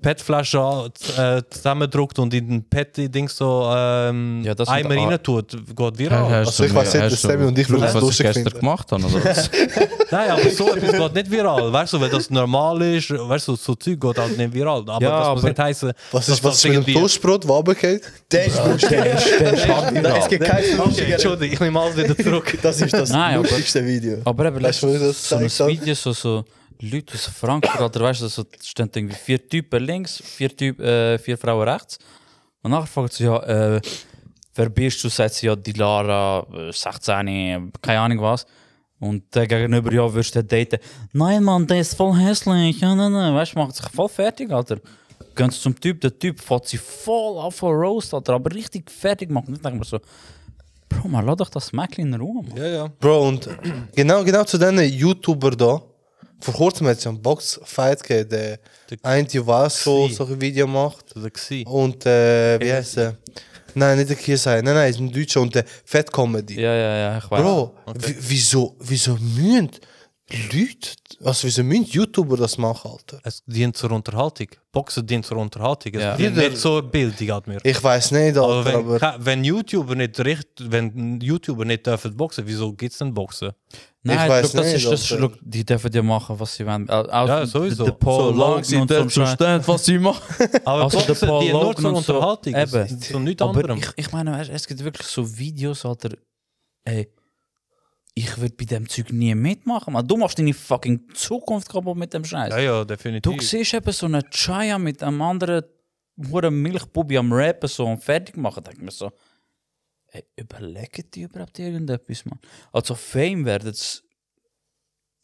[SPEAKER 1] PET-Flaschen an- z- äh, zusammendruckt und in den PET-Ding so ähm,
[SPEAKER 4] Ja, das sind
[SPEAKER 1] Eimer
[SPEAKER 4] a-
[SPEAKER 1] rein tut, geht viral.
[SPEAKER 2] Also ich weiß nicht, dass Sammy und ich
[SPEAKER 6] was
[SPEAKER 2] würden es
[SPEAKER 6] ich
[SPEAKER 2] lustig
[SPEAKER 6] gestern
[SPEAKER 2] finden.
[SPEAKER 6] gemacht habe, oder was?
[SPEAKER 1] Nein, aber so etwas geht nicht viral. Weißt du, wenn das normal ist, weißt du, so Zeug geht halt nicht viral. Aber
[SPEAKER 4] Ja,
[SPEAKER 1] das muss
[SPEAKER 4] aber-
[SPEAKER 1] nicht heißen.
[SPEAKER 2] Was ist, was ist mit dem Toastbrot, der runtergeht?
[SPEAKER 3] Der ist lustig. Der ist Es gibt kein
[SPEAKER 1] Okay,
[SPEAKER 3] lustiger.
[SPEAKER 1] Entschuldigung, ich nehme alles wieder zurück.
[SPEAKER 3] Das ist das
[SPEAKER 4] Nein, aber-
[SPEAKER 3] lustigste Video.
[SPEAKER 4] Aber eben,
[SPEAKER 3] Weißt du,
[SPEAKER 4] letztens
[SPEAKER 3] wo ich das
[SPEAKER 4] so
[SPEAKER 3] gezeigt
[SPEAKER 4] ein
[SPEAKER 3] habe?
[SPEAKER 4] Video, so, so Leute aus Frankfurt, oder weißt du, so stehen irgendwie vier Typen links, vier, Typ, äh, vier Frauen rechts. Und nachher fragen sie, ja, äh, wer bist du? Sagt sie, ja, die Lara, äh, 16, äh, keine Ahnung was. Und der gegenüber, ja, wirst du den daten? Nein, Mann, der ist voll hässlich. Ja, nein, nein, weißt du, macht sich voll fertig, Alter. Gehen sie zum Typ, der Typ fährt sie voll auf den Roast, Alter, aber richtig fertig macht. Und ich denke mir so, Bro, man, lass doch das Mäckchen in Ruhe, Mann.
[SPEAKER 1] Ja, ja.
[SPEAKER 2] Bro, nou- und genau, genau zu diesen YouTuber da. Vor kurzem hat es einen Boxfight gegeben, der
[SPEAKER 1] Der-
[SPEAKER 2] eine, der was so,
[SPEAKER 1] Sie.
[SPEAKER 2] so ein Video macht.
[SPEAKER 1] Das war gewesen.
[SPEAKER 2] Und äh, wie heißt er? Nein, nicht der Kiesei, nein, nein, ist ein Deutscher und der Fat eh, Comedy.
[SPEAKER 4] Ja, ja, ja, ich weiß.
[SPEAKER 2] Bro, w- wieso, wieso müssen Leute, also wieso müssen YouTuber das machen, Alter?
[SPEAKER 1] Es dient zur Unterhaltung. Boxen dient zur Unterhaltung. Es
[SPEAKER 4] Ja.
[SPEAKER 1] dient nicht zur Bildung, hat mir.
[SPEAKER 2] Ich weiß nicht,
[SPEAKER 1] Aber
[SPEAKER 2] Alter,
[SPEAKER 1] wenn,
[SPEAKER 2] aber
[SPEAKER 1] ka- wenn YouTuber nicht recht, wenn YouTuber nicht dürfen boxen, wieso geht's denn boxen?
[SPEAKER 4] Nein,
[SPEAKER 2] Ich weiss
[SPEAKER 4] look, das
[SPEAKER 2] nicht,
[SPEAKER 4] ist das,
[SPEAKER 2] Alter.
[SPEAKER 4] look, die dürfen ja machen, was sie wollen. Au- Auch
[SPEAKER 1] Ja, sowieso.
[SPEAKER 4] Der Paul Logan und so. Scheiß.
[SPEAKER 6] was sie machen.
[SPEAKER 1] Aber
[SPEAKER 4] Also der
[SPEAKER 1] boxen
[SPEAKER 4] Paul
[SPEAKER 1] dient nur
[SPEAKER 4] Logan
[SPEAKER 1] zur
[SPEAKER 4] und so,
[SPEAKER 1] Unterhaltung. Es
[SPEAKER 4] eben.
[SPEAKER 1] dient Zu nichts
[SPEAKER 4] Aber
[SPEAKER 1] anderem.
[SPEAKER 4] ich, ich meine, weißt, es gibt wirklich so Videos, Alter. Ey, ich würde bei dem Zeug nie mitmachen. Man. Du machst deine fucking Zukunft kaputt mit dem Scheiß.
[SPEAKER 1] ja, ja,
[SPEAKER 4] Du
[SPEAKER 1] definitiv.
[SPEAKER 4] siehst eben so einen Chaya mit einem anderen hohen Milchbubi am Rappen so und fertig machen. Denk mir so, ey, überlegen die überhaupt irgendetwas, Mann? Also, Fame werden es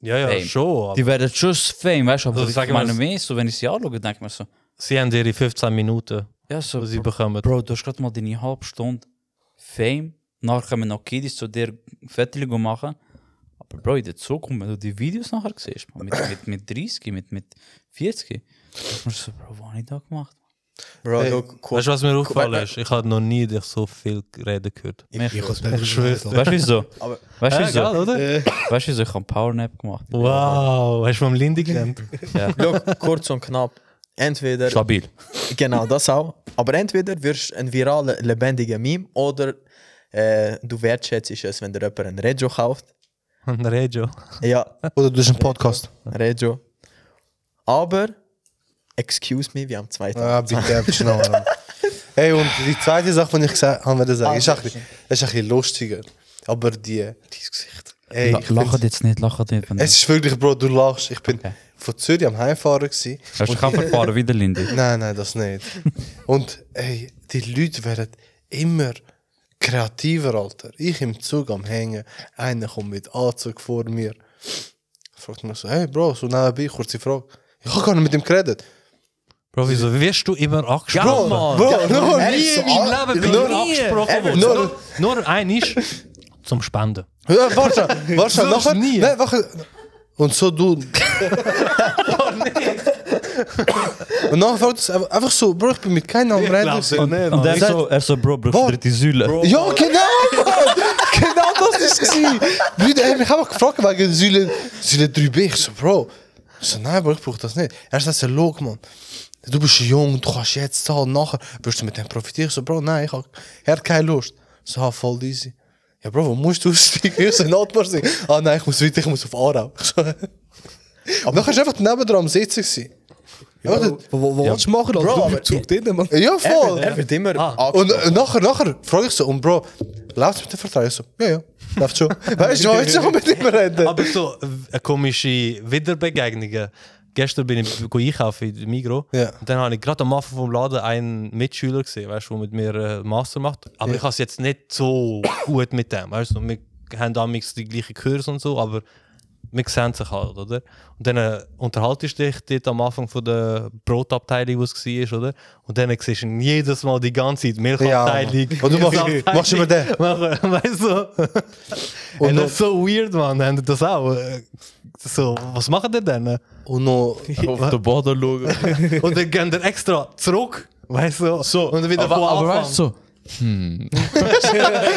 [SPEAKER 1] Ja, ja,
[SPEAKER 4] Fame.
[SPEAKER 1] schon. Aber
[SPEAKER 4] Die werden schon das Fame, weißt du, aber
[SPEAKER 1] Also,
[SPEAKER 4] ich
[SPEAKER 1] sag ich
[SPEAKER 4] meine
[SPEAKER 1] mal,
[SPEAKER 4] mehr, so wenn ich sie anschaue, denke ich mir so,
[SPEAKER 1] sie haben ihre 15 Minuten,
[SPEAKER 4] ja, so,
[SPEAKER 1] Also die sie
[SPEAKER 4] Bro,
[SPEAKER 1] bekommen.
[SPEAKER 4] Bro, du hast gerade mal deine halbe Stunde Fame, nachher kommen noch Kiddies zu dir Vettel machen, aber Bro, in der Zukunft, wenn du die Videos nachher siehst, man, mit, mit, mit 30, mit, mit 40, denkst du mir so, Bro, was habe ich da gemacht?
[SPEAKER 2] Bro,
[SPEAKER 5] Hey.
[SPEAKER 2] hey. guck,
[SPEAKER 1] Weißt du, was mir aufgefallen ist? Ich habe noch nie dich so viel reden gehört.
[SPEAKER 4] Mich-
[SPEAKER 5] Ich kann es
[SPEAKER 4] Weißt du wieso? Weißt du
[SPEAKER 1] Ja,
[SPEAKER 4] wieso?
[SPEAKER 1] geil, oder?
[SPEAKER 4] Weißt du wieso? Ich habe einen Powernap gemacht.
[SPEAKER 1] Wow, hast du vom Lindy gelernt?
[SPEAKER 3] Look, kurz und knapp. Entweder,
[SPEAKER 4] Stabil.
[SPEAKER 3] genau das auch, aber entweder wirst du ein virale, lebendiger Meme oder äh, du wertschätzt es, wenn der Rapper ein Reggio kauft.
[SPEAKER 1] Ein Radio.
[SPEAKER 3] Ja,
[SPEAKER 2] Oder du bist ein Podcast.
[SPEAKER 3] Reggio. Aber, excuse me, wir haben zwei
[SPEAKER 2] Ah,
[SPEAKER 3] Tage.
[SPEAKER 2] bitte, einfach schnell. Mann. hey, und die zweite Sache, die ich gesagt habe, wollte sagen, ist ein, bisschen, ist ein bisschen lustiger. Aber die... Dein Gesicht. Ey, ich
[SPEAKER 4] Lachet
[SPEAKER 2] find,
[SPEAKER 4] jetzt nicht, lachet nicht. wenn-
[SPEAKER 2] es ist wirklich, Bro, du lachst. Ich bin
[SPEAKER 4] Okay.
[SPEAKER 2] von Zürich am Heimfahren. Gewesen.
[SPEAKER 4] Hast du kein Verfahren wie der Lindy?
[SPEAKER 2] Nein, nein, das nicht. Und ey, die Leute werden immer kreativer, Alter. Ich im Zug am Hängen, einer kommt mit Anzug vor mir. Fragt mich so, hey Bro, so nebenbei, kurze Frage. Ich habe gar nicht mit ihm geredet.
[SPEAKER 1] Bro, wieso wirst du immer angesprochen?
[SPEAKER 4] Bro, Mann.
[SPEAKER 2] Bro, nur nie
[SPEAKER 1] nie in meinem Leben bin
[SPEAKER 2] Nur-
[SPEAKER 1] ich angesprochen worden.
[SPEAKER 2] Nur-
[SPEAKER 1] Nur, nur ein ist zum Spenden.
[SPEAKER 2] Ja, warte, warte,
[SPEAKER 1] Sonst
[SPEAKER 2] nachher,
[SPEAKER 1] nie.
[SPEAKER 2] Nein, warte. Und so du. Und nachher fragt es einfach einfach so, Bro, ich bin mit keinem am Reden.
[SPEAKER 1] Oh,
[SPEAKER 4] Und er so, er so, Bro, brauchst du
[SPEAKER 2] Bro.
[SPEAKER 4] dritte Säule?
[SPEAKER 2] Ja, genau, Mann! genau das ist es. gewesen. Brüder, er hat mich einfach gefragt wegen Säule, Säule 3b. Ich so, Bro. Ich so, nein, Bro, ich brauche das nicht. Er sagt, so, schau, Mann. Du bist jung, du kannst jetzt zahlen, nachher wirst du mit dem profitieren. Ich so, Bro, nein, ich hab, er hat keine Lust. Ich So, ah, voll easy. Ja, Bro, wo musst du aussteigen? Ich so, in Altmarsch. Ah, nein, ich muss weiter, ich muss auf Aarau. Ich so, Aber nachher ist einfach nebendran am Sitzen. gewesen. Einfach-
[SPEAKER 5] Was willst du machen? Bro, du
[SPEAKER 3] aber-
[SPEAKER 5] bist zurück drin, Mann.
[SPEAKER 2] Eh, Ja,
[SPEAKER 3] Er
[SPEAKER 2] voll.
[SPEAKER 3] wird, er wird immer
[SPEAKER 2] Und äh, nachher, nachher frage ich so, und Bro, läuft's mit dem Vertrag? Ich so, ja, ja, läuft schon. weißt du, ich will schon mit ihm reden.
[SPEAKER 1] Aber so äh, eine komische Wiederbegegnungen. Gestern bin ich go einkaufen in Migro.
[SPEAKER 2] Ja.
[SPEAKER 1] Und dann habe ich gerade am Anfang vom Laden einen Mitschüler gesehen, weißt du, der mit mir äh, Master macht. Aber ich habe es jetzt nicht so gut mit dem, weißt du. Und Wir haben damals die gleichen Kurse und so, aber wir sehen sich halt, oder? Und dann äh, unterhaltest du dich dort am Anfang von der Brotabteilung, wo es war, oder? Und dann siehst du ihn jedes Mal die ganze Zeit Milchabteilung.
[SPEAKER 2] Ja, Mann. Und du machst-
[SPEAKER 1] Gemüseabteilung.
[SPEAKER 2] machst immer den.
[SPEAKER 1] Mach- Weißt du? Und
[SPEAKER 2] Und
[SPEAKER 1] das
[SPEAKER 2] noch,
[SPEAKER 1] ist so weird, man. Habt ihr das auch? Äh, So, was machen die denn?
[SPEAKER 2] und noch
[SPEAKER 6] Auf den Boden schauen.
[SPEAKER 1] Und dann gehen die extra zurück, weißt du? So, und wieder
[SPEAKER 6] aber,
[SPEAKER 1] von
[SPEAKER 6] aber
[SPEAKER 1] Anfang.
[SPEAKER 6] weißt du, so,
[SPEAKER 1] Hmm.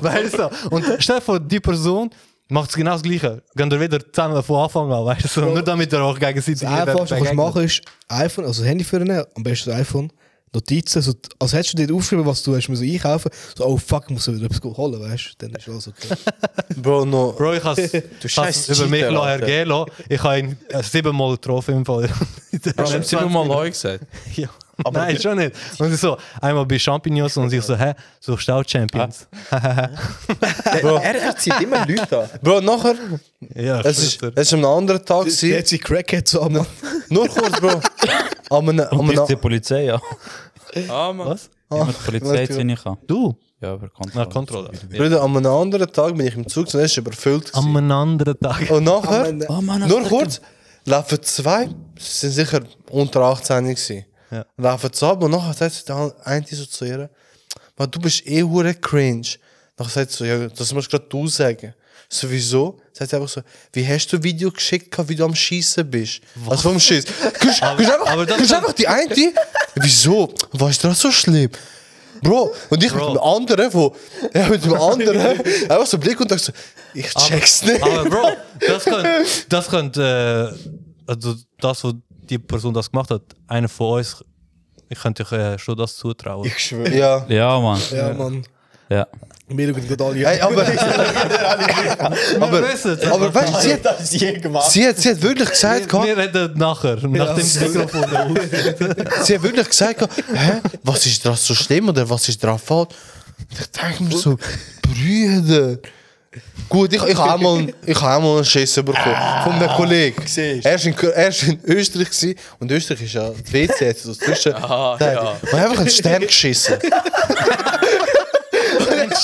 [SPEAKER 1] weißt du? Und stell dir vor, die Person macht es genau das Gleiche. Gehen die wieder zusammen von Anfang an, weißt du? Nur damit ihr auch gegenseitig
[SPEAKER 5] Das Einfachste, was du machen kannst, iPhone, also das Handy vornehmen, am besten das iPhone, Notizen, so, als hättest du dir aufgeschrieben, was du hast müssen einkaufen So, oh fuck, ich muss wieder etwas holen, weißt du? Dann ist alles okay.
[SPEAKER 2] Bro, noch.
[SPEAKER 1] Bro, ich has
[SPEAKER 3] scheiß
[SPEAKER 1] es über mich
[SPEAKER 3] Cheater,
[SPEAKER 1] lassen
[SPEAKER 3] Alter.
[SPEAKER 1] ergehen lassen. Ich habe ihn äh, siebenmal getroffen im Fall.
[SPEAKER 6] hast du siebenmal neu gesagt?
[SPEAKER 1] Ja. Nein, schon nicht. Und so, einmal bei Champignons und ich so, hä, so Stau-Champions.
[SPEAKER 3] Er, er, er zieht immer Leute an.
[SPEAKER 2] Bro, nachher,
[SPEAKER 1] Ja,
[SPEAKER 2] es ist, es ist am anderen Tag.
[SPEAKER 5] Der
[SPEAKER 2] gewesen.
[SPEAKER 5] hat sich Crackhead so am
[SPEAKER 2] Nur kurz, Bro. Am, am, am,
[SPEAKER 1] genau.
[SPEAKER 4] Und ist die Polizei, ja.
[SPEAKER 6] Ah, Mann.
[SPEAKER 1] Was?
[SPEAKER 4] Immer die Polizei
[SPEAKER 2] natürlich.
[SPEAKER 4] ziehen ich an.
[SPEAKER 1] Du?
[SPEAKER 4] Ja, aber
[SPEAKER 1] Na,
[SPEAKER 4] Kontrolle.
[SPEAKER 1] Kontrolle.
[SPEAKER 2] Bruder, am anderen Tag bin ich im Zug, dann ist es überfüllt. gewesen.
[SPEAKER 1] Am anderen Tag.
[SPEAKER 2] Und nachher.
[SPEAKER 4] Oh Mann,
[SPEAKER 2] Nur kurz, laufen zwei, sie sind sicher unter 18 gewesen.
[SPEAKER 1] Ja.
[SPEAKER 2] Laufen zusammen und nachher sagt sie der eine so zu ihr, «Man, du bist eh hure cringe. Nachher sagt sie so, ja, das musst gerade du sagen. Sowieso, sagt sie einfach so, wie hast du Video geschickt, gehabt, wie du am Schießen bist? Also vom Schießen. Du bist
[SPEAKER 1] aber das-
[SPEAKER 2] einfach die eine, die, wieso? Was ist das so schlimm? Bro, und ich mit dem anderen, wo, ja, mit dem anderen, einfach so Blick und dachte so, ich check's nicht.
[SPEAKER 1] Aber Bro, das könnte, das könnte äh, also das, was die Person das gemacht hat, einer von uns, ich könnte euch äh, schon das zutrauen.
[SPEAKER 2] ich schwöre. Ja.
[SPEAKER 4] Ja, Mann.
[SPEAKER 5] Ja, Mann.
[SPEAKER 4] Ja.
[SPEAKER 5] Wir schauen gerade alle
[SPEAKER 2] Ey, aber,
[SPEAKER 1] aber, wir
[SPEAKER 2] aber weißt du, sie hat,
[SPEAKER 3] Das je gemacht.
[SPEAKER 2] sie, hat, sie hat wirklich gesagt, gehabt-
[SPEAKER 1] wir reden nachher, nach dem Mikrofon.
[SPEAKER 2] sie hat wirklich gesagt, gehabt, hä, was ist das so schlimm oder was ist drauf falsch? Ich denke mir so, Brüder. Gut, ich, ich habe einmal, ich habe einmal einen Schiss bekommen von
[SPEAKER 1] Ah,
[SPEAKER 2] einem Kollegen.
[SPEAKER 3] siehst.
[SPEAKER 2] Er war in, Kö- er ist in Österreich gewesen, und Österreich ist ja die also WC jetzt so zwischen.
[SPEAKER 6] Ah,
[SPEAKER 2] Nein,
[SPEAKER 6] ja.
[SPEAKER 2] Und einfach einen Stern geschissen.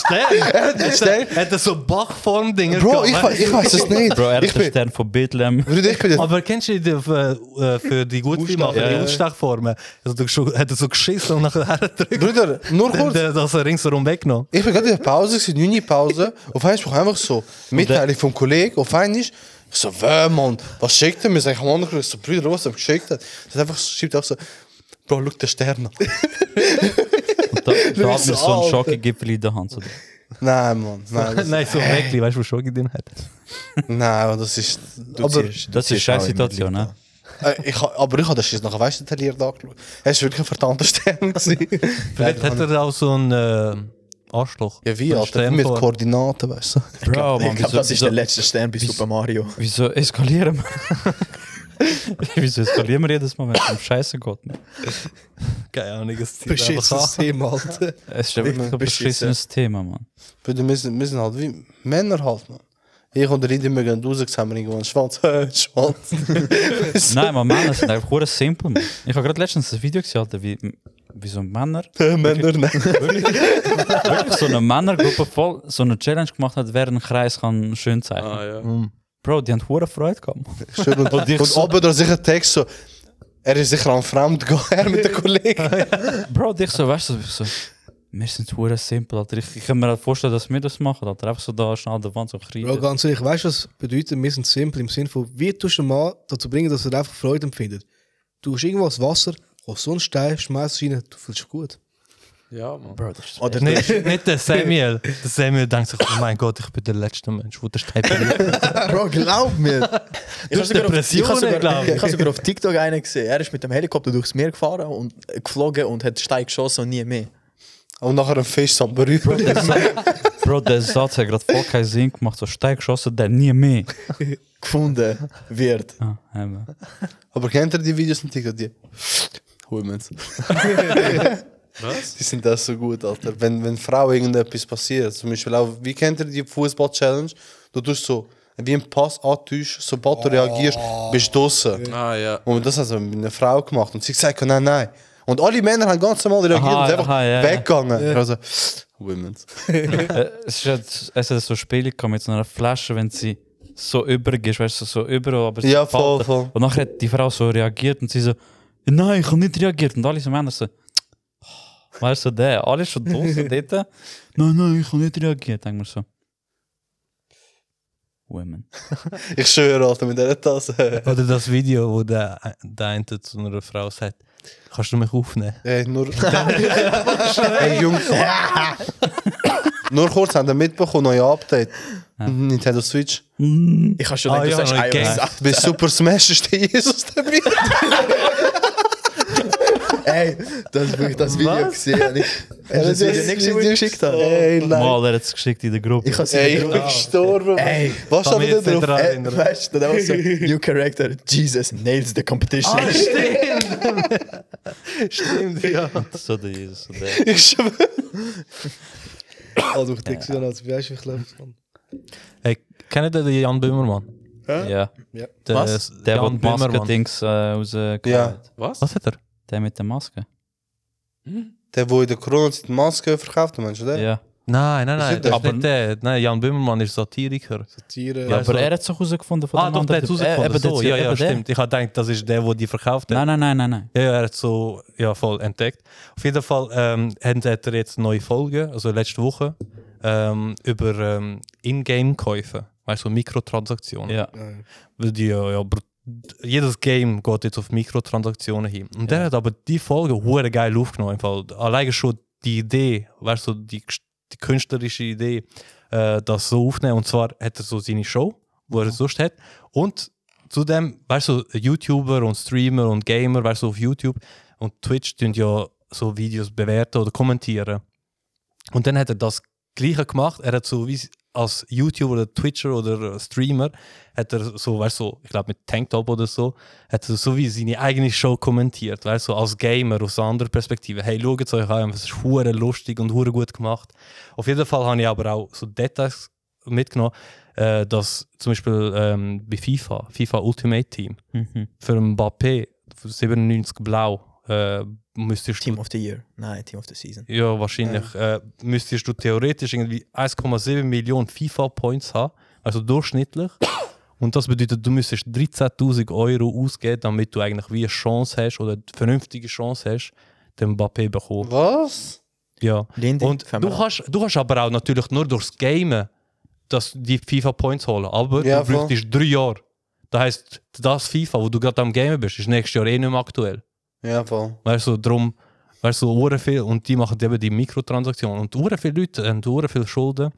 [SPEAKER 1] Stern.
[SPEAKER 5] Er hat den Stern.
[SPEAKER 1] Hat er so Bachform-Dinger
[SPEAKER 5] Bro,
[SPEAKER 1] gehabt,
[SPEAKER 5] ich,
[SPEAKER 1] weißt
[SPEAKER 5] we-
[SPEAKER 1] du?
[SPEAKER 5] ich weiß es nicht.
[SPEAKER 4] Bro, er hat
[SPEAKER 5] ich
[SPEAKER 4] den
[SPEAKER 5] bin,
[SPEAKER 4] Stern von Bethlehem.
[SPEAKER 5] Bruder, ich bin der
[SPEAKER 1] Aber kennst du die äh, äh, für die Gutschmacher,
[SPEAKER 2] Ja,
[SPEAKER 1] die
[SPEAKER 2] ja.
[SPEAKER 1] Ausstechformen? Also, du scho- hat er so geschissen und nachher gedrückt.
[SPEAKER 2] Bruder, nur
[SPEAKER 1] Der-
[SPEAKER 2] kurz.
[SPEAKER 1] der- Das er ringsherum weggenommen.
[SPEAKER 2] Ich bin gerade in der Pause, gewesen, 9 Uhr Pause. Auf einmal sprach einfach so, Mitteilung vom Kollegen, auf einmal ist, ich so, weh, Mann, was schickt er mir? Sag ich am anderen, ich so, Bruder, was er mir geschickt hat. Er hat einfach, schreibt auch so, Bro, schau den Stern an.
[SPEAKER 4] Und da, da hat
[SPEAKER 5] so
[SPEAKER 4] mir so
[SPEAKER 5] alt.
[SPEAKER 4] einen Schokogipfel in der Hand. So.
[SPEAKER 2] nein, Mann, nein, das,
[SPEAKER 1] Nein, so Mäckli, weißt du, was Schoki drin hat?
[SPEAKER 2] nein, das ist, du
[SPEAKER 5] Aber-
[SPEAKER 2] ziehst.
[SPEAKER 4] Das ist eine Situation, ne?
[SPEAKER 2] Äh, ich, ha- aber ich habe das Schiss nachher, weißt du, detailliert angeschaut. Es ist wirklich ein verdammter Stern gewesen.
[SPEAKER 1] Vielleicht hat er auch so einen äh, Arschloch.
[SPEAKER 2] Ja, wie,
[SPEAKER 1] Ein
[SPEAKER 2] Alter,
[SPEAKER 1] Stern
[SPEAKER 2] mit
[SPEAKER 1] vor-
[SPEAKER 2] Koordinaten, weißt du.
[SPEAKER 3] Ich
[SPEAKER 4] Bro, man,
[SPEAKER 3] glaube,
[SPEAKER 4] Oh wieso,
[SPEAKER 3] das ist der
[SPEAKER 4] wieso,
[SPEAKER 3] letzte Stern bei Super Mario.
[SPEAKER 4] wieso eskalieren wir? wieso eskalieren wir jedes Mal, wenn es um Scheiße geht? Ne?
[SPEAKER 1] Keine Ahnung, es zieht einfach an.
[SPEAKER 5] beschissenes Thema, Alter.
[SPEAKER 4] Es ist ja wirklich
[SPEAKER 2] Beschissen.
[SPEAKER 4] ein beschissenes Thema, Mann.
[SPEAKER 2] Weil wir sind, wir sind halt wie Männer halt, man. Ich und der Ridi mögen rausgehen, haben wir irgendwann Schwanz, äh, Schwanz.
[SPEAKER 4] Nein, maar mannen zijn daar gewoon simpel. Man. Ik had gerade letztens een video gezien, Alter, wie, wie zo'n Männer,
[SPEAKER 2] Männer, nein.
[SPEAKER 4] wirklich so eine Männergruppe voll so eine Challenge gemacht hat, werden Kreis gaan schön zeigen.
[SPEAKER 6] Ah, ja.
[SPEAKER 4] Bro, die haben hohe Freude gehabt. man.
[SPEAKER 2] Schön, und, und, oben da sicher Text so, er ist sicher an Fremd gegangen mit den Kollegen.
[SPEAKER 4] Bro, dich so, weißt du, so, wir sind hohe simpel, Alter. Ich, ich kann mir halt vorstellen, dass wir das machen, Alter. Einfach so da schnell an der Wand so
[SPEAKER 5] Bro,
[SPEAKER 4] kriegen.
[SPEAKER 5] ganz ehrlich, weißt du, was bedeutet, wir sind simpel im Sinne von, wie tust du einen Mann dazu bringen, dass er einfach Freude empfindet? Du hast irgendwo ins Wasser, auf so einen Stein, schmeißt es rein, du fühlst dich gut.
[SPEAKER 6] Ja, man.
[SPEAKER 4] Bro, das ist
[SPEAKER 3] Oder
[SPEAKER 1] Nicht, nicht der Samuel. Der Samuel denkt sich, oh mein Gott, ich bin der letzte Mensch, der das Stein berührt.
[SPEAKER 3] Bro, glaub mir.
[SPEAKER 1] Durch
[SPEAKER 3] hab sogar auf-
[SPEAKER 1] Depressionen,
[SPEAKER 3] ich hab sogar-
[SPEAKER 1] glaub ich.
[SPEAKER 3] Ich habe sogar auf TikTok einen gesehen. Er ist mit dem Helikopter durchs Meer gefahren und äh, geflogen und hat Stein geschossen und nie mehr.
[SPEAKER 2] Und nachher ein Fisch am Berühren.
[SPEAKER 4] Bro, der Satz hat gerade voll keinen Sinn gemacht, so steig geschossen, der nie mehr.
[SPEAKER 3] Gefunden wird.
[SPEAKER 4] Ah, eben.
[SPEAKER 2] Aber kennt ihr die Videos und TikTok? Die Humans.
[SPEAKER 6] Was?
[SPEAKER 2] Die sind das so gut, Alter. Wenn, wenn Frauen irgendetwas passiert, zum Beispiel auch, wie kennt ihr die Fußball-Challenge? Du tust so, wie ein Pass antäuschen, sobald du reagierst, bist du draussen.
[SPEAKER 6] Ah, ja.
[SPEAKER 2] Und das hat sie mit einer Frau gemacht. Und sie gesagt, nein, nein. Und alle Männer haben ganz normal reagiert
[SPEAKER 4] Aha,
[SPEAKER 2] und einfach
[SPEAKER 4] aha, ja, ja.
[SPEAKER 2] weggegangen. Also, Women's.
[SPEAKER 4] Äh, es, ist halt, es hat so Spiele gekommen mit so einer Flasche, wenn sie so übrig ist, weißt du, so überall, aber sie
[SPEAKER 2] Ja, voll,
[SPEAKER 4] gefaltet.
[SPEAKER 2] voll.
[SPEAKER 4] Und nachher hat die Frau so reagiert und sie so, nein, ich habe nicht reagiert. Und alle so Männer so, «Oh», weißt du, der, alle schon draußen dort. Nein, nein, ich habe nicht reagiert. Denken wir so. Women.
[SPEAKER 2] Ich schwöre, Alter, mit dieser Tasse.
[SPEAKER 1] Oder das Video, wo der, der eine zu einer Frau sagt, kannst du mich aufnehmen?
[SPEAKER 2] Ey, nur. Ey, Jungs. nur kurz, haben wir mitbekommen, neue Update. Nintendo Switch.
[SPEAKER 3] Ich habe schon
[SPEAKER 1] Ah, ja,
[SPEAKER 3] gedacht, das
[SPEAKER 1] okay.
[SPEAKER 3] ist dus iOS.
[SPEAKER 2] Bei Super Smash ist der Jesus dabei.
[SPEAKER 3] Ey, das, wo ich das Video gesehen habe. Er hat das Video nicht gesehen, wo ich geschickt habe.
[SPEAKER 2] Ey, nein.
[SPEAKER 4] Mal, er hat es geschickt in der Gruppe.
[SPEAKER 3] Ich habe sie
[SPEAKER 2] Ey, ich bin gestorben.
[SPEAKER 3] Ey,
[SPEAKER 2] Was
[SPEAKER 1] Kann
[SPEAKER 2] haben
[SPEAKER 1] mich
[SPEAKER 2] wir
[SPEAKER 1] jetzt
[SPEAKER 2] denn
[SPEAKER 1] nicht
[SPEAKER 2] drauf?
[SPEAKER 1] daran
[SPEAKER 3] Ey,
[SPEAKER 1] erinnern.
[SPEAKER 3] Äh, weißt du, da war so, new character, Jesus nails the competition.
[SPEAKER 1] Ah, Stimmt, ja.
[SPEAKER 4] so der Jesus. so der.
[SPEAKER 2] Ich schwöre.
[SPEAKER 5] Also, ich denke dann, als wärst du, ich glaube, Mann.
[SPEAKER 1] Hey, kennt ihr den Jan Böhmermann?
[SPEAKER 4] Ja,
[SPEAKER 1] Der,
[SPEAKER 3] Was?
[SPEAKER 4] der, der
[SPEAKER 1] Jan
[SPEAKER 4] die Maske
[SPEAKER 1] Böhmermann.
[SPEAKER 4] Dings äh, rausgehauen
[SPEAKER 2] Ja.
[SPEAKER 4] hat.
[SPEAKER 6] Was?
[SPEAKER 1] Was hat er?
[SPEAKER 4] Der mit der Maske.
[SPEAKER 2] Der, der in der Corona-Zeit die Maske verkauft hat, meinst du den?
[SPEAKER 4] Ja.
[SPEAKER 1] Nein, nein, nein,
[SPEAKER 2] Ist
[SPEAKER 1] das
[SPEAKER 2] er
[SPEAKER 1] ist nicht der. Nein, Jan Böhmermann ist Satiriker.
[SPEAKER 5] Satire.
[SPEAKER 1] Ja,
[SPEAKER 5] Ja,
[SPEAKER 4] Aber
[SPEAKER 1] Also-
[SPEAKER 4] er hat es auch herausgefunden von
[SPEAKER 1] Ah, doch,
[SPEAKER 4] dem
[SPEAKER 1] der hat
[SPEAKER 4] anderen. Äh,
[SPEAKER 1] rausgefunden.
[SPEAKER 4] eben, der-
[SPEAKER 1] so, ja, ja,
[SPEAKER 4] eben der.
[SPEAKER 1] stimmt. Ich habe gedacht, das ist der, der die verkauft hat.
[SPEAKER 4] Nein, nein, nein, nein, nein.
[SPEAKER 1] Ja, ja, er hat so ja, voll entdeckt. Auf jeden Fall ähm, hat hat er jetzt neue Folgen, also letzte Woche, ähm, über ähm, Ingame-Käufe, weißt du, so Mikrotransaktionen.
[SPEAKER 4] Ja.
[SPEAKER 1] Weil die, ja, ja, brut- jedes Game geht jetzt auf Mikrotransaktionen hin. Und der hat aber die Folge hure geil aufgenommen. im Fall. Alleine schon die Idee, weißt du, die, gest- die künstlerische Idee, äh, das so aufnehmen. Und zwar hat er so seine Show, wo er es sonst hat. Und zudem, weißt du, YouTuber und Streamer und Gamer, weißt du, auf YouTube und Twitch tun ja so Videos bewerten oder kommentieren. Und dann hat er das Gleiche gemacht. Er hat so wie als YouTuber oder Twitcher oder Streamer hat er so, weißt du, ich glaube mit Tanktop oder so, hat er so wie seine eigene Show kommentiert, weißt du, als Gamer aus einer anderen Perspektive. Hey, schaut es euch an, es ist hure lustig und hure gut gemacht. Auf jeden Fall habe ich aber auch so Details mitgenommen, äh, dass zum Beispiel ähm, bei FIFA, FIFA Ultimate Team,
[SPEAKER 4] Mhm.
[SPEAKER 1] für Mbappé, für 97 Blau, äh, müsstest du
[SPEAKER 3] Team of the Year. Nein, Team of the Season.
[SPEAKER 1] Ja, wahrscheinlich. Äh, müsstest du theoretisch irgendwie 1,7 Millionen FIFA-Points haben, also durchschnittlich. Und das bedeutet, du müsstest 13.000 Euro ausgeben, damit du eigentlich wie eine Chance hast oder eine vernünftige Chance hast, den Mbappé bekommen.
[SPEAKER 2] Was?
[SPEAKER 1] Ja.
[SPEAKER 3] Lindy,
[SPEAKER 1] Und
[SPEAKER 3] fangen wir
[SPEAKER 1] du
[SPEAKER 3] an.
[SPEAKER 1] kannst, du kannst aber auch natürlich nur durchs Gamen dass die FIFA-Points holen. Aber
[SPEAKER 2] Ja,
[SPEAKER 1] du
[SPEAKER 2] voll.
[SPEAKER 1] bräuchtest drei Jahre. Das heisst, das FIFA, wo du gerade am Gamen bist, ist nächstes Jahr eh nicht mehr aktuell.
[SPEAKER 2] Ja, voll.
[SPEAKER 1] Weißt du, drum, weißt du, hure viel und die machen eben die Mikrotransaktionen. Und hure viele Leute haben hure viel Schulden.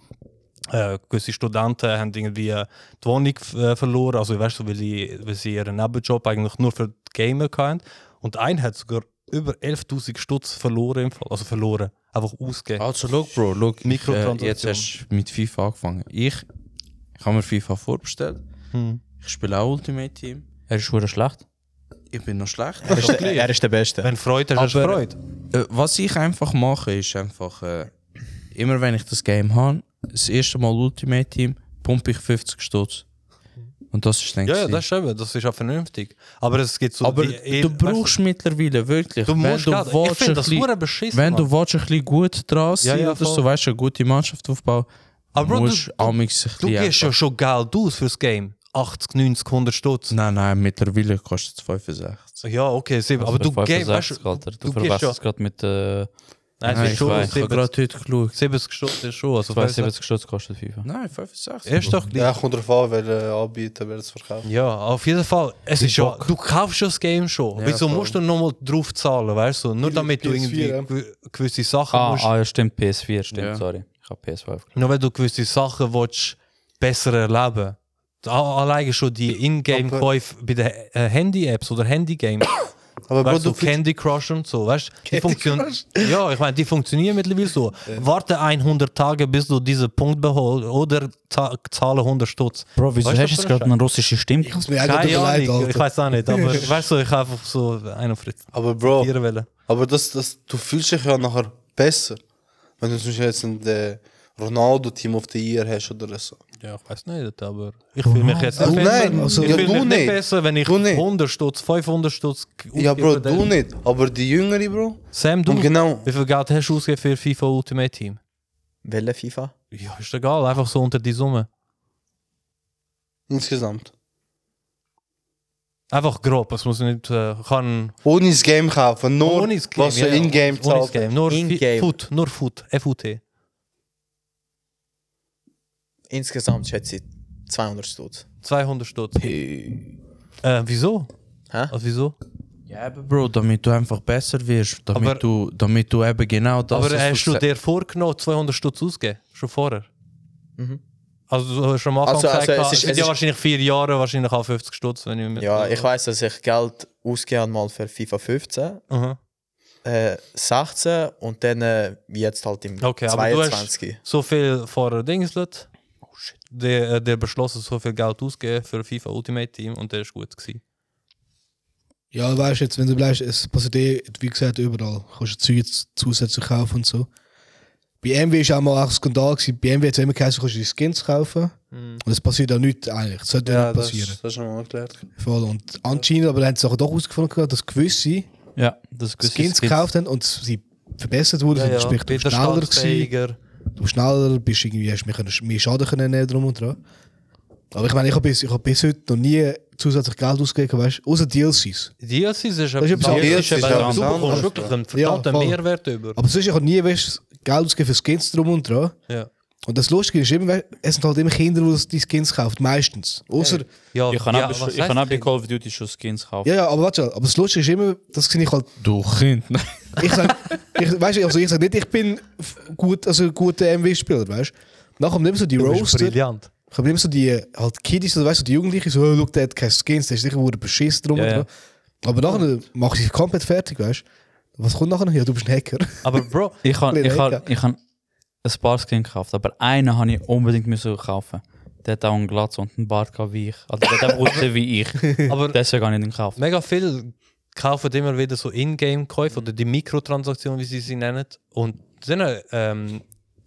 [SPEAKER 1] Äh, gewisse Studenten haben irgendwie äh, die Wohnung äh, verloren, also weißt du, weil sie, weil sie ihren Nebenjob eigentlich nur für die Gamer hatten. Und einer hat sogar über 11.000 Stutz verloren, im Fall. also verloren, einfach ausgegeben.
[SPEAKER 6] Also, look, Bro, look.
[SPEAKER 1] Mikrotransaktion.
[SPEAKER 6] Äh, jetzt hast du mit FIFA angefangen. Ich, ich habe mir FIFA vorbestellt.
[SPEAKER 1] Hm.
[SPEAKER 6] Ich spiele auch Ultimate Team.
[SPEAKER 4] Er ist schon schlecht.
[SPEAKER 6] Ich bin noch schlecht.
[SPEAKER 3] Er ist, der, er ist der Beste.
[SPEAKER 1] Wenn Freude hast, hast du
[SPEAKER 6] Aber-
[SPEAKER 1] Freude.
[SPEAKER 6] Äh, was ich einfach mache, ist einfach, äh, immer wenn ich das Game habe, das erste Mal Ultimate Team, pumpe ich 50 Stutz. Und das ist, denke
[SPEAKER 1] Ja, ja, das ist eben, das ist auch vernünftig. Aber es gibt so
[SPEAKER 6] Aber
[SPEAKER 1] die- eh-
[SPEAKER 6] du
[SPEAKER 1] weißt
[SPEAKER 6] brauchst mittlerweile wirklich,
[SPEAKER 1] du musst
[SPEAKER 6] wenn
[SPEAKER 1] grad-
[SPEAKER 6] du
[SPEAKER 1] ich
[SPEAKER 6] willst,
[SPEAKER 1] finde
[SPEAKER 6] ein
[SPEAKER 1] das
[SPEAKER 6] bisschen-
[SPEAKER 1] hure beschissen.
[SPEAKER 6] wenn du
[SPEAKER 1] Mann.
[SPEAKER 6] willst, ein bisschen gut dran sein,
[SPEAKER 1] ja,
[SPEAKER 6] oder so,
[SPEAKER 1] voll.
[SPEAKER 6] weißt du, eine gute Mannschaft aufbauen,
[SPEAKER 1] Aber Bro,
[SPEAKER 6] musst
[SPEAKER 1] du-
[SPEAKER 6] du amigs ein
[SPEAKER 1] du
[SPEAKER 6] bisschen
[SPEAKER 1] gibst ja
[SPEAKER 6] einfach-
[SPEAKER 1] schon Geld aus fürs Game. 80, 90, 100 Stutz.
[SPEAKER 6] Nein, nein, mittlerweile kostet es 65.
[SPEAKER 1] Ja, okay, sieben. aber du Game, weißt
[SPEAKER 4] du, Also Alter. Du,
[SPEAKER 1] du gibst ja.
[SPEAKER 4] verwechselst gerade mit äh,
[SPEAKER 1] Nein, es
[SPEAKER 6] Nein,
[SPEAKER 1] ist
[SPEAKER 6] ich
[SPEAKER 1] schon
[SPEAKER 6] weiß, ich habe gerade
[SPEAKER 1] 70,
[SPEAKER 6] heute geschaut.
[SPEAKER 1] 70 Stutz ist schon. Also
[SPEAKER 4] 72 Stutz kostet FIFA.
[SPEAKER 6] Nein, 65.
[SPEAKER 1] Erst doch
[SPEAKER 2] Ja,
[SPEAKER 1] gleich.
[SPEAKER 2] kommt drauf an, wer äh, anbietet, wer es verkauft.
[SPEAKER 1] Ja, auf jeden Fall. Es ist ja, du kaufst ja das Game schon. Wieso
[SPEAKER 2] voll.
[SPEAKER 1] musst du nochmal drauf zahlen, weißt du? Nur damit du irgendwie
[SPEAKER 5] PS4, ja.
[SPEAKER 1] gew- gewisse Sachen
[SPEAKER 4] Ah,
[SPEAKER 1] musst.
[SPEAKER 4] ah, ja, stimmt, PS4, stimmt,
[SPEAKER 6] Ja.
[SPEAKER 4] sorry. Ich habe PS5.
[SPEAKER 1] Nur wenn du gewisse Sachen willst, besser erleben A- Alleine schon die Ingame-Käufe bei den äh, Handy-Apps oder Handy-Games.
[SPEAKER 2] Aber Bro,
[SPEAKER 1] Weißt
[SPEAKER 2] du
[SPEAKER 1] du,
[SPEAKER 2] kriegst
[SPEAKER 1] Candy Crush und so, weißt du? Die funktionieren. Ja, ich meine, die funktionieren mittlerweile so. Warte 100 Tage, bis du diesen Punkt beholst oder za- zahle 100 Stutz.
[SPEAKER 4] Bro, wieso
[SPEAKER 1] Weißt du,
[SPEAKER 4] hast du
[SPEAKER 1] was
[SPEAKER 4] jetzt
[SPEAKER 1] das
[SPEAKER 4] gerade eine russische Stimme?
[SPEAKER 5] Ich muss mir eigentlich
[SPEAKER 1] Keine
[SPEAKER 5] überlegt,
[SPEAKER 1] Ahnung, ich
[SPEAKER 5] Alter.
[SPEAKER 1] weiß auch nicht, aber weißt du, ich habe einfach so einen frittieren
[SPEAKER 2] aber Bro,
[SPEAKER 1] wollen.
[SPEAKER 2] aber das, das, du fühlst dich ja nachher besser. Wenn du zum Beispiel jetzt ein äh, Ronaldo-Team auf der Year hast oder so.
[SPEAKER 1] Ja, ich weiß nicht, aber ich fühle mich jetzt nicht
[SPEAKER 2] Nein,
[SPEAKER 1] besser.
[SPEAKER 2] also-
[SPEAKER 1] ich
[SPEAKER 2] Ja,
[SPEAKER 1] fühle
[SPEAKER 2] du
[SPEAKER 1] mich nicht
[SPEAKER 2] nicht.
[SPEAKER 1] besser, wenn ich
[SPEAKER 2] Du nicht.
[SPEAKER 1] 100 Stutz, 500 Stutz
[SPEAKER 2] Ja, Bro,
[SPEAKER 1] ausgebe,
[SPEAKER 2] du
[SPEAKER 1] dann-
[SPEAKER 2] nicht. Aber die Jüngere, Bro.
[SPEAKER 1] Sam, du,
[SPEAKER 2] Und genau.
[SPEAKER 1] wie viel Geld hast du ausgegeben für FIFA Ultimate Team?
[SPEAKER 3] Welche FIFA?
[SPEAKER 1] Ja, ist egal, einfach so unter die Summe.
[SPEAKER 2] Insgesamt.
[SPEAKER 1] Einfach grob, es muss nicht, äh, kann...
[SPEAKER 2] Ohne das Game kaufen, nur
[SPEAKER 1] Ohne das Game,
[SPEAKER 2] was du
[SPEAKER 1] ja, ja.
[SPEAKER 2] in-game
[SPEAKER 1] Ohne das
[SPEAKER 2] zahlst.
[SPEAKER 1] Game, nur Fi-
[SPEAKER 3] In-game.
[SPEAKER 1] Foot, nur Foot, FUT.
[SPEAKER 3] Insgesamt schätze ich 200 Stutz.
[SPEAKER 1] 200 Stutz. Äh, wieso?
[SPEAKER 3] Hä?
[SPEAKER 1] Also wieso?
[SPEAKER 6] Ja, eben, Bro, damit du einfach besser wirst. Damit,
[SPEAKER 1] Aber-
[SPEAKER 6] du, damit du eben genau das.
[SPEAKER 1] Aber
[SPEAKER 6] was
[SPEAKER 1] hast du
[SPEAKER 6] gesagt-
[SPEAKER 1] dir vorgenommen, 200 Stutz auszugeben? Schon vorher? Also du hast schon am Anfang
[SPEAKER 3] Mhm. Also- also
[SPEAKER 1] gesagt, also, es
[SPEAKER 3] es ist- es
[SPEAKER 1] ja
[SPEAKER 3] ist-
[SPEAKER 1] wahrscheinlich vier Jahre, wahrscheinlich auch 50 Stutz, wenn ich mit
[SPEAKER 3] Ja, ich weiß, dass ich Geld ausgegeben habe mal für FIFA 15,
[SPEAKER 1] Aha.
[SPEAKER 3] äh, 16 und dann äh, jetzt halt im
[SPEAKER 1] Okay, aber du hast-
[SPEAKER 3] 22.
[SPEAKER 1] So viel vorher Dingslet. Oh shit. Der, äh, der beschlossen, so viel Geld auszugeben für FIFA Ultimate Team und der ist gut gewesen.
[SPEAKER 5] Ja, weißt du, jetzt, wenn du bleibst, es passiert eh, wie gesagt, überall. Du kannst Zeug jetzt zusätzlich kaufen und so. Bei MW war auch mal auch ein Skandal. Gewesen. Bei MW hat es immer geheißen, du kannst die Skins kaufen. Und es passiert auch nichts eigentlich. Das sollte
[SPEAKER 2] Hm. Ja,
[SPEAKER 5] ja, nicht
[SPEAKER 2] das,
[SPEAKER 5] passieren.
[SPEAKER 2] das ist schon mal erklärt.
[SPEAKER 5] Voll. Und anscheinend, aber dann haben sie auch doch herausgefunden, gehabt, dass gewisse
[SPEAKER 4] Ja, das ist
[SPEAKER 5] Skins gekauft haben und sie verbessert wurden. Ja, Sprich, du bist schneller gewesen,
[SPEAKER 1] widerstandsfähiger.
[SPEAKER 5] du bist schneller, bist irgendwie, hast mich können- mehr Schaden können nehmen, drum und dran. Aber ich meine, ich habe bis, ich hab bis heute noch nie zusätzlich Geld ausgegeben, weißt du, außer DLCs.
[SPEAKER 1] DLCs ist etwas
[SPEAKER 5] etwas
[SPEAKER 1] anderes.
[SPEAKER 2] anderes,
[SPEAKER 1] Du
[SPEAKER 2] ja.
[SPEAKER 1] bekommst
[SPEAKER 2] anderes,
[SPEAKER 1] wirklich einen
[SPEAKER 5] Ja,
[SPEAKER 1] verdammten
[SPEAKER 5] voll.
[SPEAKER 1] Mehrwert über.
[SPEAKER 5] Aber sonst, ich habe nie weißt, du, Geld ausgegeben für Skins drum und dran.
[SPEAKER 1] Ja.
[SPEAKER 5] Und das Lustige ist immer, weißt du, es sind halt immer Kinder, die die Skins kaufen, meistens. Außer,
[SPEAKER 1] Ja,
[SPEAKER 4] Ich kann
[SPEAKER 1] ja,
[SPEAKER 4] auch
[SPEAKER 1] was
[SPEAKER 4] ich
[SPEAKER 1] heisst
[SPEAKER 4] kann auch bei
[SPEAKER 1] denn?
[SPEAKER 4] Call of Duty schon Skins kaufen.
[SPEAKER 5] ja, ja, aber warte, schon, aber das Lustige ist immer, das sehe ich halt
[SPEAKER 6] Du Kind.
[SPEAKER 5] ich sag, ich, weißt, du, also ich sag nicht, ich bin f- gut, also ein guter MW-Spieler, weißt du? Nachher kommt immer so die
[SPEAKER 1] Du bist
[SPEAKER 5] Roaster,
[SPEAKER 1] brillant.
[SPEAKER 5] kommt immer so die äh, halt Kiddies oder weißt du, die Jugendlichen, so, oh, look, der hat keine Skins, der ist sicher wurde beschissen drum
[SPEAKER 1] Ja,
[SPEAKER 5] und
[SPEAKER 1] ja.
[SPEAKER 5] dran. Aber nachher eh, mach ich sie komplett fertig, weißt du? Was kommt nachher? Ja, du bist ein Hacker.
[SPEAKER 1] Aber Bro,
[SPEAKER 4] Ich habe ich
[SPEAKER 5] Little
[SPEAKER 4] hab,
[SPEAKER 5] Hacker.
[SPEAKER 4] ich hab ein paar Skins gekauft, aber einen habe ich unbedingt müssen kaufen. Der hat auch einen Glatz und einen Bart gehabt wie ich. Also der hat auch ausgesehen wie ich.
[SPEAKER 1] aber
[SPEAKER 4] Deswegen habe ich den gekauft.
[SPEAKER 1] mega viel kaufen immer wieder so Ingame-Käufe
[SPEAKER 2] Mhm.
[SPEAKER 1] oder die Mikrotransaktionen, wie sie sie nennen. Und dann ähm,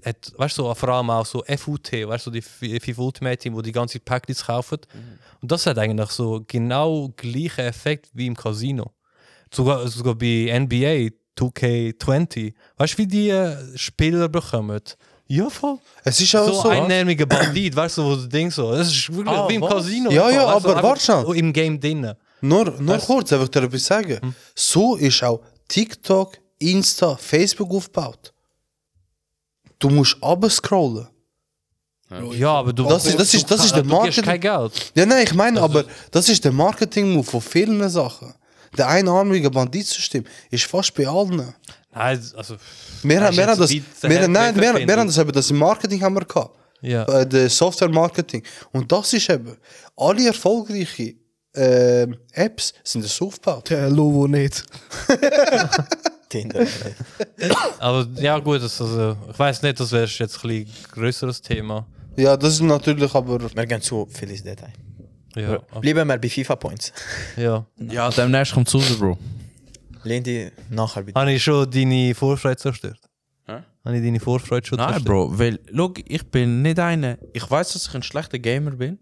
[SPEAKER 1] hat, weißt du, so, vor allem auch so FUT, weißt du, die F- FIFA Ultimate Team, wo die ganze
[SPEAKER 2] Mhm.
[SPEAKER 1] Packages kaufen. Und das hat eigentlich so genau gleichen Effekt wie im Casino. Sogar, sogar bei NBA 2K20. Weißt du, wie die äh, Spieler bekommen? Ja, voll.
[SPEAKER 2] Es ist auch
[SPEAKER 1] so, Ne-
[SPEAKER 2] so.
[SPEAKER 1] einnähmiger Bandit, weißt du, wo du denkst so. Das ist wirklich
[SPEAKER 2] Ah,
[SPEAKER 1] wie im
[SPEAKER 2] was?
[SPEAKER 1] Casino.
[SPEAKER 2] Ja,
[SPEAKER 1] so,
[SPEAKER 2] ja,
[SPEAKER 1] weißt du,
[SPEAKER 2] aber
[SPEAKER 1] einfach
[SPEAKER 2] warte schnell.
[SPEAKER 1] Im Game drinnen.
[SPEAKER 2] Nur, nur
[SPEAKER 1] Weißt-
[SPEAKER 2] kurz, einfach dir etwas sagen.
[SPEAKER 1] Hm.
[SPEAKER 2] So ist auch TikTok, Insta, Facebook aufgebaut. Du musst abscrollen.
[SPEAKER 1] Ja, aber du
[SPEAKER 2] Das ist- das ist- das ist der
[SPEAKER 1] du gibst
[SPEAKER 2] Marketing-
[SPEAKER 1] kein Geld.
[SPEAKER 2] Ja, nein, ich meine,
[SPEAKER 1] Also-
[SPEAKER 2] aber das ist der Marketing-Move von vielen Sachen. Der einarmige Banditsystem ist fast bei allen.
[SPEAKER 1] Nein, also.
[SPEAKER 2] Wir,
[SPEAKER 1] Hast
[SPEAKER 2] haben-
[SPEAKER 1] du
[SPEAKER 2] wir,
[SPEAKER 1] jetzt
[SPEAKER 2] haben das,
[SPEAKER 1] weit
[SPEAKER 2] wir, haben- nein, wir,
[SPEAKER 1] hergefunden?
[SPEAKER 2] wir haben das eben, das im Marketing haben wir gehabt.
[SPEAKER 1] Ja.
[SPEAKER 2] Äh, der Software-Marketing. Und das ist eben, alle erfolgreichen ähm, Apps sind das aufgebaut.
[SPEAKER 5] Der Lovo nicht.
[SPEAKER 3] Tinder.
[SPEAKER 1] Aber ja, gut, das, also, ich weiß nicht, das wäre jetzt ein bisschen größeres Thema.
[SPEAKER 2] Ja, das ist natürlich aber...
[SPEAKER 3] Wir gehen zu viel ins Detail.
[SPEAKER 1] Ja,
[SPEAKER 3] Bleiben wir bei FIFA Points.
[SPEAKER 1] ja.
[SPEAKER 6] Ja, demnächst kommt es raus, Bro.
[SPEAKER 3] Lehn die nachher bitte.
[SPEAKER 1] Habe ich schon deine Vorfreude zerstört?
[SPEAKER 6] Hä?
[SPEAKER 1] Habe ich deine Vorfreude schon
[SPEAKER 6] Nein,
[SPEAKER 1] zerstört?
[SPEAKER 6] Bro, weil, look, ich bin nicht einer. Ich weiß, dass ich ein schlechter Gamer bin.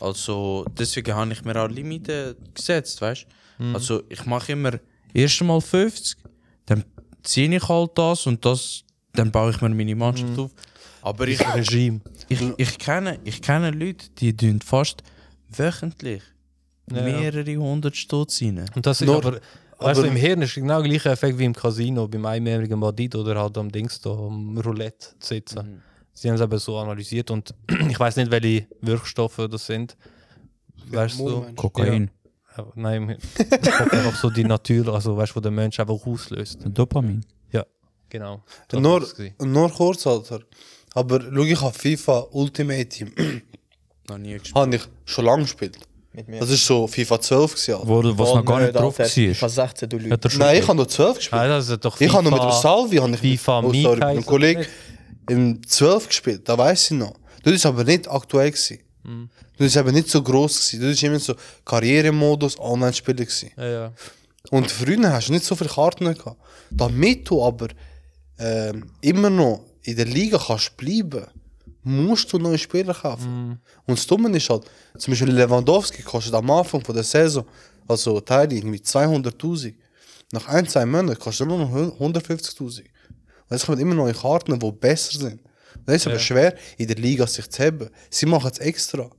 [SPEAKER 6] Also, deswegen habe ich mir auch Limiten gesetzt, weißt du? Also, ich mache immer erst einmal 50, dann ziehe ich halt das und das, dann baue ich mir meine Mannschaft auf. Aber ich,
[SPEAKER 1] Regime.
[SPEAKER 6] ich, ich, kenne, ich kenne Leute, die tun fast wöchentlich
[SPEAKER 1] Ja, ja.
[SPEAKER 6] mehrere hundert Stutz rein.
[SPEAKER 1] Und das ist
[SPEAKER 2] Nur-
[SPEAKER 1] aber, also
[SPEAKER 2] aber-
[SPEAKER 1] im Hirn ist genau der gleiche Effekt wie im Casino, beim einjährigen Bandit oder halt am Dings da, am Roulette zu sitzen.
[SPEAKER 2] Mhm.
[SPEAKER 1] Sie haben es eben so analysiert und ich weiß nicht, welche Wirkstoffe das sind. Weißt du?
[SPEAKER 2] Moment.
[SPEAKER 6] Kokain.
[SPEAKER 1] Ja, nein, auch so die Natur, also weißt du, wo der Mensch einfach auslöst.
[SPEAKER 6] Dopamin.
[SPEAKER 1] Ja, genau. Das
[SPEAKER 2] Nur,
[SPEAKER 1] war's gewesen.
[SPEAKER 2] nur kurz, Alter. Aber schau, ich habe FIFA Ultimate Team.
[SPEAKER 6] Noch nie gespielt.
[SPEAKER 2] habe ich schon lange gespielt.
[SPEAKER 3] Mit mir.
[SPEAKER 2] Das ist so FIFA 12 gewesen. Alter.
[SPEAKER 6] Wo, was noch gar
[SPEAKER 2] äh,
[SPEAKER 6] nicht drauf
[SPEAKER 3] Alter.
[SPEAKER 6] war.
[SPEAKER 3] FIFA 16, du Leute.
[SPEAKER 1] Hat er schon
[SPEAKER 2] Nein, ich habe nur 12
[SPEAKER 1] Nein,
[SPEAKER 2] gespielt.
[SPEAKER 1] das
[SPEAKER 6] also
[SPEAKER 1] ist doch
[SPEAKER 2] ich habe nur mit
[SPEAKER 1] FIFA
[SPEAKER 2] dem Salvi habe ich
[SPEAKER 1] FIFA
[SPEAKER 2] mit, oh, sorry, mit
[SPEAKER 1] Mikai,
[SPEAKER 2] einem
[SPEAKER 1] so
[SPEAKER 2] Kollegen
[SPEAKER 1] nicht.
[SPEAKER 2] im 12 gespielt, da weiß ich noch. Das ist aber nicht aktuell gewesen.
[SPEAKER 1] Hm.
[SPEAKER 2] Das ist aber nicht so groß gewesen. Das ist immer so Karrieremodus, Online-Spiele gewesen.
[SPEAKER 1] Ja, ja.
[SPEAKER 2] Und früher hast du nicht so viele Karten gehabt. Damit du aber ähm, immer noch in der Liga kannst bleiben, musst du neue Spieler kaufen. Und das Dumme ist halt, zum Beispiel Lewandowski kostet am Anfang von der Saison, also Teile irgendwie 200.000. Nach ein, zwei Monaten kostet er nur noch 150.000. Und es kommen immer neue Karten, die besser sind. Und das ist aber schwer, in der Liga sich zu heben. Sie machen es extra.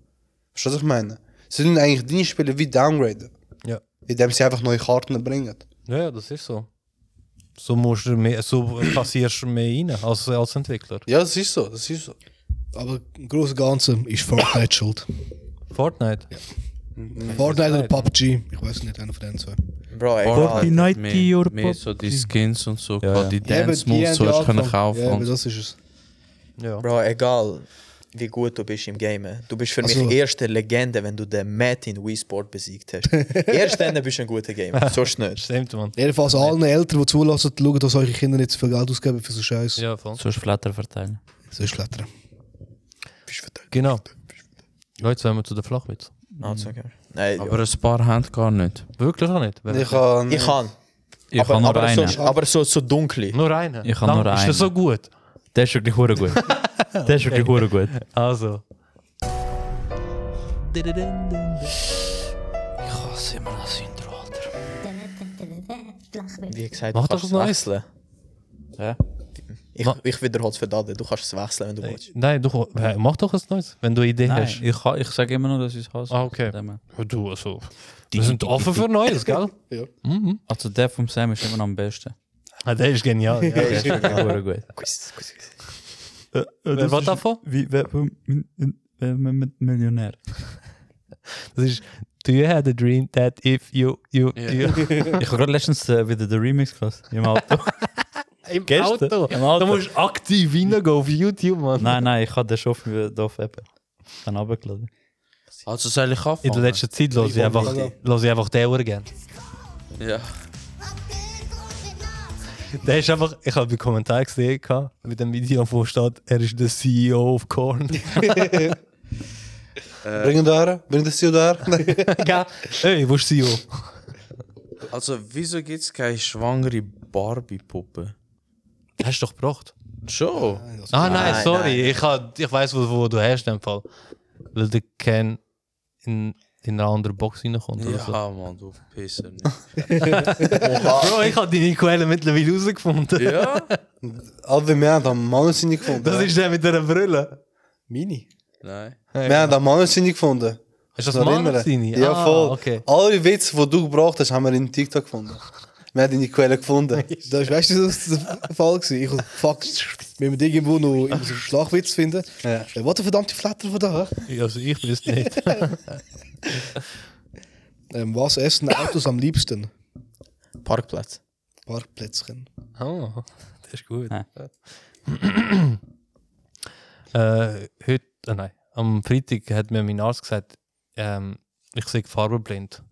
[SPEAKER 2] Verstehst du, was ich meine? Sie sind eigentlich deine Spieler wie downgraden
[SPEAKER 1] Ja.
[SPEAKER 2] indem sie einfach neue Karten bringen.
[SPEAKER 1] Ja, ja, das ist so. So musst du mehr, so passierst du mehr rein als, als Entwickler.
[SPEAKER 2] Ja, das ist so, das ist so.
[SPEAKER 5] Aber im Großen und Ganzen ist Fortnite schuld.
[SPEAKER 1] Fortnite.
[SPEAKER 5] Fortnite oder PUBG? Ich weiß nicht, einer von den zwei.
[SPEAKER 3] Bro, egal.
[SPEAKER 4] Fortnite
[SPEAKER 6] Mehr,
[SPEAKER 4] oder
[SPEAKER 6] mehr so die Skins und so,
[SPEAKER 4] Ja, ja.
[SPEAKER 6] die
[SPEAKER 5] Ja,
[SPEAKER 6] Dance
[SPEAKER 5] aber die
[SPEAKER 6] Moves,
[SPEAKER 5] haben
[SPEAKER 6] so
[SPEAKER 5] die
[SPEAKER 6] ich können
[SPEAKER 5] angefangen.
[SPEAKER 6] kaufen.
[SPEAKER 5] Ja,
[SPEAKER 6] und
[SPEAKER 5] aber
[SPEAKER 6] so.
[SPEAKER 5] das ist es.
[SPEAKER 1] Ja.
[SPEAKER 3] Bro, egal wie gut du bist im Game. Du bist für mich
[SPEAKER 5] Also-
[SPEAKER 3] erste Legende, wenn du den Matt in Wii Sport besiegt hast. Erst dann bist du ein guter Gamer. So schnell.
[SPEAKER 1] Stimmt, man.
[SPEAKER 5] Jedenfalls allen Eltern, die zulassen, schauen, dass eure Kinder nicht zu viel Geld ausgeben für so Scheiß.
[SPEAKER 1] Ja, voll.
[SPEAKER 4] Sonst Flatter verteilen.
[SPEAKER 5] So ist Klettern.
[SPEAKER 1] Genau. Leute, sollen wir zu der Flachwitz.
[SPEAKER 3] Also, okay. Nein,
[SPEAKER 6] Aber ein paar haben gar nicht.
[SPEAKER 1] Wirklich auch nicht.
[SPEAKER 2] Ich kann.
[SPEAKER 3] ich kann.
[SPEAKER 6] Ich
[SPEAKER 3] aber,
[SPEAKER 6] habe nur
[SPEAKER 3] aber,
[SPEAKER 6] einen.
[SPEAKER 3] so, aber so, so dunkel.
[SPEAKER 1] nur einen.
[SPEAKER 4] Ich kann nur
[SPEAKER 1] Ist
[SPEAKER 4] einen.
[SPEAKER 1] das so gut?
[SPEAKER 4] Der ist wirklich hure gut. Der ist wirklich hure gut.
[SPEAKER 1] Also.
[SPEAKER 4] Ich hasse immer das Intro, Alter.
[SPEAKER 3] Wie gesagt,
[SPEAKER 1] Mach
[SPEAKER 3] du kannst
[SPEAKER 1] doch
[SPEAKER 3] es
[SPEAKER 1] was
[SPEAKER 3] wechseln.
[SPEAKER 4] Ja.
[SPEAKER 3] Ich, ich wiederhole es für Dade. Du kannst es wechseln, wenn du willst.
[SPEAKER 1] Nein, du, hey, mach doch was Neues, wenn du eine Idee
[SPEAKER 4] Nein,
[SPEAKER 1] hast.
[SPEAKER 4] ich, ha- ich sage immer nur, dass ich es hasse.
[SPEAKER 1] Ah, okay.
[SPEAKER 4] Dem her.
[SPEAKER 1] Du, also. Wir sind offen für Neues, gell?
[SPEAKER 4] Also der vom Sam ist immer noch am besten.
[SPEAKER 1] ah, der ist genial. Ja.
[SPEAKER 4] Der ist wirklich hure gut.
[SPEAKER 3] Quiz, quiz, Eh, quiz.
[SPEAKER 1] Wer war davon?
[SPEAKER 4] Wie, wer, mit Millionär?
[SPEAKER 1] Das ist. Do you have the dream that if you. you, you
[SPEAKER 4] Ich habe gerade letztens äh, wieder den Remix gehört. Im Auto.
[SPEAKER 1] Im
[SPEAKER 4] Gestern?
[SPEAKER 1] Auto.
[SPEAKER 4] Im Auto.
[SPEAKER 1] Du musst aktiv reingehen auf YouTube, Mann.
[SPEAKER 4] nein, nein, ich habe den schon für- da auf App. Dann runtergeladen.
[SPEAKER 6] Also soll ich anfangen?
[SPEAKER 1] In der letzten Zeit höre ich einfach, höre ich einfach den Uhr gerne.
[SPEAKER 6] Ja.
[SPEAKER 1] Der ist einfach, ich habe einen Kommentar gesehen gehabt, mit dem Video, wo steht, er ist der CEO E of Korn.
[SPEAKER 2] Bring ihn da her, bring das hier da her. Nein.
[SPEAKER 1] Gell? Ey, wo ist CEO?
[SPEAKER 6] Also wieso gibt es keine schwangere Barbie-Puppe?
[SPEAKER 1] Hast du doch gebracht.
[SPEAKER 6] Schon.
[SPEAKER 1] Ah nein,
[SPEAKER 3] Nein,
[SPEAKER 1] sorry,
[SPEAKER 3] nein.
[SPEAKER 1] ich, hab, ich weiß, wo, wo du hast in dem Fall. Weil der Ken in in eine andere Box reinkommt oder
[SPEAKER 6] Ja,
[SPEAKER 1] so.
[SPEAKER 6] Mann, du Pisser. nicht.
[SPEAKER 1] Bro, ich habe deine Quelle mittlerweile rausgefunden.
[SPEAKER 6] ja?
[SPEAKER 2] Alter, wir haben am Mann seine gefunden.
[SPEAKER 1] Das ist der mit der Brille.
[SPEAKER 2] meine.
[SPEAKER 6] Nein.
[SPEAKER 2] Wir haben am Mann seine gefunden.
[SPEAKER 1] Ist das
[SPEAKER 2] Noch erinnern?
[SPEAKER 1] Mannesini?
[SPEAKER 2] Ja,
[SPEAKER 1] Ah,
[SPEAKER 2] voll.
[SPEAKER 1] okay.
[SPEAKER 2] Alle Witze, die du gebracht hast, haben wir in TikTok gefunden. Wir haben deine Quelle gefunden.
[SPEAKER 5] Das weißt du, was der Fall war? Ich hab- fuck, wenn wir dich irgendwo noch in so einem Schlagwitz finden.
[SPEAKER 2] Ja.
[SPEAKER 5] Äh, Wat een verdammte flatter van dag.
[SPEAKER 1] Also ich weiß nicht.
[SPEAKER 5] Ähm, was essen Autos am liebsten?
[SPEAKER 3] Parkplatz.
[SPEAKER 5] Parkplätzchen.
[SPEAKER 1] Oh, das ist gut.
[SPEAKER 4] Ja.
[SPEAKER 1] äh, heute, äh, nein, am Freitag hat mir mein Arzt gesagt, ähm, ich sehe farbenblind.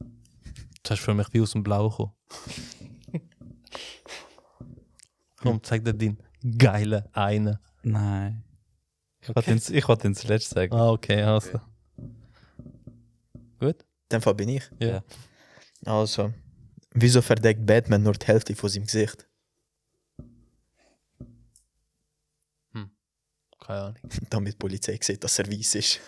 [SPEAKER 1] Das ist für mich wie aus dem Blau gekommen. Komm, zeig dir den geile eine.
[SPEAKER 4] Nein. Ich wollte ins, ich wollte ins Letzte sagen.
[SPEAKER 1] Ah, okay, also. Gut?
[SPEAKER 3] Dann Fall bin ich.
[SPEAKER 1] Ja.
[SPEAKER 3] Also, Nou, wieso verdeckt Batman nur die Hälfte von seinem Gesicht?
[SPEAKER 1] Keine Ahnung.
[SPEAKER 3] Damit die Polizei sieht, dass er weiß ist.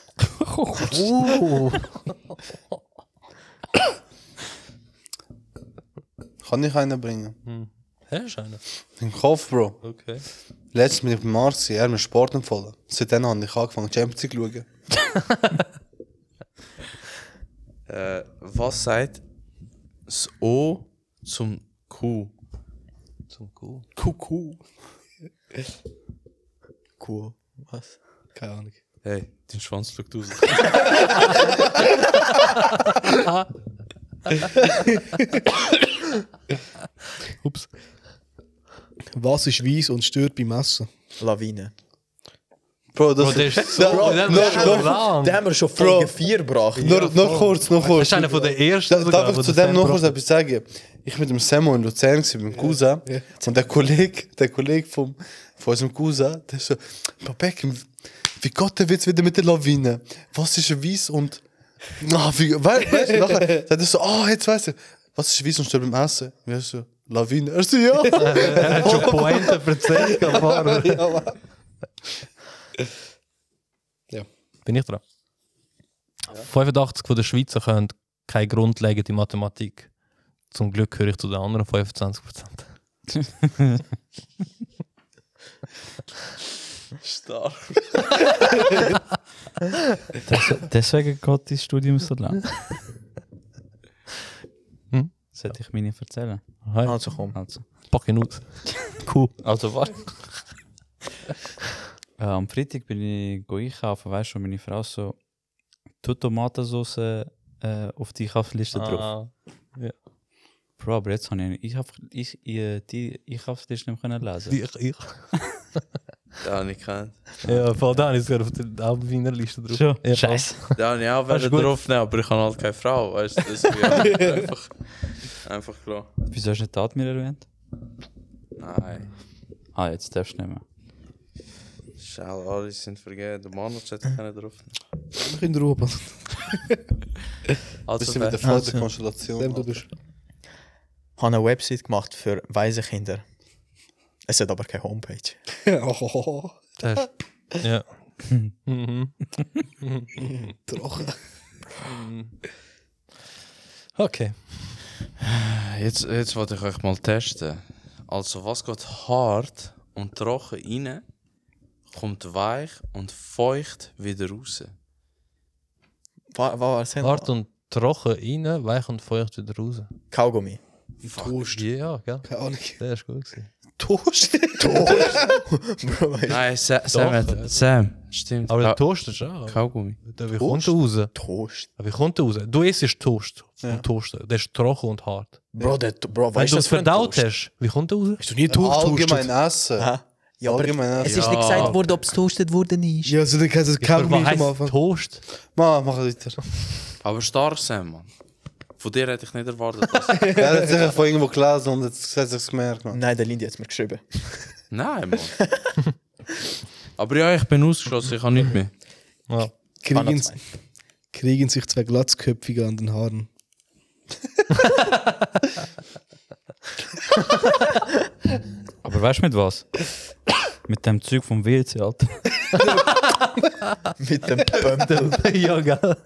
[SPEAKER 2] Kann ich einen bringen?
[SPEAKER 1] Hm. Hä, ist einer?
[SPEAKER 2] Im Kopf, Bro.
[SPEAKER 1] Okay.
[SPEAKER 2] Letztes Mal mit Mars, er hat mir Sport empfohlen. Seitdem habe ich angefangen, Champions League zu schauen.
[SPEAKER 6] Äh, was sagt das O zum Q?
[SPEAKER 1] Zum Kuh.
[SPEAKER 6] Kuku.
[SPEAKER 3] Cool. Was?
[SPEAKER 5] Keine Ahnung.
[SPEAKER 6] Hey, dein Schwanz schaut aus.
[SPEAKER 1] Ups.
[SPEAKER 5] Was ist weiß und stört beim Essen?
[SPEAKER 3] Lawine.
[SPEAKER 2] Bro, das
[SPEAKER 1] Bro, der
[SPEAKER 2] ist...
[SPEAKER 1] ist so... Bro, der ist
[SPEAKER 2] no,
[SPEAKER 1] so
[SPEAKER 2] no.
[SPEAKER 1] lang.
[SPEAKER 3] Den haben wir schon Folge 4 gebracht.
[SPEAKER 2] Nur, nur kurz, nur
[SPEAKER 1] Das
[SPEAKER 2] kurz.
[SPEAKER 1] ist einer von den ersten.
[SPEAKER 2] Da,
[SPEAKER 1] sogar,
[SPEAKER 2] darf
[SPEAKER 1] Also genau, wo
[SPEAKER 2] ich zu
[SPEAKER 1] der
[SPEAKER 2] dem noch
[SPEAKER 1] Sam
[SPEAKER 2] kurz etwas sagen? Ich mit dem Samo in Luzern, gewesen, mit dem Cousin. Und der Kollege, der Kollege vom, von unserem Cousin, der ist so, Papek, wie geht der Witz wieder mit der Lawine? Was ist weiß und... Na, wie, weißt, weißt du, nachher sagt er so, ah, jetzt weißt du, was ist weiß und stirbt beim Essen? Wir so, Lawine. Er so, ja.
[SPEAKER 1] Er hat schon Pointe erzählt am Fahrer.
[SPEAKER 5] Ja.
[SPEAKER 1] Bin ich dran? 85 von der Schweizer können keine grundlegende Mathematik. Zum Glück gehöre ich zu den anderen 25 Prozent.
[SPEAKER 2] Stark.
[SPEAKER 4] Des, deswegen geht dein Studium so lang.
[SPEAKER 1] Hm?
[SPEAKER 4] Sollte ich meine erzählen?
[SPEAKER 1] Hey,
[SPEAKER 3] Also komm.
[SPEAKER 4] Also.
[SPEAKER 1] packen aus. Cool.
[SPEAKER 6] Also was?
[SPEAKER 4] Äh, am Freitag bin ich go einkaufen, weißt du, und meine Frau so, tu Tomatensauce äh, auf die Einkaufsliste drauf. Bro, aber jetzt habe ich, ich, ich, ich die Einkaufsliste nicht mehr können lesen.
[SPEAKER 1] Ich, ich.
[SPEAKER 6] Den habe ich gekannt.
[SPEAKER 1] Ja, vor allem ist er auf der auf meiner Liste drauf.
[SPEAKER 4] Schon?
[SPEAKER 1] Ja,
[SPEAKER 4] Scheiße.
[SPEAKER 6] Den habe ich auch
[SPEAKER 1] Das ist
[SPEAKER 6] wollen
[SPEAKER 1] gut.
[SPEAKER 6] draufnehmen, aber ich habe halt keine Frau. Weißt du, deswegen habe ich einfach, einfach klar.
[SPEAKER 4] Wieso hast du nicht die Admira erwähnt?
[SPEAKER 6] Nein.
[SPEAKER 4] Ah, jetzt darfst du nicht mehr.
[SPEAKER 6] Schau, alle sind vergeben. Der Mann hat keine drauf.
[SPEAKER 5] Wir können Ruhe passen.
[SPEAKER 6] Also,
[SPEAKER 2] Bisschen mit der
[SPEAKER 6] wer-
[SPEAKER 2] Frage der Konstellation.
[SPEAKER 5] Dem du
[SPEAKER 2] Alter.
[SPEAKER 5] bist.
[SPEAKER 3] habe eine Website gemacht für weise Kinder. Es hat aber keine Homepage.
[SPEAKER 5] Oh,
[SPEAKER 1] Das ist, ja. mhm.
[SPEAKER 5] trocken.
[SPEAKER 1] Okay.
[SPEAKER 6] jetzt, jetzt wollte ich euch mal testen. Also, was geht hart und trocken rein, kommt weich und feucht wieder raus.
[SPEAKER 3] Was war es?
[SPEAKER 1] Hart und trocken rein, weich und feucht wieder raus.
[SPEAKER 3] Kaugummi.
[SPEAKER 5] Toast.
[SPEAKER 1] Ja, gell.
[SPEAKER 5] Keine Ahnung.
[SPEAKER 1] Der ist gut gewesen.
[SPEAKER 5] Toast?
[SPEAKER 3] Bro, weißt
[SPEAKER 6] Nein, Sa Sam,
[SPEAKER 1] Doch,
[SPEAKER 6] hat, Sam, stimmt.
[SPEAKER 1] Aber der
[SPEAKER 6] Ka
[SPEAKER 1] Toast ist auch.
[SPEAKER 6] Kaugummi.
[SPEAKER 1] Der wie kommt der raus?
[SPEAKER 3] du, Toast.
[SPEAKER 1] Wie kommt der raus? Du isst Toast. Vom Toast. Der ist trocken und hart.
[SPEAKER 3] Bro, der, Bro,
[SPEAKER 1] Wenn
[SPEAKER 3] weißt
[SPEAKER 1] du
[SPEAKER 3] du,
[SPEAKER 1] es verdaut hast, wie kommt der raus?
[SPEAKER 5] Hast du nie Toast
[SPEAKER 2] Allgemein
[SPEAKER 5] getoastet?
[SPEAKER 2] Essen.
[SPEAKER 3] Ja, aber
[SPEAKER 2] Allgemein Essen.
[SPEAKER 6] ist nicht
[SPEAKER 4] Ah,
[SPEAKER 6] gesagt
[SPEAKER 3] worden, ob es toastet worden ist.
[SPEAKER 5] Ja, so dann kannst du es kaum
[SPEAKER 1] Was
[SPEAKER 5] am
[SPEAKER 1] heißt
[SPEAKER 5] Anfang.
[SPEAKER 1] Toast?
[SPEAKER 2] Ma, mach weiter.
[SPEAKER 6] Aber stark, Sam, man. Von dir hätte ich nicht erwartet. dass-
[SPEAKER 2] Er hat sicher von irgendwo gelesen und jetzt hat er es gemerkt. Man.
[SPEAKER 3] Nein, der Lindy hat es mir geschrieben.
[SPEAKER 6] Nein, man. Aber ja, ich bin ausgeschlossen, ich habe nicht mehr.
[SPEAKER 1] Ja.
[SPEAKER 5] Kriegen,
[SPEAKER 3] Weihnachtsmann.
[SPEAKER 5] kriegen sich zwei Glatzköpfige an den Haaren.
[SPEAKER 4] Aber weißt du mit was? mit dem Zeug vom WLC, Alter.
[SPEAKER 3] Mit dem Pömpel.
[SPEAKER 1] ja, gell.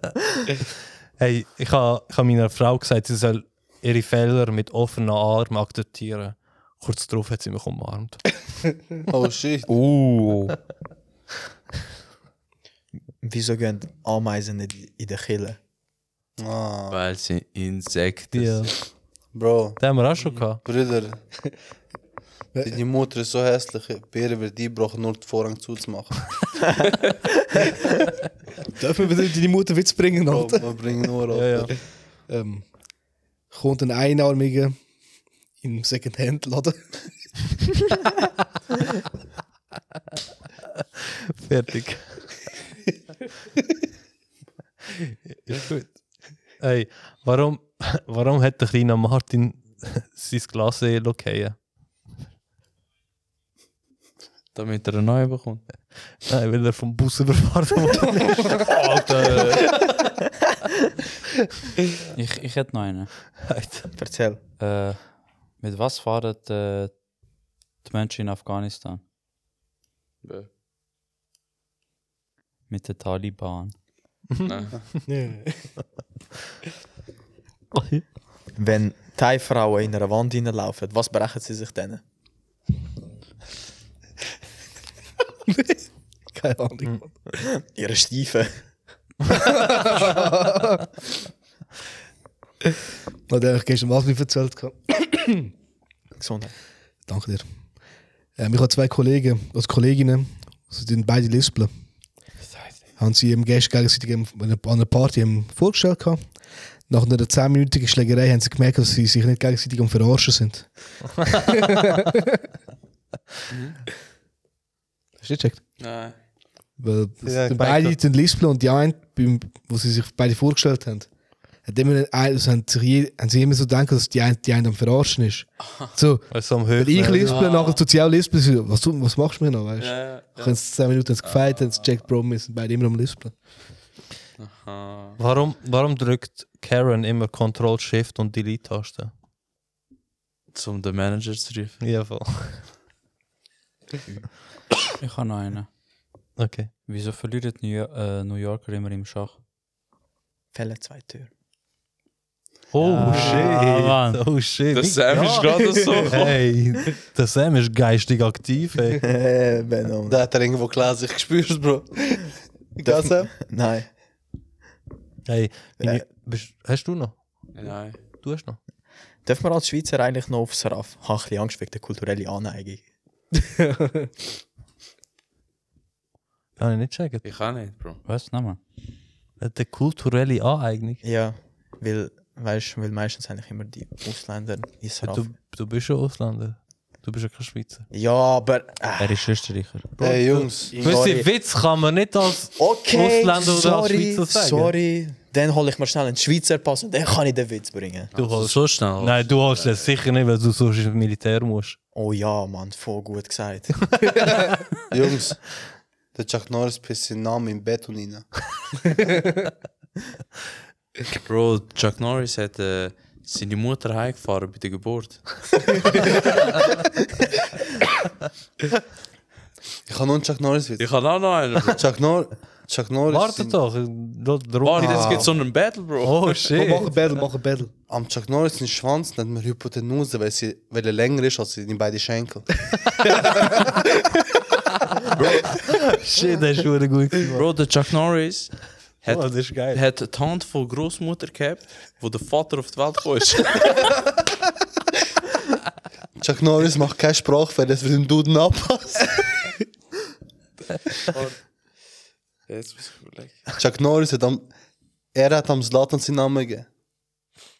[SPEAKER 1] Hey, ich habe ich ha meiner Frau gesagt, sie soll ihre Fehler mit offenen Armen akzeptieren. Kurz darauf hat sie mich umarmt.
[SPEAKER 2] Oh shit.
[SPEAKER 1] Oh.
[SPEAKER 6] Uh.
[SPEAKER 3] Wieso gehen Ameisen nicht in de Kille?
[SPEAKER 2] Ah,
[SPEAKER 6] Weil sie Insekten
[SPEAKER 1] Ja.
[SPEAKER 6] sind.
[SPEAKER 2] Bro,
[SPEAKER 1] Den haben wir auch schon gehabt.
[SPEAKER 2] Brüder. Deine Mutter ist so hässlich. Bären wird einbrochen, nur den Vorhang zuzumachen.
[SPEAKER 5] Dürfen wir bitte deine Mutter Witz bringen,
[SPEAKER 2] Bro,
[SPEAKER 5] Alter?
[SPEAKER 2] wir bringen nur auf.
[SPEAKER 1] Ja, ja.
[SPEAKER 5] Ähm, kommt ein Einarmiger im Secondhand-Laden.
[SPEAKER 1] Fertig. Ist gut. Hey, warum, warum hat der kleine Martin sein Glas eh in Nein,
[SPEAKER 6] Damit er einen neuen bekommt.
[SPEAKER 1] weil er vom Bus überfahren wurde. Alter!
[SPEAKER 4] Ich, ich hätte noch einen.
[SPEAKER 1] Alter.
[SPEAKER 3] Erzähl.
[SPEAKER 4] Äh, mit was fahren äh, die Menschen in Afghanistan?
[SPEAKER 6] Bö.
[SPEAKER 4] Mit den Taliban.
[SPEAKER 6] Nein.
[SPEAKER 3] Wenn Thai-Frauen in einer Wand hineinlaufen, was brechen sie sich dann?
[SPEAKER 5] Keine Ahnung.
[SPEAKER 3] Ihre Stiefel.
[SPEAKER 5] Hat er gestern mal erzählt. gehabt.
[SPEAKER 3] Gesundheit.
[SPEAKER 5] Danke dir. Ähm, ich habe zwei Kollegen, also Kolleginnen, sie sind beide Lispeln. Haben sie im Gast gegenseitig am- an einer Party am vorgestellt. Gehabt. Nach einer 10-minütigen Schlägerei haben sie gemerkt, dass sie sich nicht gegenseitig am Verarschen sind. Hast du nicht gecheckt?
[SPEAKER 6] Nein.
[SPEAKER 5] Weil
[SPEAKER 1] Ja,
[SPEAKER 5] ja,
[SPEAKER 1] ich
[SPEAKER 5] beide
[SPEAKER 1] merke.
[SPEAKER 5] sind Lispeln und die eine, beim, wo sie sich beide vorgestellt haben, hat immer, also haben, sich je, haben sie immer so gedacht, dass die eine, die eine am Verarschen ist. So,
[SPEAKER 1] Also am
[SPEAKER 5] wenn ich
[SPEAKER 1] höchsten.
[SPEAKER 5] lispel, nachher tut sie auch lispeln. Sie- Was, tu- was machst du mir noch, weißt du?
[SPEAKER 6] Ja, Ah.
[SPEAKER 5] Ich habe 10 Minuten gefeiert, jetzt checkt Bro, wir sind beide immer am lispeln.
[SPEAKER 6] Aha.
[SPEAKER 1] Warum, warum drückt Karen immer Control, Shift und Delete-Taste?
[SPEAKER 6] Zum den Manager zu rufen.
[SPEAKER 1] Ja, voll.
[SPEAKER 4] Ich habe noch einen.
[SPEAKER 1] Okay.
[SPEAKER 4] Wieso verlieren die New, äh, New Yorker immer im Schach?
[SPEAKER 3] Fälle zwei Türen.
[SPEAKER 1] Oh shit!
[SPEAKER 4] Ah, Mann.
[SPEAKER 1] oh shit!
[SPEAKER 6] Der Sam ist gerade so.
[SPEAKER 1] Hey, der Sam ist geistig aktiv. Ey.
[SPEAKER 3] Äh, Benno.
[SPEAKER 2] Da hat er irgendwo klar sich gespürt, Bro. Ganz Sam?
[SPEAKER 3] Nein.
[SPEAKER 1] Hey, meine, bist, hast du noch?
[SPEAKER 6] Nein.
[SPEAKER 1] Du hast noch?
[SPEAKER 3] Dürfen wir als Schweizer eigentlich noch aufs RAF? Ich habe ein bisschen Angst wegen der kulturellen Aneigung.
[SPEAKER 1] Kann ich nicht checken.
[SPEAKER 6] Ich kann nicht, Bro.
[SPEAKER 4] Was? Nochmal?
[SPEAKER 1] Die kulturelle Aneignung.
[SPEAKER 3] Ja, weil, weißt du, weil meistens eigentlich immer die Ausländer ins RAF.
[SPEAKER 1] Du, du bist ja Ausländer. Du bist ja kein Schweizer.
[SPEAKER 3] Ja, aber. Äh,
[SPEAKER 4] Er ist Österreicher.
[SPEAKER 2] Hey Jungs.
[SPEAKER 1] Äh, Gewisse Witz kann man nicht als
[SPEAKER 3] okay,
[SPEAKER 1] Ausländer oder
[SPEAKER 3] sorry,
[SPEAKER 1] als Schweizer sagen.
[SPEAKER 3] sorry. Dann hole ich mir schnell einen Schweizer Pass und dann kann ich den Witz bringen.
[SPEAKER 1] Du holst,
[SPEAKER 6] So schnell.
[SPEAKER 1] nein, du hast das sicher nicht, weil du sonst ins Militär musst.
[SPEAKER 3] Oh ja, Mann, voll gut gesagt.
[SPEAKER 2] Jungs. Der Chuck Norris pisst seinen Namen im Bett und rein.
[SPEAKER 6] Bro, Chuck Norris hat äh, seine Mutter heimgefahren bei der Geburt.
[SPEAKER 2] Ich kann nur einen Chuck Norris wieder.
[SPEAKER 6] Ich habe auch noch einen. nou Bro.
[SPEAKER 2] Chuck, Nor Chuck Norris.
[SPEAKER 1] Warte
[SPEAKER 2] sind-
[SPEAKER 1] doch. Drum.
[SPEAKER 6] Warte, jetzt gibt so einen Battle, Bro.
[SPEAKER 1] Oh
[SPEAKER 5] Komm,
[SPEAKER 1] shit.
[SPEAKER 5] mach ein Battle, mach ein Battle.
[SPEAKER 2] Am Chuck Norris den Schwanz nennt man Hypotenuse, weil, sie, weil er länger ist als seine beiden Schenkel.
[SPEAKER 1] shit, das ist schon gut gemacht.
[SPEAKER 6] Bro, der Chuck Norris
[SPEAKER 1] Oh, das
[SPEAKER 6] hat,
[SPEAKER 1] ist geil.
[SPEAKER 6] hat die Hand von Großmutter gehabt, wo der Vater auf die Welt gekommen ist.
[SPEAKER 2] Chuck Norris macht keine Sprachfehler, es wird dem Duden anpassen.
[SPEAKER 6] Jetzt muss ich überlegen.
[SPEAKER 2] Chuck Norris hat am... Er hat am Zlatan seinen Namen gegeben.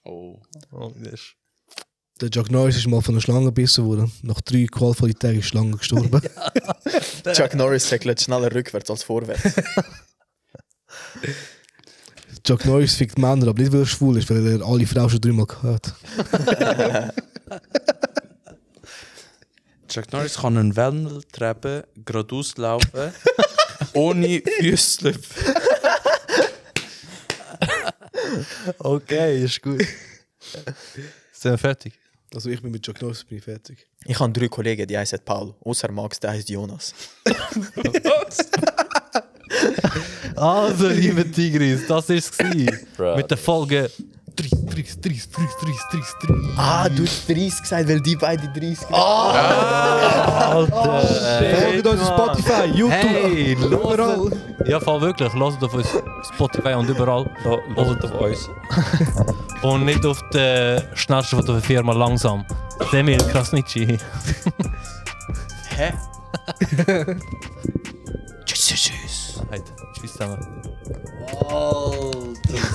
[SPEAKER 6] Oh.
[SPEAKER 1] Oh, das ist
[SPEAKER 5] Der Jack Norris ist mal von einer Schlange gebissen worden. Nach drei qualvollen Tagen ist die Schlange gestorben.
[SPEAKER 3] Chuck Norris segelt schneller rückwärts als vorwärts.
[SPEAKER 5] Jack Norris fickt Männer, aber nicht weil er schwul ist, weil er alle Frauen schon dreimal gehört.
[SPEAKER 6] Chuck Norris kann einen Wendeltreppe geradeaus laufen, ohne Füßslöpfe.
[SPEAKER 1] Okay, ist gut. Sind wir fertig?
[SPEAKER 5] Also ich bin mit Jack Norris bin ich fertig.
[SPEAKER 3] Ich habe drei Kollegen, die heißen Paul, außer Max, der heißt Jonas.
[SPEAKER 1] Also, liebe Tigris, das ist es. gewesen.
[SPEAKER 7] Bruh.
[SPEAKER 1] Mit der Folge 3, 3, 3, 3, 3, 3, 3.
[SPEAKER 3] Ah, du hast 30 gesagt, weil die beide 30
[SPEAKER 1] Ah, Alter!
[SPEAKER 5] Folgt uns auf Spotify, YouTube,
[SPEAKER 1] Hey,
[SPEAKER 5] überall.
[SPEAKER 1] überall! Ja, voll wirklich. Hört auf uns Spotify und überall.
[SPEAKER 7] Los auf uns.
[SPEAKER 1] Und nicht auf die Schnellste von der Firma langsam. Demir Krasnitschi.
[SPEAKER 6] Hä?
[SPEAKER 1] Halt, tschüss zusammen.
[SPEAKER 6] Alter.